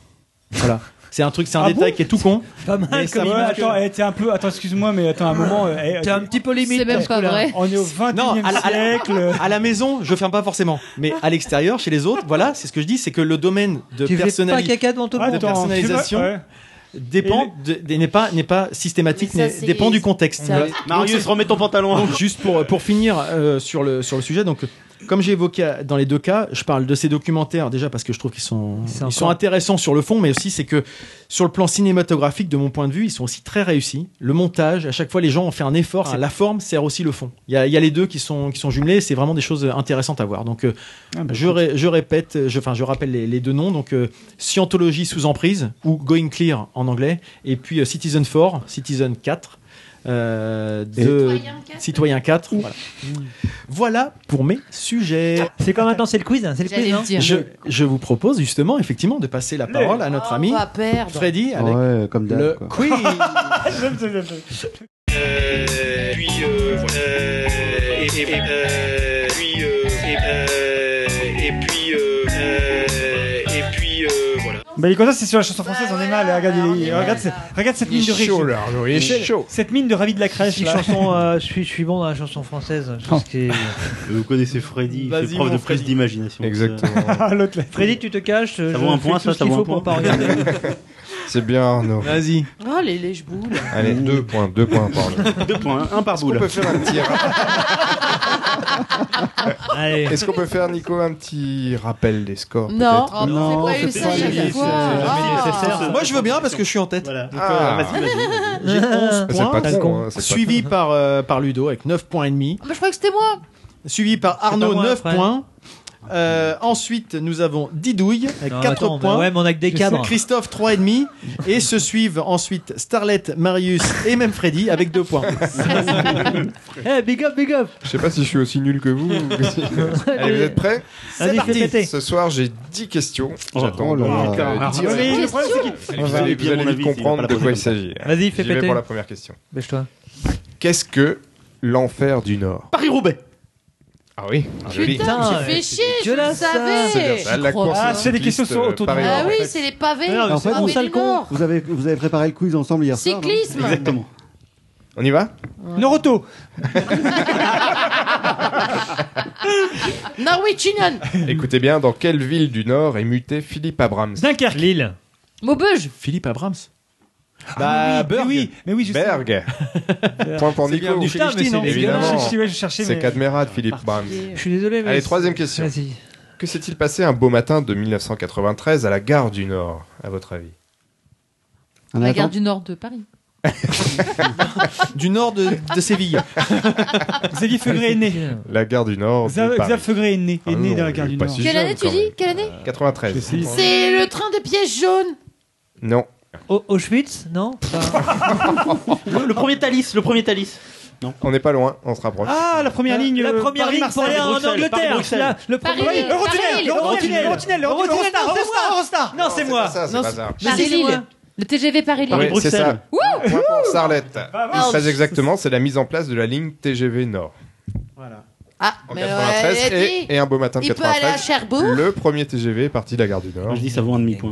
Voilà. C'est un truc, c'est un
Ah
détail
bon
qui est tout con.
Pas mal
mais ça
comme
marque.
image. Attends, eh, t'es un peu. Attends, excuse-moi, mais attends un moment. eh,
Ah. T'es un petit peu limite, C'est même parce pas que là, vrai.
On est au 20
Non, à la, à la-
siècle.
à la maison, je ferme pas forcément. Mais à l'extérieur, chez les autres, voilà, c'est ce que je dis, c'est que le domaine de
Tu fais pas
personnali-
caca devant tout le
de
monde.
personnalisation,
Attends, tu vas- ouais.
dépend de- de- n'est pas n'est pas systématique
Mais ça,
n'est-
c'est-
dépend du contexte.
ça-
Voilà.
Marius,
Donc, c'est-
remets ton pantalon.
Donc, juste pour pour finir euh, sur le sur le sujet donc comme j'ai évoqué euh, dans les deux cas, je parle de ces documentaires déjà parce que je trouve qu'ils sont ils sont intéressants sur le fond mais aussi c'est que sur le plan cinématographique de mon point de vue, ils sont aussi très réussis. Le montage, à chaque fois les gens ont fait un effort, C'est- la forme sert aussi le fond. Il y a, il y a les deux qui sont qui sont jumelés, c'est vraiment des choses euh, intéressantes à voir. Donc euh, je, ré- je répète, je, enfin, je rappelle les, les deux noms. Donc, euh, Scientologie sous emprise ou Going Clear en anglais, et puis euh, Citizen 4, Citizen 4. euh, de Citoyen 4. Voilà. Voilà pour mes sujets.
C'est quand maintenant, c'est le quiz. c'est le quiz, hein.
Je, je vous propose justement, effectivement, de passer la parole à notre ami
va perdre.
Freddy avec
Ouais, comme d'hab,
le
quoi.
quiz. *laughs*
puis, et, puis, et puis, et puis, voilà.
Bah, Nicolas, c'est sur la chanson française, on est mal. Regarde, il- il- regarde, ce- regarde cette
Il est
mine de
chaud,
riche.
là, Arnaud, il est
Cette-
chaud.
Cette mine de ravi de la crèche.
Si,
là. Ah
chanson, euh, je, suis, je suis bon dans la chanson française. je pense que-
Euh,
Vous connaissez Freddy, il
Vas-y,
fait preuve
mon
de prise
Freddy. *laughs*
d'imagination.
Ah, l'autre, là.
Freddy, tu te caches. Ça
vaut un point, ça, ça vaut un point.
C'est bien Arnaud.
Vas-y.
Oh, les lèches boules.
Allez, deux points, deux points par là.
Deux points, un par boule.
On peut faire un petit
Allez.
Est-ce qu'on peut faire, Nico, un petit rappel des scores
Non.
peut-être
Oh, c'est Non, pas c'est ça, pas j'aime nécessaire. pas. C'est jamais Ah. nécessaire.
Moi, je veux bien parce que je suis en tête.
Ah.
Vas-y,
vas-y.
*laughs*
J'ai 11
C'est le
points,
patron, hein, c'est le
suivi par, euh, par Ludo avec 9 points et demi,
Ah, bah, je crois que c'était moi.
suivi par Arnaud
pas moi,
9
Fred.
points. Euh, ensuite, nous avons Didouille avec
Non,
4
attends,
points.
bah ouais, mais on a que des
Je
cadres.
sais. Christophe 3 et demi
*laughs*
et se suivent ensuite Starlet, Marius et même Freddy avec 2 points.
*laughs* Eh, big up, big up
Je sais pas si je suis aussi nul que
*laughs*
vous. ou si- Allez, vous êtes prêts
Vas-y,
C'est
fais péter.
parti. Ce soir, j'ai 10 questions. J'attends.
oh là
donc,
là.
euh,
Ah,
direct.
mais le problème, c'est
qu'il-
Vous allez, vous allez
Vas-y,
vite comprendre de quoi il s'agit.
Vas-y, fais
J'y vais
péter.
pour la première question.
Bêche-toi.
Qu'est-ce que l'enfer du Nord
Paris-Roubaix.
Ah oui.
Putain,
tu fais chier,
Ah je le savais.
C'est
Eh,
bien ça, la course
Ah, c'est des questions sur
cycliste,
autour du
euh,
Nord,
Paris-Nord.
Ah
en
oui,
fait.
c'est les pavés.
Mais non, mais
En fait,
Ah,
on
mais
sait
les Nord.
Vous avez, vous avez préparé le quiz ensemble hier soir. non
Cyclisme. Exactement.
On y va
Noroto.
Norwichinen.
Ah, *laughs* Écoutez bien, dans quelle ville du Nord est muté Philippe Abrams
Dunkerque.
Lille.
Maubeuge.
Philippe Abrams
Bah,
Mais
Berg.
oui, mais oui, je sais. *laughs*
Berg. Point pour
C'est
Nico.
bienvenu chez Putain, les mais ch'tis, c'est non dégueulasse.
Évidemment.
Chez les ch'tis, ouais, hein. je cherchais,
C'est
mais-
Cadmerat, Philippe Abrams.
Je suis désolé, mais.
Allez, troisième question.
Vas-y.
Que s'est-il passé un beau matin de 1993 à la gare du Nord, à votre avis
La gare du Nord de Paris.
*laughs* Du Nord de, de Séville.
*laughs* Xavier Feugré est né.
La gare du Nord. de
Xavier
Paris.
Feugré est né.
Ah
Est né
non,
dans la gare
il est
du
pas
Nord.
si
Quelle
jeune,
année tu
quand Euh,
dis Quelle année
93.
C'est le train de pièces jaunes.
Non.
Au- Auschwitz, non *laughs*
Le premier Thalys, le premier Thalys.
On n'est pas loin, on se rapproche.
Ah, la première ligne.
La
euh,
première
Paris,
ligne pour
Marseille,
aller en
Bruxelles, Paris,
Angleterre.
Bruxelles.
Là, le premier.
Oui, Eurotunnel,
Paris,
Eurotunnel,
Eurotunnel,
Eurotunnel, Eurotunnel,
Eurostar,
Eurostar, Eurostar.
Non, c'est moi.
Ça, c'est
Non,
pas ça.
Mais si, c'est
Paris-Lille.
moi.
Le TGV Paris-Lille.
Oui, c'est ça.
Wouh
Point pour Sarlette.
Bah,
Bravo.
Très exactement, c'est la mise en place de la ligne TGV Nord.
Ah,
En
mais
93
ouais,
et,
il a dit.
et un beau matin de
Il peut aller
93.
à Cherbourg.
Le premier TGV est parti de la gare du Nord.
Je dis ça vaut un demi-point.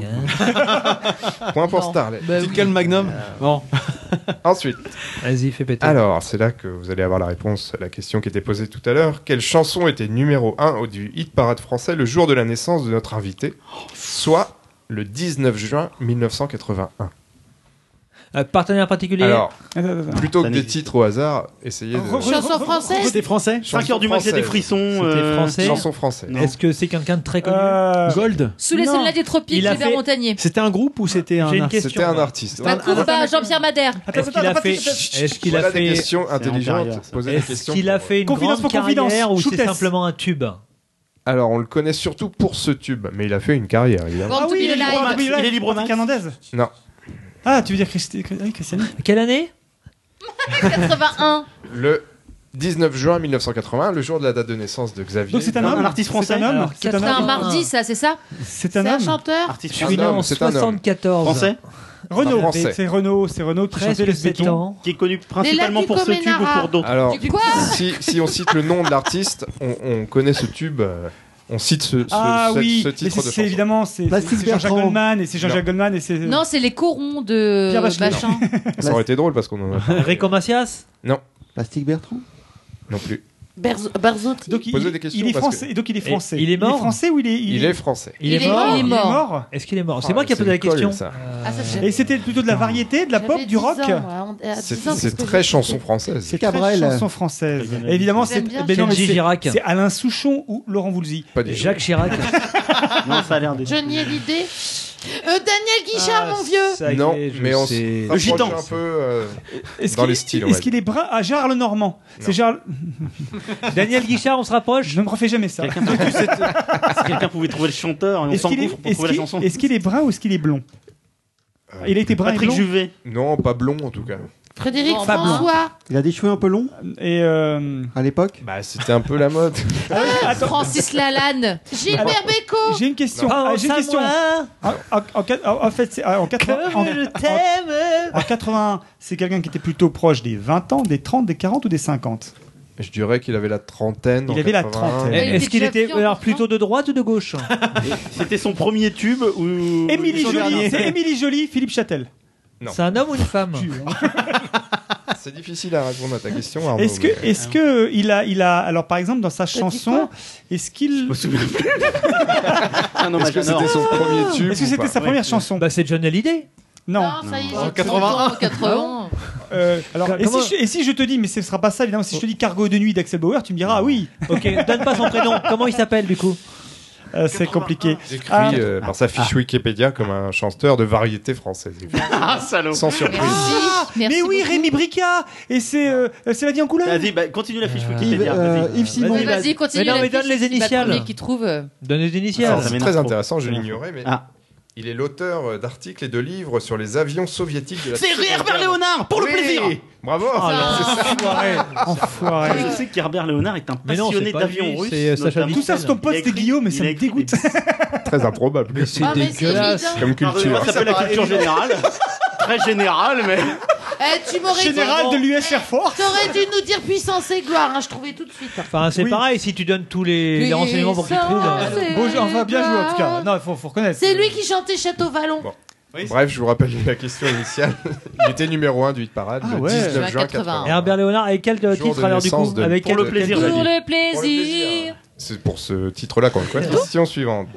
Point pour Starlet.
Bah
Tu te calmes, Magnum
Euh,
Bon.
*laughs* Ensuite.
Vas-y, fais péter.
Alors, c'est là que vous allez avoir la réponse à la question qui était posée tout à l'heure. Quelle chanson était numéro 1 au du hit parade français le jour de la naissance de notre invité Soit le 19 juin 1981.
Euh, partenaire particulier.
Alors,
Attends, attends, attends.
plutôt que des titres au hasard, essayez de...
Chanson française.
C'était français
Chanson
5 heures du mat, il y a des
française.
frissons.
C'était
euh,
français.
Chanson française.
Non.
Est-ce que c'est quelqu'un de très connu
Gold.
Sous les
Non.
soldats des tropiques,
Il a
Hubert
fait-
Montagnier.
C'était un groupe ou c'était un
J'ai une
artiste
question.
C'était un artiste.
La Coupa, Jean-Pierre Madère.
Est-ce qu'il a fait Est-ce qu'il
Voilà
a
des
fait
questions
antérieur,
intelligentes.
ça.
Poser des
Est-ce
questions
qu'il a
pour-
fait une
Confidence
grande
pour confidence.
carrière ou c'est
Shootess.
simplement un tube
Alors, on le connaît surtout pour ce tube, mais il a fait une carrière, évidemment.
Bon.
Ah
to
oui,
be
il est
alive.
libre,
Il est libre,
Patrick Hernandez.
Non.
Ah, tu veux dire Christi- oui, Christiane
Quelle année
81.
Le 19 juin 1981, le jour de la date de naissance de Xavier.
Donc c'est un
Non,
homme
un artiste français.
C'est un homme
Alors,
C'est
C'est un
homme
mardi, ça, c'est ça
C'est
C'est
un
un
homme
chanteur.
Artiste
Je suis né
homme,
en
c'est un homme.
74.
français
Renault.
Français.
C'est Renault. C'est Renault qui chantait
Presque
le
7
béton.
ans.
qui est connu principalement
Lacus
pour ce tube ou
Comenara.
pour d'autres.
Alors,
Du quoi
si, si on cite le nom de l'artiste, on, on connaît ce tube, euh, on cite ce, ce-
Ah
ce-
oui,
ce
mais
titre
c'est
de
c'est
chanson.
évidemment c'est c'est-
Plastique
c'est Jean-Jacques
Bertrand.
Goldman et c'est Jean-Jacques
Non.
Goldman et c'est
Non, c'est les corons de
Pierre Bachelet. *laughs*
Bachan.
*laughs*
Ça aurait été drôle parce qu'on en a
Rico Macias
Plastique Bertrand
non plus.
Berzo- Barzotti.
Donc, il,
Posez
il-
des questions
il est
parce
français.
que-
Donc il est
Et-
français.
il est mort
Il est français ou il est
Il est français.
Il est mort. Il est mort.
Est-ce qu'il est mort
Ah,
C'est moi qui ai
c'est
posé la
une colle,
question.
ça.
Ah, ça,
Et c'était plutôt de la variété, de la pop,
J'avais 10
du rock.
ans, moi. On- à 10
C'est-
Ah, ans, qu'est-ce
c'est
que
très
j'ai
chanson
fait
française.
C'est Cabrel. chanson française.
J'aime bien.
Évidemment, c'est
J'aime bien
mais non, mais
Kenji
c'est-
Girac.
C'est Alain Souchon ou Laurent Voulzy.
Pas du tout. Jacques
Chirac.
non, ça a l'air d'être.
Johnny Hallyday. Euh, Daniel Guichard,
Ah,
mon vieux.
ça y
Non,
est, je
mais on
sais.
se
Le gitan.
rapproche un peu euh,
Est-ce
dans
qu'il-
les styles. on
Est-ce
va
qu'il est brun à Gérard Le Normand C'est Gérard.
Euh, Daniel Guichard, on se
*laughs*
rapproche
Je ne me refais jamais ça.
Si quelqu'un pouvait trouver le chanteur, et on
Est-ce qu'il est,
s'engouffre pour
est-ce
trouver la
qu'il-
chanson.
est-ce qu'il est brun ou est-ce qu'il est blond
dire.
Il a été brun et
Patrick
blond
Juvet. Non, pas blond en tout cas.
Frédéric
Non, pas blanc.
François.
Il a des cheveux un peu longs
Et euh,
À l'époque
Bah, c'était un peu la
*laughs*
mode.
Ah,
Francis Lalanne. Gilbert Bécaud.
J'ai une question.
Non.
Ah, j'ai une
Pense à
question. En, en- en quat- en- en fait, c'est ah, en 80. En,
je
en- en 81, c'est quelqu'un qui était plutôt proche des 20 ans, des 30, des 40 ou des 50
Je dirais qu'il avait la trentaine.
Il
en
avait la
81.
trentaine. Il Est-ce était qu'il déjà était, vieux,
alors, plutôt de droite ou de gauche
C'était son premier tube ou.
Émilie
son
Jolie,
dernier
c'est Émilie Jolie, Philippe Châtel.
Non.
C'est un homme ou une femme
C'est difficile à répondre à ta question. Arnaud,
Est-ce que,
mais-
est-ce que il a, il a, alors par exemple dans sa chanson, est-ce qu'il,
*laughs* Ah
non,
bah,
Est-ce que j'adore. c'était son premier tube
Est-ce que
ou
c'était
pas
sa première chanson
Bah c'est John Hallyday.
Non.
Non, ça y est, j'ai 80. 80.
Euh, alors, et,
Comment-
si je, et si je te dis, mais ce ne sera pas ça évidemment, si je te dis Cargo de nuit d'Axel Bauer, tu me diras ah oui.
Ok, donne pas son prénom. Comment il s'appelle du coup
Euh, c'est compliqué.
Décrit
Ah.
euh, par sa fiche Wikipédia comme un chanteur de variété française.
Ah, salaud.
Sans surprise.
Ah, mais oui, Rémi Bricard Et c'est euh, c'est la vie en couleur
Vas-y, bah, continue la fiche
Yves,
Wikipédia.
euh,
vas-y.
Yves Simon.
Mais vas-y, continue.
Mais non,
la
mais donne
fiche,
les
c'est pas
initiales.
premier qui trouve. euh,
Donne les initiales.
Ah,
Alors, c'est très intéressant, je l'ignorais, mais
Ah.
il est l'auteur euh, d'articles et de livres sur les avions soviétiques de la
C'est
Seconde
Herbert
Guerre-
Léonard, pour le
Oui,
plaisir
Bravo
Ah,
c'est ça.
Enfoiré Enfoiré
Je sais qu'Herbert Léonard est un
Mais non,
passionné
c'est pas
d'avions
lui,
russes.
c'est, euh, Sacha
notamment.
Tout ça, c'est ton pote, c'est Guillaume, mais ça me dégoûte.
Très improbable.
c'est
Ah, mais c'est dégueulasse. évident.
Comme
Alors, déjà,
culture.
Ça s'appelle la culture générale. Très générale, mais.
Eh, tu m'aurais dit.
Général de l'US Air Force.
T'aurais dû nous dire puissance et gloire, hein, je trouvais tout de suite.
Enfin, c'est pareil si tu donnes tous les, les renseignements pour qu'il trouve.
Bonjour, enfin bien joué en tout cas. Non, il faut, faut reconnaître.
C'est lui qui chantait Château Vallon.
*laughs* Bref, je vous rappelle la question initiale. il était numéro 1 du hit parade le
ouais.
19 juin
Et
80.
Herbert Léonard, avec quel euh,
Jour
titre
de
alors du coup
naissance de-
avec
Pour
quel-
le plaisir,
quel-
j'ai dit.
le plaisir.
C'est pour ce titre-là qu'on le connaît. Question suivante.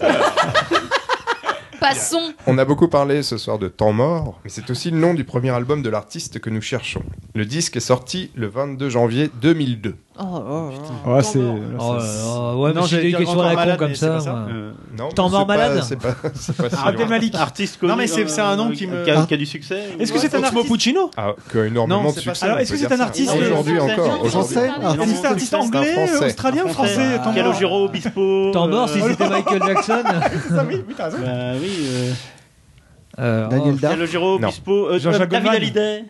Passons.
On a beaucoup parlé ce soir de Temps mort, mais c'est aussi le nom du premier album de l'artiste que nous cherchons. Le disque est sorti le 22 janvier 2002.
Oh, Ouais, c'est.
Oh là là, ouais, mais j'ai des questions à la con comme ça. moi.
Euh, Non,
Temps
mais
mort
c'est pas-
malade
C'est pas, c'est pas si
Abdel
loin.
Ah, Malik.
Artiste connu.
Non, mais c'est-
euh,
c'est un nom qui me-
Qui a,
Ah.
qui a du succès
Est-ce que c'est un
Cosmo
artiste Puccino
Ah, qui a énormément
Non,
de
c'est pas
succès.
ça.
on
Alors, est-ce
peut
que c'est
dire
un
ça.
artiste euh,
Aujourd'hui encore. aujourd'hui.
Français
Est-ce que
artiste.
c'est un artiste
C'est un
anglais,
Français.
australien ou français attends, moi.
Calogero Obispo.
Temps mort, si
euh,
c'était Michael *laughs* Jackson.
Ça, oui, oui, t'as raison.
Bah oui. euh,
Euh,
Daniel Dar-
Calogero
Non.
Obispo. euh,
oh. Jean-Jacques
David
Goldman.
Hallyday.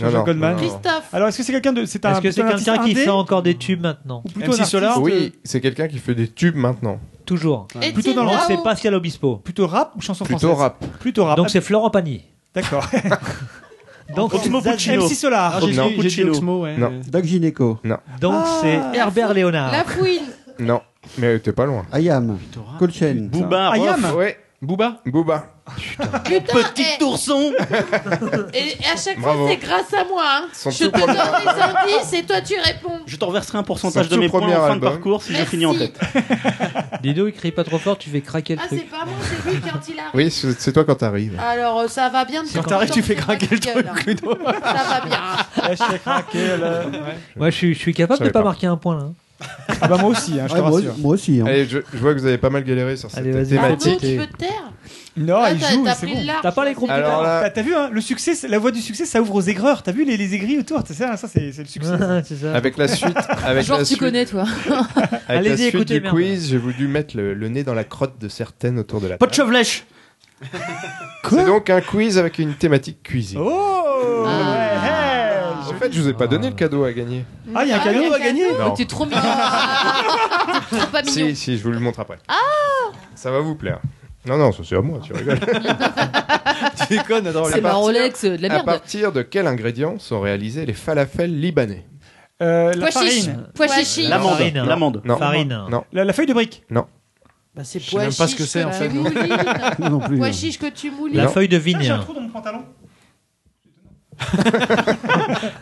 Non,
Jean-Jacques
non.
Goldman.
Christophe.
Alors, est-ce que c'est quelqu'un de. C'est un,
Est-ce que c'est
plutôt un artiste
quelqu'un qui
indé
fait encore des tubes maintenant
ou plutôt un artiste,
Oui, c'est quelqu'un qui fait des tubes maintenant.
Toujours.
Et
Plutôt dans le
Donc
rap.
c'est Pascal Obispo.
Plutôt rap ou chanson
Plutôt
française
rap.
Plutôt rap.
Donc c'est Florent Pagny.
D'accord.
*laughs* Donc
Cosmo Puccino.
MC
Ah,
Ah,
Solar.
Non.
Cosmo Puccino.
Non,
Doc Gineco.
non,
donc c'est Herbert
La
Léonard.
fouine.
non. Mais t'es pas loin.
Ayam. Colchen.
Booba.
Ayam.
Rof.
Ouais. Booba Booba.
Putain,
Petit
eh,
ourson.
et, et à chaque
Bravo.
fois, c'est grâce à moi. hein.
Son
Je
tout
te donne
premier-
des indices et toi, tu réponds.
Je t'en verserai un pourcentage
Son
de mes
tout
points en
premier
fin de
album.
parcours si je
Merci.
finis
*laughs*
en tête.
Dido, il crie pas trop fort, tu fais craquer le
Ah, c'est
truc.
pas moi, c'est lui quand il arrive.
Oui, c'est c'est toi quand t'arrives.
Alors, euh, ça va bien. depuis
Quand t'arrives,
le
tu
temps
fais
que
Ah,
craquer
j'ai
le
pas de gueule, hein. Ça va bien.
Moi, je suis, je suis capable de
J'avais
pas
pas.
marquer un point là.
Ah, bah, moi aussi, hein, je te
Ouais, moi,
*laughs* rassure.
moi aussi. hein.
Allez, je, je vois que vous avez pas mal galéré sur cette
Allez, vas-y.
Arnaud,
thématique.
tu peux te taire
Non,
Là,
il
t'as-
joue,
t'as
c'est
pris
bon.
le large.
T'as pas les groupes
Alors là-
T'as t'as vu, hein, le succès, c'est- la voie du succès, ça ouvre aux aigreurs. T'as vu les, les aigris autour, c'est ça, ça c'est c'est le succès.
C'est ça.
Avec la suite, avec
Genre,
la
tu
suite,
connais, toi.
avec la
Allez-y,
suite
écoutez,
du
merde.
quiz, j'ai voulu mettre le, le nez dans la crotte de certaines autour de la
Pas de
table.
chevelèche.
*laughs* C'est donc un quiz avec une thématique cuisine.
Oh
Ah.
ouais,
En
joli.
fait, je vous ai pas donné le cadeau à gagner.
Ah, il y a un cadeau à gagner
Non.
Tu es trop
*laughs*
mignon. T'es trop pas mignon.
Si, si, je vous le montre après.
Ah,
Ça va vous plaire. Non, non, ça c'est à moi, tu rigoles. tu déconnes, attends, à
C'est ma
partir-
Rolex, euh, de la
À
merde.
partir de quel ingrédient sont réalisés les falafels libanais
Euh, La
Pois chiche.
farine.
Pois chichi.
L'amande.
Farine.
L'amande.
Non.
Farine.
Non.
La, la feuille de brique.
Bah, c'est
sais
pois
même pas ce
chiche
que c'est, en
tu
fait,
moulines.
*laughs*
Moi non plus.
Pois chiche que tu moulines.
La
Non.
feuille de
Ah, J'ai
vigne.
un trou dans mon *laughs* pantalon.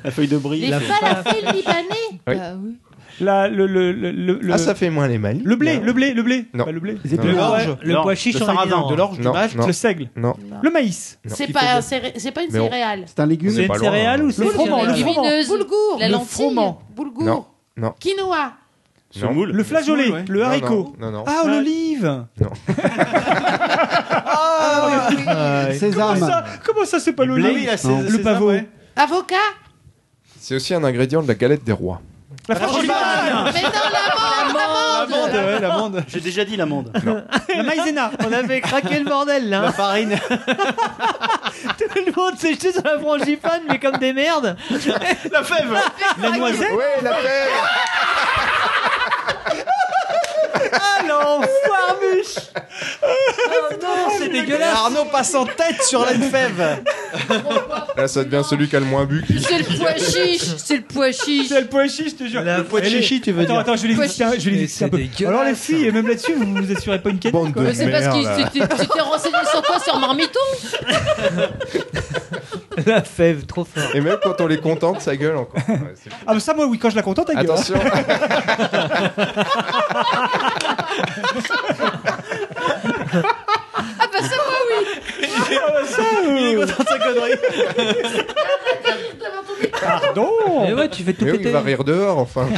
La feuille de brie.
Les falafels libanais. Bah
Oui.
oui.
la, le, le, le, le- le-
Ah, ça fait moins les malis.
Le blé, le blé, le blé.
Non.
Pas le blé.
Les épinards.
Le
L'orge,
orge,
le pois chiche
le
en
sarrasin,
raisin.
de l'orge, du
Non,
vache,
non.
le seigle,
non.
le maïs.
C'est pas, un céré- c'est pas une
Mais on-
céréale.
C'est un légume.
C'est une céréale ou c'est
Boulgour.
Le froment.
Boulgour.
La Le lentille. froment.
Boulgour.
Non. Non.
Quinoa.
Semoule.
Le flageolet,
Semoule, ouais.
le
Non,
haricot.
non, non, non.
Ah,
Ouais.
l'olive.
Non.
Ah,
oui. Sésame.
Comment ça, comment ça, c'est pas
blé,
l'olive
il a sés-
Le
sésame,
pavot.
Avocat.
C'est aussi un ingrédient de la galette des rois.
La frangipane.
Mais non, l'amande.
Ah,
L'amande.
l'amande.
J'ai déjà dit l'amande.
La maïzena.
On avait craqué le bordel là. La farine. *laughs* Tout le monde s'est jeté sur la frangipane, mais comme des merdes.
La fève.
La noisette.
Ouais, la fève.
Ah l'enfoirmuche Oh non, c'est dégueulasse.
Arnaud passe en tête sur la fève.
Là, ça devient celui qui a le moins
*laughs*
bu. qui-
C'est le pois chiche, c'est le pois chiche. C'est
le pois chiche, je te jure.
La
Elle est- attends, Attends, je vais les
Pois
visiter un- je vais les visiter un peu. Alors les filles, même là-dessus, vous vous assurez pas une quête Bande
Mais c'est parce que tu t'es- tu t'es renseigné sur quoi Sur Marmiton
La fève, trop fort.
Et même quand on les contente, ça gueule encore. Ouais, c'est-
Ah mais *laughs* ça moi oui quand je la contente elle gueule.
Attention.
Ah bah ça moi oui
*laughs*
Il est content de sa connerie.
Pardon
Mais ouais, tu fais tout
Mais oui,
péter.
il va rire dehors, enfin.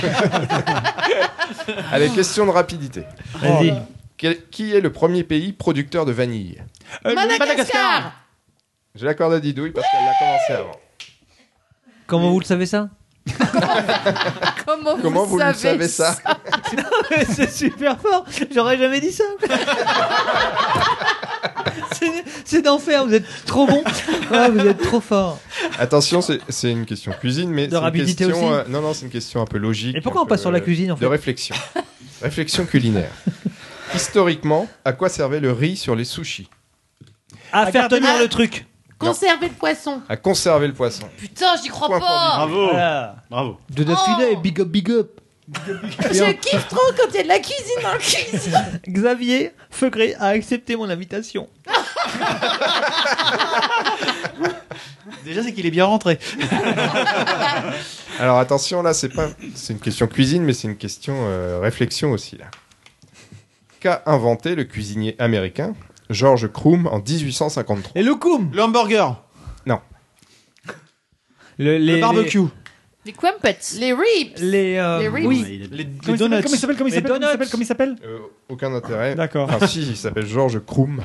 *laughs* Allez, question de rapidité. Oh.
Vas-y.
Quel- Qui est le premier pays producteur de vanille
Madagascar.
Je l'accorde à Didouille parce qu'elle l'a commencé avant.
Comment vous le savez ça
Comment,
Comment vous le savez ça *laughs*
*laughs* C'est super fort. J'aurais jamais dit ça. *laughs* C'est- C'est d'enfer. Vous êtes trop bon. Ah, vous êtes trop fort.
Attention, c'est- c'est une question cuisine, mais
De
c'est une
rapidité
question, euh,
aussi.
non, non, c'est une question un peu logique.
Et pourquoi
un
on passe
peu,
sur la
euh,
cuisine, en fait *laughs*
De réflexion. réflexion culinaire. Historiquement, à quoi servait le riz sur les sushis
À,
faire tenir
le truc.
Conserver le poisson.
À conserver le poisson.
Putain, j'y crois pas.
Bravo.
De
Daphné,
big up, big up.
Je kiffe trop quand il y a de la cuisine dans le cuisine.
*laughs* Xavier Feugré a accepté mon invitation.
Déjà, c'est qu'il est bien
*laughs*
rentré.
Alors attention, là, c'est pas, c'est une question cuisine, mais c'est une question euh, réflexion aussi là. Qu'a inventé le cuisinier américain George Croom en 1853
Et le coum Le hamburger
Non.
Le barbecue
Les Crumpets.
Les Rips.
Les,
euh,
Les Rips.
euh, Comment il s'appelle Comment il s'appelle Comment il s'appelle Comment il s'appelle Comment il s'appelle
Aucun intérêt.
D'accord.
Enfin, si, il s'appelle George Croom.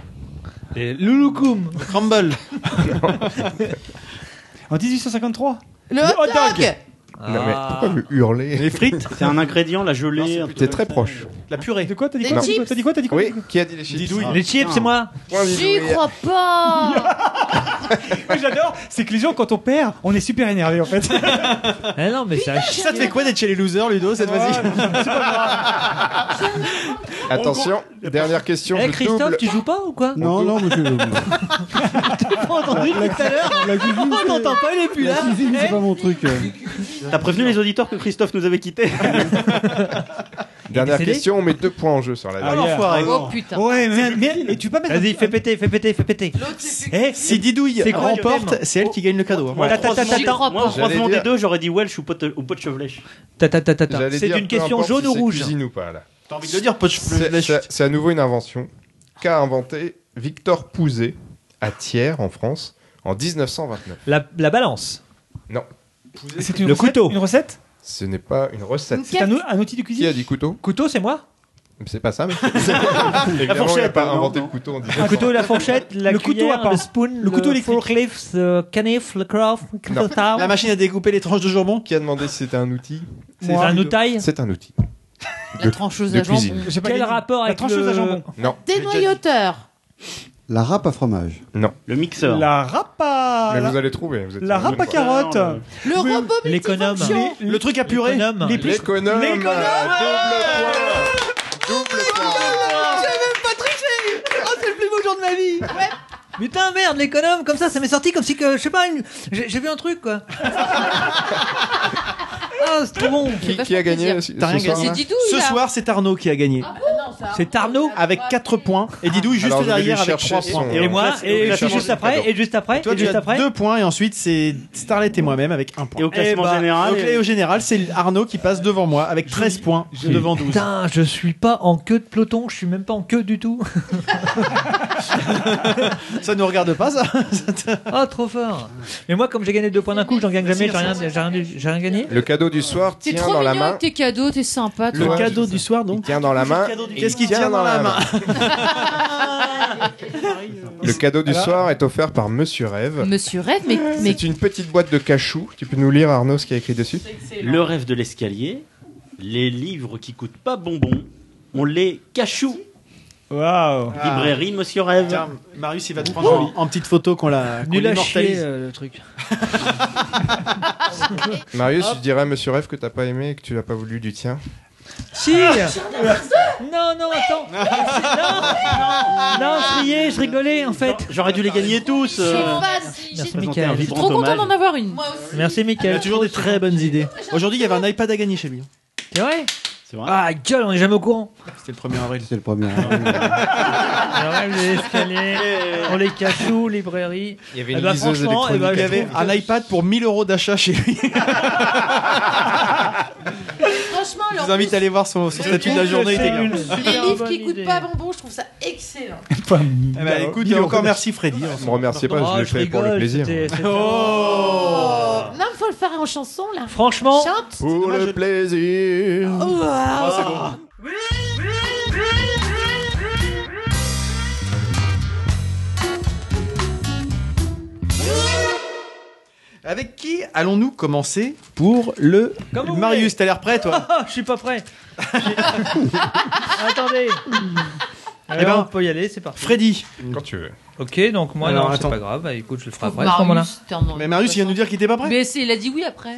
Les Louloukoum
Crumble
En 1853
Le hot dog.
Non,
Ah.
mais
Ah.
pourquoi vous hurlez *laughs*
Les frites
C'est un ingrédient, la gelée. un
T'es
peu
très
comme ça.
proche.
La purée. De quoi T'as dit
Des
quoi T'as dit
chips.
quoi T'as dit quoi T'as dit quoi
Oui, qui a dit les chips
Les chips, c'est moi.
Point
J'y
Didouille.
crois
*laughs*
pas.
Moi, J'adore, c'est que les gens, quand on perd, on est super énervé en fait.
Ah non, mais ça.
Ça te fait quoi d'être chez les losers, Ludo
Oh,
Cette fois-ci
*laughs* Attention, dernière question.
Eh,
je
Christophe,
double.
tu joues pas ou quoi
Non, non, monsieur.
T'as pas entendu
La-
tout à l'heure Oh,
la cuisine,
Oh,
On
c'est-
n'entend pas, il est plus
La
là.
cuisine, c'est
Eh
pas mon truc. euh.
T'as prévenu les auditeurs que Christophe nous avait *laughs* quittés.
Dernière
décédé
question, on met deux points en jeu
bah,
sur la
Ah,
dernière.
l'enfoiré.
Oh putain.
Ouais, mais, mais- et tu peux pas mettre.
Vas-y, fais péter, fais péter, fais péter.
Eh,
Si Didouille
C'est quoi le
remporte,
thème
c'est elle qui gagne le cadeau. hein.
Ouais.
Ta, ta, ta, ta,
Moi,
ta.
au croisement
dire-
des deux, j'aurais dit Welsh ou pot, ou pot de chevelèche.
Ta, ta, ta, ta, ta.
J'allais
C'est
dire,
une
peu
question
importe
jaune
si
ou
c'est
rouge
cuisine ou pas, là.
T'as envie de le dire, pot de
C'est- C'est c'est à nouveau une invention qu'a inventé Victor Pouzet à Thiers, en France, en 1929.
La, la balance.
Non,
C'est une
Le
recette,
couteau.
Une recette
ce n'est pas une recette.
C'est un, ou- un outil de
Qui
cuisine
a dit couteau
Couteau, c'est moi
C'est pas ça, mais. Évidemment, il n'a
fourchette,
pas
non,
inventé
non.
le couteau en
Un
1929.
couteau, la fourchette, la
Le couteau
cuillère,
à pain.
le spoon,
Le couteau
le
électrique.
forklift, le canif, le craft,
Non.
le tao.
La machine à découper les tranches de jambon
Qui a demandé si c'était un outil
C'est un outil.
C'est un outil.
La trancheuse
de
à jambon.
cuisine.
J'ai pas
Quel
gagné.
rapport
La
avec
trancheuse
le-
à jambon.
Non,
Dénoyauteur.
La râpe à fromage.
non.
Le mixeur.
La râpe à.
Mais
la-
vous allez trouver. vous êtes
La
sur une
râpe à
bonne
carotte.
Non,
Le robot
L'économe.
multifonction.
Le truc à purée
L'économe.
Les
voie.
plus-
L'économe. Double
L'économe.
point. Double point.
J'ai même pas triché Oh, c'est le plus beau jour de ma vie Putain, merde, l'économe, comme ça, ça m'est sorti comme si que, je sais pas, une- j'ai j'ai vu un truc, quoi.
Ah, c'est trop bon.
Qui- qui a gagné ce-
T'as rien
ce
gagné.
soir, là
ce soir, c'est Arnaud qui a gagné. c'est Arnaud avec 4 points et Didouille juste
Alors, je vais lui
derrière avec
chercher
3
son-
points.
Et moi,
classe-
et
au
je suis
classement-
juste après,
Pardon.
et juste après,
Toi,
et
tu
juste
as
après.
2 points et ensuite c'est Starlet et moi-même avec 1 point. Eh
Et
bah,
au classement général,
Au cla-
et-
au général, c'est Arnaud qui passe devant moi avec 13 points devant 12.
Putain, je suis pas en queue de peloton, je suis même pas en queue du tout.
*laughs* ça nous regarde pas
*laughs*
ça.
Ah, trop fort. Mais moi, comme j'ai gagné deux points d'un coup, j'en gagne jamais, j'ai rien, j'ai rien, j'ai rien gagné.
Le cadeau du soir
T'es
tient
trop
dans la
mignon
main.
avec tes cadeaux, t'es sympa.
Le
toi.
cadeau
du soir donc.
Tient dans la main.
Qu'est-ce qu'il tient dans la main
Le cadeau du
Alors
soir est offert par Monsieur Rêve.
Monsieur Rêve, mais. mais...
C'est une petite boîte de cachou. Tu peux nous lire Arnaud ce qu'il y a écrit dessus
Le rêve de l'escalier, les livres qui coûtent pas bonbon, on les cachoue.
Waouh
Librairie, monsieur Rêve.
Ah. Tiens, Marius, il va te prendre en, en petite photo qu'on l'a qu'on
Nul à chier
immortalise.
euh, le truc.
*laughs* Marius,
Ah.
je dirais à Monsieur Rêve que t'as pas aimé et que tu n'as pas voulu du tien. Ah.
Si Non, non, attends Non,
Ah.
non, je riais, je rigolais en fait.
J'aurais dû les gagner tous.
Je suis
euh.
fan, j'ai-
Merci,
j'ai-
Mickaël.
Je suis trop content d'en avoir une. Moi aussi.
Merci Mickaël.
Il a toujours des très bonnes idées. Aujourd'hui, il y avait un iPad à gagner chez lui.
C'est vrai C'est vrai. Ah, gueule, on est jamais au courant.
*laughs* C'était le 1er avril.
C'était le premier. *laughs* avril.
les escaliers, on les cachou, librairie.
Il y avait
Eh ben, franchement, eh ben,
il y
je
avait
trouve que-
un iPad pour 1000 euros d'achat chez lui.
Franchement,
Je
leur-
vous invite à aller voir son, son statut de la journée.
C'est
il est
une
bien.
les
super
livres
bonne
qui coûtent
idée.
pas bonbon, je trouve ça excellent.
Eh ben, écoute,
Mille euros.
encore merci Freddy.
Me remerciez pas, je l'ai fait pour le plaisir.
Oh
Non, faut le faire en chanson là.
Franchement,
Chante.
Pour le plaisir.
Oh,
Ah,
Ah,
Ah.
Avec qui allons-nous commencer pour le
Comme vous
Marius T'as l'air prêt toi
*laughs* Ah, je suis pas prêt. Attendez.
Eh ben,
Alors, on peut y aller, c'est parti.
Freddy.
Quand tu veux.
Ok, donc moi,
Alors,
non, c'est
attends.
pas grave. Bah, écoute, je le ferai après à ce moment-là.
Marius, t'es un-
Mais Marius, il vient de nous dire qu'il était pas prêt.
Mais c'est- il a dit oui après.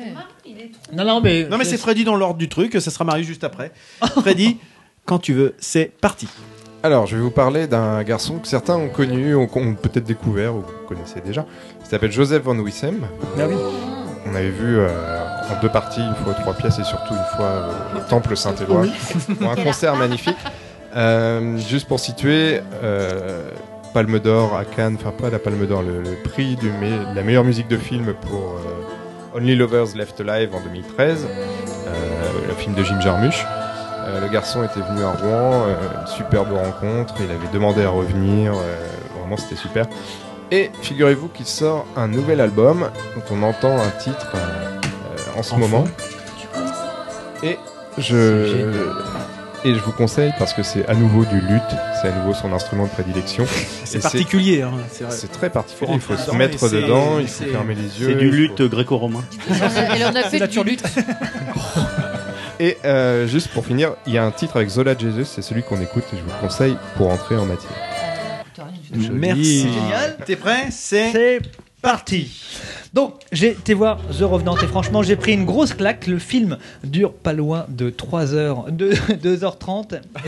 Non, non, mais.
Non mais c'est Freddy dans l'ordre du truc, ça sera Marius juste après. Freddy, quand tu veux, c'est parti.
Alors, je vais vous parler d'un garçon que certains ont connu, ont, ont peut-être découvert ou que vous connaissez déjà. Il s'appelle Joseph Van Wissem.
Ah oui.
On avait vu euh, en deux parties, une fois aux trois pièces et surtout une fois euh, au Temple Saint-Éloi, pour un concert magnifique. Euh, juste pour situer, euh, Palme d'Or à Cannes, enfin pas la Palme d'Or, le, le prix du me- de la meilleure musique de film pour euh, Only Lovers Left Alive en 2013, euh, le film de Jim Jarmusch. Euh, le garçon était venu à Rouen, euh, une superbe rencontre, il avait demandé à revenir, euh, vraiment c'était super. Et figurez-vous qu'il sort un nouvel album, dont on entend un titre euh, euh, en ce moment. Et je, et je vous conseille parce que c'est à nouveau du luth, c'est à nouveau son instrument de prédilection. Et
C'est particulier. hein, c'est vrai.
C'est très particulier.
Faut
Il faut se
rentrer
mettre
dedans, mais
dedans,
c'est-
il faut
c'est-
fermer les yeux.
C'est du
il
lutte
faut-
gréco-romain.
Elle en a fait
la
du lutte.
*laughs* Et euh, juste pour finir, il y a un titre avec Zola Jesus, c'est celui qu'on écoute et je vous le conseille pour entrer en matière.
Merci.
Joli.
Génial. T'es prêt C'est
C'est parti. Donc, j'ai été voir The Revenant et franchement, j'ai pris une grosse claque. Le film dure pas loin de 3 heures, *laughs* de 2h30. *laughs*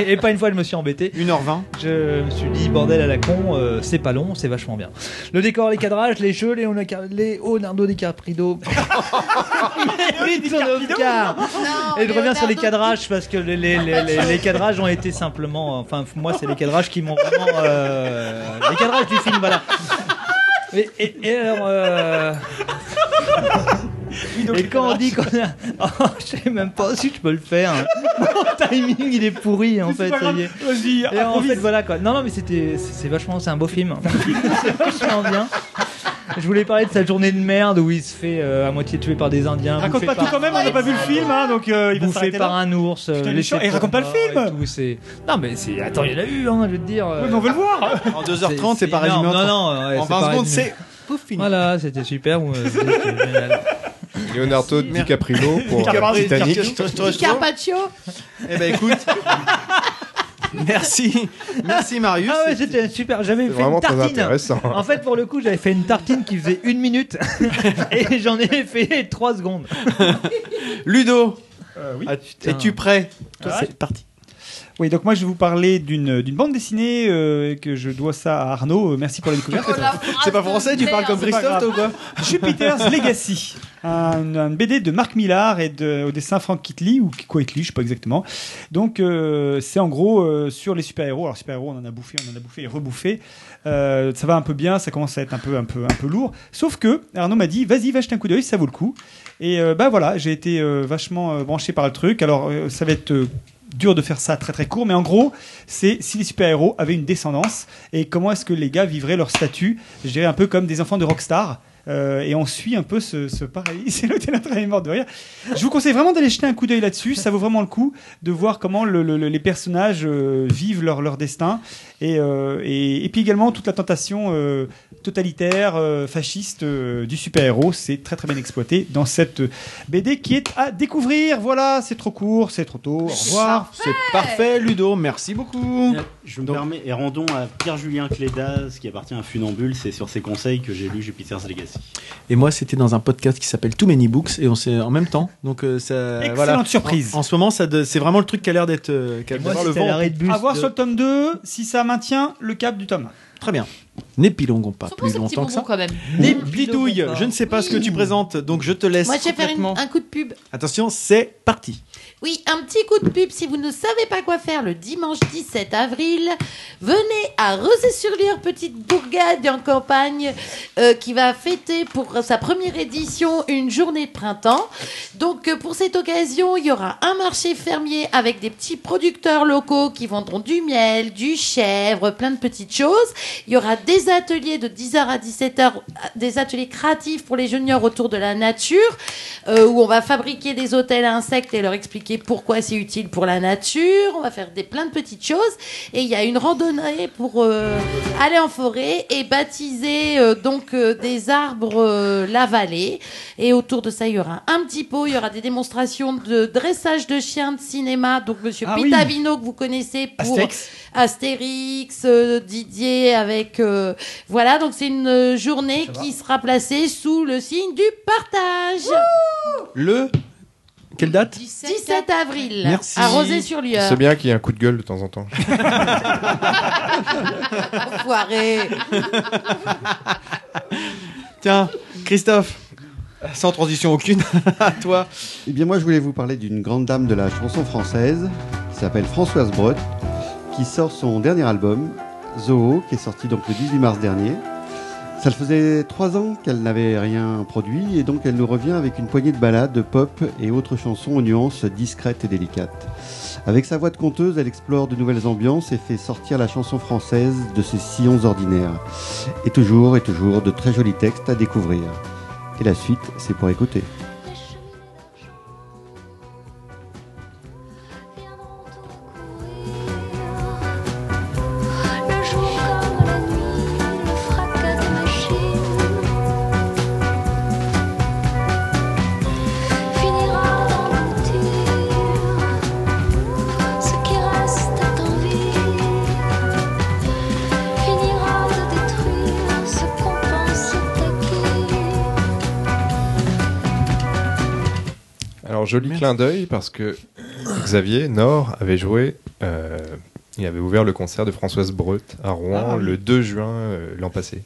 Et, et pas une fois, je me suis embêté.
1h20.
Je me suis dit, bordel à la con, euh, c'est pas long, c'est vachement bien. Le décor, les cadrages, les jeux, Léona- Leonardo DiCaprio. Vite sur le car. Et je reviens sur les cadrages parce que les, les- les- les- les cadrages ont été simplement. Enfin, moi, c'est les cadrages qui m'ont vraiment. euh, les cadrages du film, voilà. Et, et- et alors. euh, et quand on dit qu'on a. *laughs* Oh, je sais même pas si je peux le faire. Mon timing, il est pourri en fait. ça y est.
Vas-y,
Et en fait, voilà quoi. Non, non, mais c'était. C'est c'est vachement. C'est un beau film. *laughs* c'est vachement bien. Je voulais parler de sa journée de merde où il se fait euh, à moitié tuer par des Indiens.
Raconte
bouffé
pas tout
par-
quand même, on n'a pas
Ah,
vu le film, hein, donc euh, il va
bouffé
s'arrêter
par
là.
un ours. euh,
Putain, il est
laissé
chiant. Et
pour
raconte pas le
mort
film.
et tout, c'est- Non, mais c'est. Attends, il y en a eu, hein, je veux te dire. euh,
Ouais, mais on veut le voir.
En 2h30, c'est pas résumé.
énorme.
en
Non,
temps.
non, ouais,
En
c'est pas
20 secondes,
résumé.
c'est. Pouf, fini.
Voilà, c'était super. euh, ouais, c'était génial.
Leonardo DiCaprio pour
Caprio-
Titanic.
Caprio- Caprio-
Carpaccio.
*laughs* Eh ben écoute. Merci. Merci Marius.
Ah ouais, c'était super. J'avais fait
vraiment
une
très
tartine.
intéressant.
En fait, pour le coup, j'avais fait une tartine qui faisait une minute *laughs* et j'en ai fait trois secondes.
Ludo,
Euh, oui.
es-tu prêt C'est parti.
Oui, donc moi je vais vous parler d'une d'une bande dessinée euh, que je dois ça à Arnaud. Euh, Merci pour la découverte.
Oh, la C'est pas français, tu parles comme
C'est pas
Christophe,
grave.
toi, ou quoi
Jupiter's *laughs* Legacy, un, un BD de Marc Millard et de, au dessin Frank Kittley ou Quitely, je sais pas exactement. Donc euh, c'est en gros euh, sur les super-héros. Alors super-héros, on en a bouffé, on en a bouffé et rebouffé. Euh, ça va un peu bien, ça commence à être un peu un peu un peu lourd. Sauf que Arnaud m'a dit vas-y, va jeter un coup d'œil, ça vaut le coup. Et euh, bah voilà, j'ai été euh, vachement euh, branché par le truc. Alors euh, ça va être euh, dur de faire ça très très court, mais en gros, c'est si les super-héros avaient une descendance et comment est-ce que les gars vivraient leur statut, je dirais un peu comme des enfants de rockstar. Euh, et on suit un peu ce, ce pareil. *laughs* C'est le théâtre est mort de rire. Je vous conseille vraiment d'aller jeter un coup d'œil là-dessus. Ça vaut vraiment le coup de voir comment le- le- le- les personnages euh, vivent leur, leur destin. Et, euh, et, et puis également toute la tentation euh, totalitaire, euh, fasciste euh, du super-héros. C'est très très bien exploité dans cette BD qui est à découvrir. Voilà, c'est trop court, c'est trop tôt. Au revoir.
C'est parfait, Ludo. Merci beaucoup.
Euh, Je me permets, et rendons à Pierre-Julien Clédas, qui appartient à Funambule, c'est sur ses conseils que j'ai lu Jupiter's Legacy.
Et moi, c'était dans un podcast qui s'appelle Too Many Books et on s'est en même temps. Donc, euh, ça,
Excellente
voilà.
surprise.
En, en ce moment, ça de- c'est vraiment le truc qui a l'air d'être. euh, qui a l'air d'avoir le vent.
à voir sur le tome 2 si ça maintient le cap du tome.
Très bien. N'épilongons pas plus longtemps que ça.
quand même.
Les bidouilles, je ne sais pas ce que tu présentes, donc je te laisse.
Moi, je vais faire une-
complètement.
un coup de pub.
Attention, c'est parti.
Oui, un petit coup de pub. Si vous ne savez pas quoi faire le dimanche 17 avril, venez à Rosé-sur-Lire, petite bourgade en campagne euh, qui va fêter pour sa première édition une journée de printemps. Donc, euh, pour cette occasion, il y aura un marché fermier avec des petits producteurs locaux qui vendront du miel, du chèvre, plein de petites choses. Il y aura des ateliers de 10h à 17h, euh, des ateliers créatifs pour les juniors autour de la nature, euh, où on va fabriquer des hôtels à insectes et leur expliquer pourquoi c'est utile pour la nature. On va faire des plein de petites choses. Et il y a une randonnée pour euh, aller en forêt et baptiser euh, donc euh, des arbres euh, la vallée. Et autour de ça, il y aura un petit pot, il y aura des démonstrations de dressage de chiens de cinéma. Donc Monsieur
Ah oui.
Pitavino que vous connaissez pour
Astérix.
Astérix, euh, Didier avec euh, voilà donc c'est une euh, journée qui sera placée sous le signe du partage.
Le. Quelle date
17 avril
Merci.
à Rosé-sur-Lieure.
C'est bien qu'il y ait un coup de gueule de temps en temps.
*laughs* Enfoiré.
Tiens, Christophe, sans transition aucune, *laughs* à toi.
Eh bien, moi, je voulais vous parler d'une grande dame de la chanson française, qui s'appelle Françoise Brott, qui sort son dernier album, Zoho, qui est sorti donc le 18 mars dernier. Ça le faisait trois ans qu'elle n'avait rien produit, et donc elle nous revient avec une poignée de ballades, de pop et autres chansons aux nuances discrètes et délicates. Avec sa voix de conteuse, elle explore de nouvelles ambiances et fait sortir la chanson française de ses sillons ordinaires. Et toujours et toujours de très jolis textes à découvrir. Et la suite, c'est pour écouter.
Le jour comme la nuit, le fracas des machines finira d'engloutir ce qui reste en vie, finira de détruire ce qu'on pense acquis.
Alors, joli clin d'œil parce que Xavier Nord avait joué. euh, il avait ouvert le concert de Françoise Breut à Rouen
Ah, oui.
le 2 juin euh, l'an passé.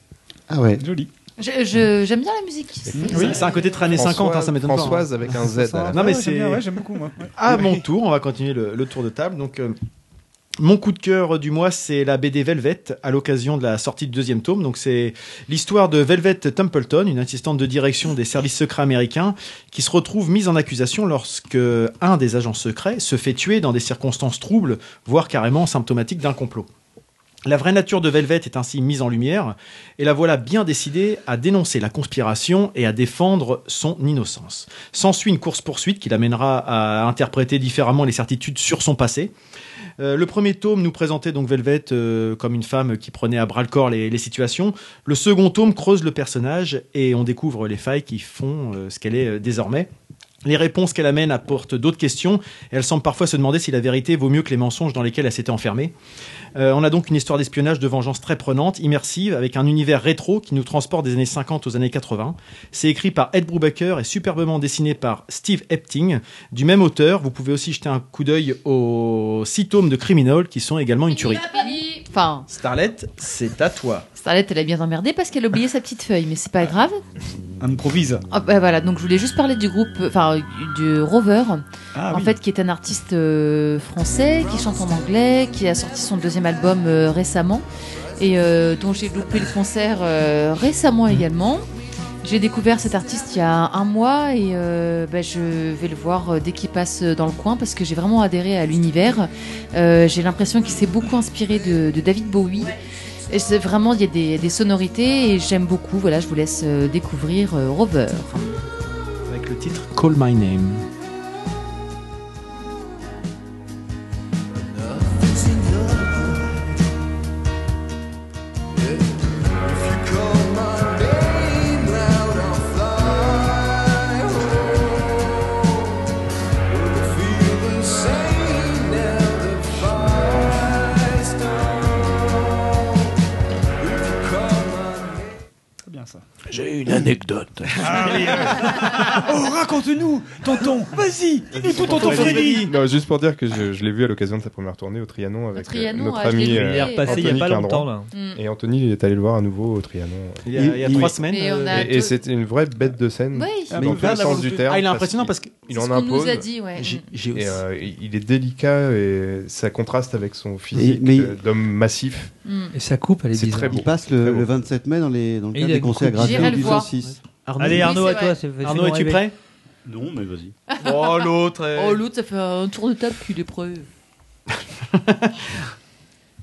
Ah ouais.
Joli.
Je- je- J'aime bien la musique.
Oui, c'est un côté très années 50, hein, ça m'étonne pas.
Françoise avec un Z à la
Non,
fin.
mais
Ouais, j'aime
c'est.
bien, ouais,
j'aime beaucoup, moi.
À mon tour, on va continuer le, le tour de table. Donc, euh, mon coup de cœur du mois, c'est la BD Velvet, à l'occasion de la sortie du deuxième tome. Donc, c'est l'histoire de Velvet Templeton, une assistante de direction des services secrets américains, qui se retrouve mise en accusation lorsque un des agents secrets se fait tuer dans des circonstances troubles, voire carrément symptomatiques d'un complot. La vraie nature de Velvet est ainsi mise en lumière, et la voilà bien décidée à dénoncer la conspiration et à défendre son innocence. S'ensuit une course-poursuite qui l'amènera à interpréter différemment les certitudes sur son passé. Euh, le premier tome nous présentait donc Velvet euh, comme une femme qui prenait à bras le corps les, les situations. Le second tome creuse le personnage et on découvre les failles qui font euh, ce qu'elle est euh, désormais. Les réponses qu'elle amène apportent d'autres questions. Elle semble parfois se demander si la vérité vaut mieux que les mensonges dans lesquels elle s'était enfermée. Euh, on a donc une histoire d'espionnage de vengeance très prenante, immersive, avec un univers rétro qui nous transporte des années 50 aux années 80. C'est écrit par Ed Brubaker et superbement dessiné par Steve Epting, du même auteur. Vous pouvez aussi jeter un coup d'œil aux six tomes de Criminal qui sont également une tuerie.
Enfin,
Starlet, c'est à toi.
Starlet, elle a bien emmerdé parce qu'elle a oublié sa petite feuille, mais c'est pas grave.
Improvise.
Ah, bah, voilà, donc je voulais juste parler du groupe, euh, enfin du Rover,
Ah,
en
oui.
fait, qui est un artiste euh, français qui chante en anglais, qui a sorti son deuxième album euh, récemment et euh, dont j'ai loupé le concert euh, récemment également. J'ai découvert cet artiste il y a un mois et euh, bah, je vais le voir euh, dès qu'il passe dans le coin parce que j'ai vraiment adhéré à l'univers. Euh, j'ai l'impression qu'il s'est beaucoup inspiré de, de David Bowie. Et c'est vraiment, il y a des, des sonorités et j'aime beaucoup. Voilà, je vous laisse euh, découvrir euh, Rover.
Avec le titre Call My Name.
J'ai
une anecdote.
Ah
*laughs*
oh, raconte-nous, tonton. Vas-y, dis tout, tonton Freddy.
Non, juste pour dire que je, je l'ai vu à l'occasion de sa première tournée au Trianon avec euh,
Trianon,
notre
ouais, je l'ai
ami
vu. Il est repassé il y a
Anthony
pas
Quindron.
longtemps, là.
Mm.
Et Anthony il est allé le voir à nouveau au Trianon.
Il y a- il Ah, y a trois semaines,
Mais
euh,
on a
Et- Et,
tout-
c'était une vraie bête de scène.
Oui, il
dans
fait
tous
bien
les
d'avoir
sens
le
du
plus-
terme.
Ah, il est
parce
impressionnant
qu'il-
parce que-
il
c'est
en
ce qu'on nous
impose.
a dit, ouais. J'ai-
Et, euh, il est délicat et ça contraste avec son physique
mais-
euh, d'homme massif.
Mm.
Et sa coupe, elle est
C'est
bizarre.
très beau.
Il passe le, le 27 mai dans, les, dans le
Et
cadre
il a
des
une
conseils à
coupe. J'irai
Gracia
le
du
voir.
106.
Allez, Arnaud,
Oui,
à
c'est
toi.
vrai.
c'est- fais-nous
Arnaud, es-tu
rêver.
prêt
Non, mais vas-y.
Oh, l'autre.
eh.
Oh, l'autre, ça fait un tour de table qu'il est prêt.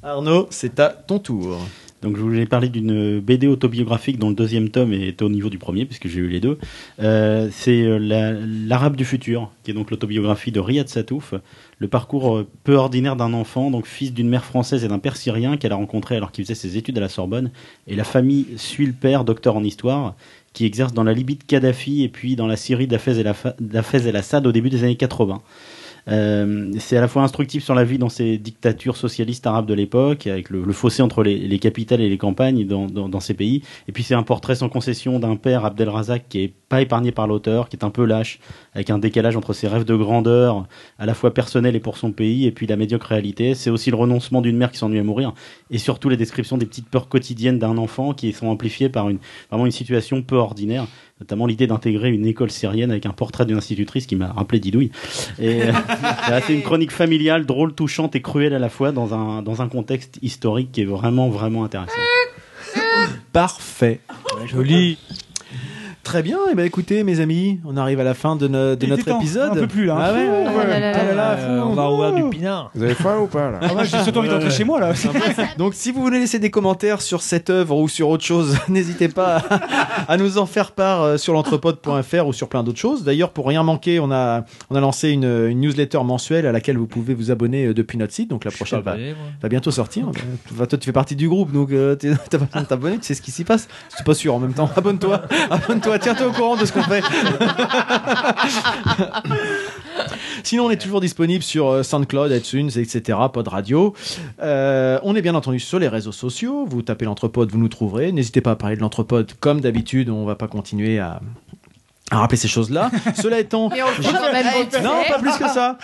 Arnaud, c'est à ton tour.
Donc je voulais parler d'une BD autobiographique dont le deuxième tome est au niveau du premier, puisque j'ai eu les deux. Euh, c'est euh, la- L'Arabe du futur, qui est donc l'autobiographie de Riyad Satouf, le parcours euh, peu ordinaire d'un enfant, donc fils d'une mère française et d'un père syrien qu'elle a rencontré alors qu'il faisait ses études à la Sorbonne. Et la famille suit le père, docteur en histoire, qui exerce dans la Libye de Kadhafi et puis dans la Syrie d'Hafez El Afa- d'Hafez El Assad au début des années 80. Euh, c'est à la fois instructif sur la vie dans ces dictatures socialistes arabes de l'époque, avec le, le fossé entre les, les capitales et les campagnes dans, dans- dans ces pays. Et puis c'est un portrait sans concession d'un père, Abdelrazak, qui est pas épargné par l'auteur, qui est un peu lâche, avec un décalage entre ses rêves de grandeur, à la fois personnel et pour son pays, et puis la médiocre réalité. C'est aussi le renoncement d'une mère qui s'ennuie à mourir, et surtout la description des petites peurs quotidiennes d'un enfant qui sont amplifiées par une, vraiment une situation peu ordinaire notamment l'idée d'intégrer une école syrienne avec un portrait d'une institutrice qui m'a rappelé Didouille. Et *laughs* euh, voilà, c'est une chronique familiale, drôle, touchante et cruelle à la fois dans un, dans un contexte historique qui est vraiment, vraiment intéressant.
Parfait. Joli. Très bien, et ben écoutez mes amis, on arrive à la fin de, no- de
Il
notre
était temps,
épisode.
on peut plus, là, hein.
Ah ouais, ouais,
Ah là là là
ouais. Ah là là,
là,
fou.
on va revoir du
Ouh.
pinard.
Vous avez faim ou pas là
Ah ouais, j'ai surtout envie de rentrer chez
moi là.
*laughs* Donc si vous voulez laisser des commentaires sur cette œuvre ou sur autre chose, *laughs* n'hésitez pas à- à nous en faire part euh, sur l'entrepode.fr ou sur plein d'autres choses. D'ailleurs, pour rien manquer, on a, on a lancé une, une newsletter mensuelle à laquelle vous pouvez vous abonner euh, depuis notre site. Donc la prochaine
pas
va,
abonné, moi.
va bientôt sortir. Enfin, toi, tu fais partie du groupe, donc euh, t'es- *laughs* t'as pas besoin de t'abonner, tu sais ce qui s'y passe. Je suis pas sûr en même temps. Abonne-toi, abonne-toi, tiens-toi au courant de ce qu'on fait. Sinon, on est toujours disponible sur euh, SoundCloud, iTunes, etc., Pod Radio. Euh, on est bien entendu sur les réseaux sociaux. Vous tapez l'entrepode, vous nous trouverez. N'hésitez pas à parler de l'entrepode comme d'habitude. On va pas continuer à, à rappeler ces choses-là. Cela étant,
Mais on le prend quand même au pied.
non, pas plus que ça.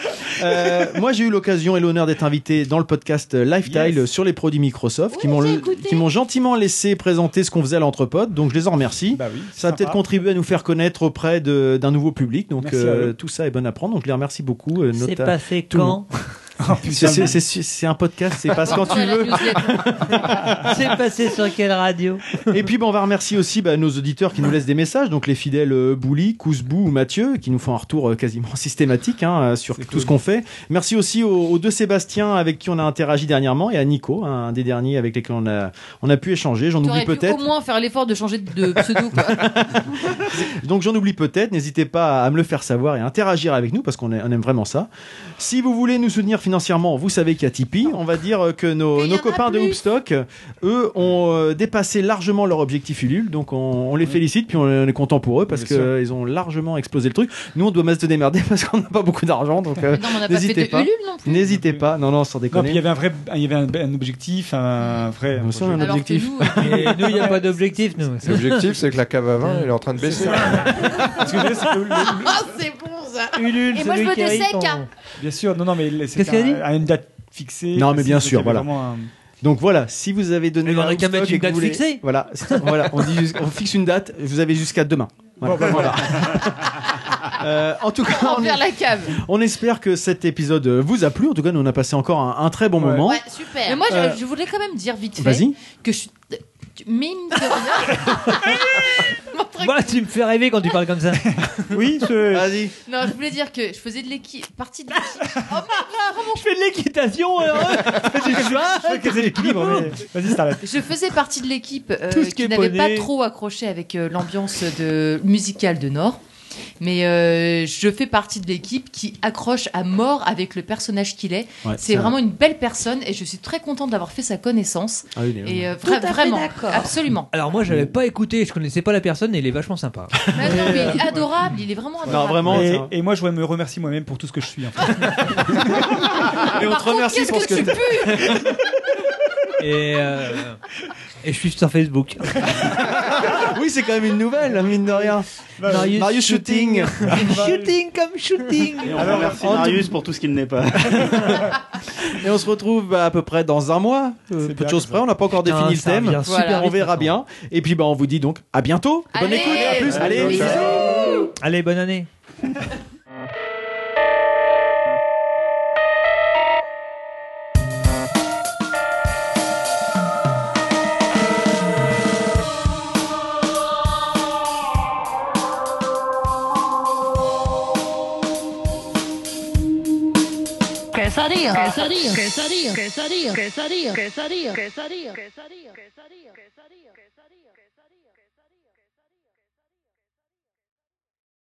Euh, moi, j'ai eu l'occasion et l'honneur d'être invité dans le podcast euh, Lifetile euh, sur les produits Microsoft qui m'ont le- qui m'ont gentiment laissé présenter ce qu'on faisait à l'entrepode. Donc, je les en remercie. ça a
Bah sympa.
peut-être contribué à nous faire connaître auprès de- d'un nouveau public. Donc,
Merci à
euh,
eux.
tout ça est bon à prendre. Donc, je les remercie beaucoup. euh,
C'est
nota-
passé
tout le
quand *laughs*
monde. C'est- c'est- c'est- C'est c'est un podcast, c'est passe quand tu veux.
C'est passé sur quelle radio
Et puis, bah, on va remercier aussi bah, nos auditeurs qui nous laissent des messages, donc les fidèles euh, Bouli, Kousbou ou Mathieu, qui nous font un retour euh, quasiment *laughs* systématique hein, euh, sur tout ce qu'on fait. Merci aussi aux, aux deux Sébastien avec qui on a interagi dernièrement et à Nico, hein, un des derniers avec lesquels on a, on a pu échanger. J'en oublie
T'aurais pu
peut-être.
au moins faire l'effort de changer de pseudo. quoi.
*laughs* Donc j'en oublie peut-être, n'hésitez pas à me le faire savoir et à interagir avec nous parce qu'on a- on aime vraiment ça. Si vous voulez nous soutenir financièrement, vous savez qu'il y a Tipeee. On va dire euh, que nos, nos copains de Hoopstock, euh, eux, ont euh, dépassé largement leur objectif Ulule. Donc on, on les félicite, puis on, on est content pour eux parce
Bien sûr.
qu'ils ont largement explosé le truc. Nous, on doit mal se démerder *laughs* parce qu'on n'a pas beaucoup d'argent. Donc euh,
Mais non, mais on n'a pas fait
n'hésitez
de
pas.
Ulule non plus.
N'hésitez *laughs* pas. Non, non, sans
Non, puis il y
déconner.
avait un vrai, il y avait un, un objectif, un vrai.
Nous euh, sommes un
projet.
objectif.
Et
*laughs*
nous, il n'y a pas d'objectif, nous.
L'objectif, c'est que la cave à vin, elle est en train de baisser.
Ah, c'est bon ça.
Ulule,
Et moi je
celui
veux
qui
des
arrive
secs.
hein.
en- Bien sûr, non, non, mais c'est
Qu'est-ce qu'elle a dit
à, à une date fixée.
Non, mais bien
précise,
sûr,
donc il y
voilà.
avait vraiment un-
Donc voilà, si vous avez donné
on
leur
aurait qu'à
stock
mettre
et
une
que vous
date
voulez-
fixée.
Voilà, c'est- voilà, on, dit jus- on fixe une date. Vous avez jusqu'à demain. Voilà.
Bon, bah, voilà.
*laughs* Euh, en
*laughs*
tout cas, on,
Envers la cave.
on espère que cet épisode euh, vous a plu. En tout cas, nous on a passé encore un, un très bon moment.
Ouais, super. Mais moi, je,
Euh,
je voudrais quand même dire vite fait
Vas-y.
que je suis. tu- Mine de rien.
Voilà, Bah, tu me fais rêver quand tu parles comme ça.
*laughs* oui,
Vas-y.
Non, je voulais dire que je faisais de l'équipe. Partie de l'équipe. Oh,
Je fais de
*laughs*
l'équitation, alors.
Je fais des équilibres, mais- Vas-y, Starlet.
Je faisais partie de l'équipe euh,
Tout ce qui
qui
est
n'avait pas
poney.
trop accroché avec euh, l'ambiance de, musicale de Nord. Mais euh, je fais partie de l'équipe qui accroche à mort avec le personnage qu'il est.
Ouais,
c'est
c'est
vraiment
vrai.
une belle personne et je suis très contente d'avoir fait sa connaissance.
Ah oui, il est
Et euh,
Tout à
vra-
fait
vraiment,
d'accord.
absolument.
Alors moi, j'avais pas écouté, je connaissais pas la personne et il est vachement sympa.
Mais Bah, non, *laughs* mais il est adorable, il est vraiment adorable. *laughs*
Et, et moi, je voudrais me remercier moi-même pour tout ce que je suis. En fait.
Par
on te
contre,
remercie
qu'est-ce
pour
que,
ce que
tu
t'as-
pues
Et, euh, et je suis sur Facebook.
*laughs* oui, c'est quand même une nouvelle, mine de rien.
Marius
Shooting. *laughs*
shooting comme shooting.
Et on
Alors,
remercie
en tout-
Marius pour tout ce qu'il n'est pas.
Et on se retrouve bah, à peu près dans un mois. Euh, peu de choses près, on n'a pas encore
Putain,
défini le
ça
thème.
revient super Voilà.
on
vite,
verra bien. Et puis bah, on vous dit donc à bientôt. Bonne écoute, à plus. Allez, bisous.
Allez, bonne année.
Quesadilla.
Quesadilla. Quesadilla.
Quesadilla. Quesadilla.
Quesadilla.
Quesadilla. Quesadilla. Quesadilla. Quesadilla.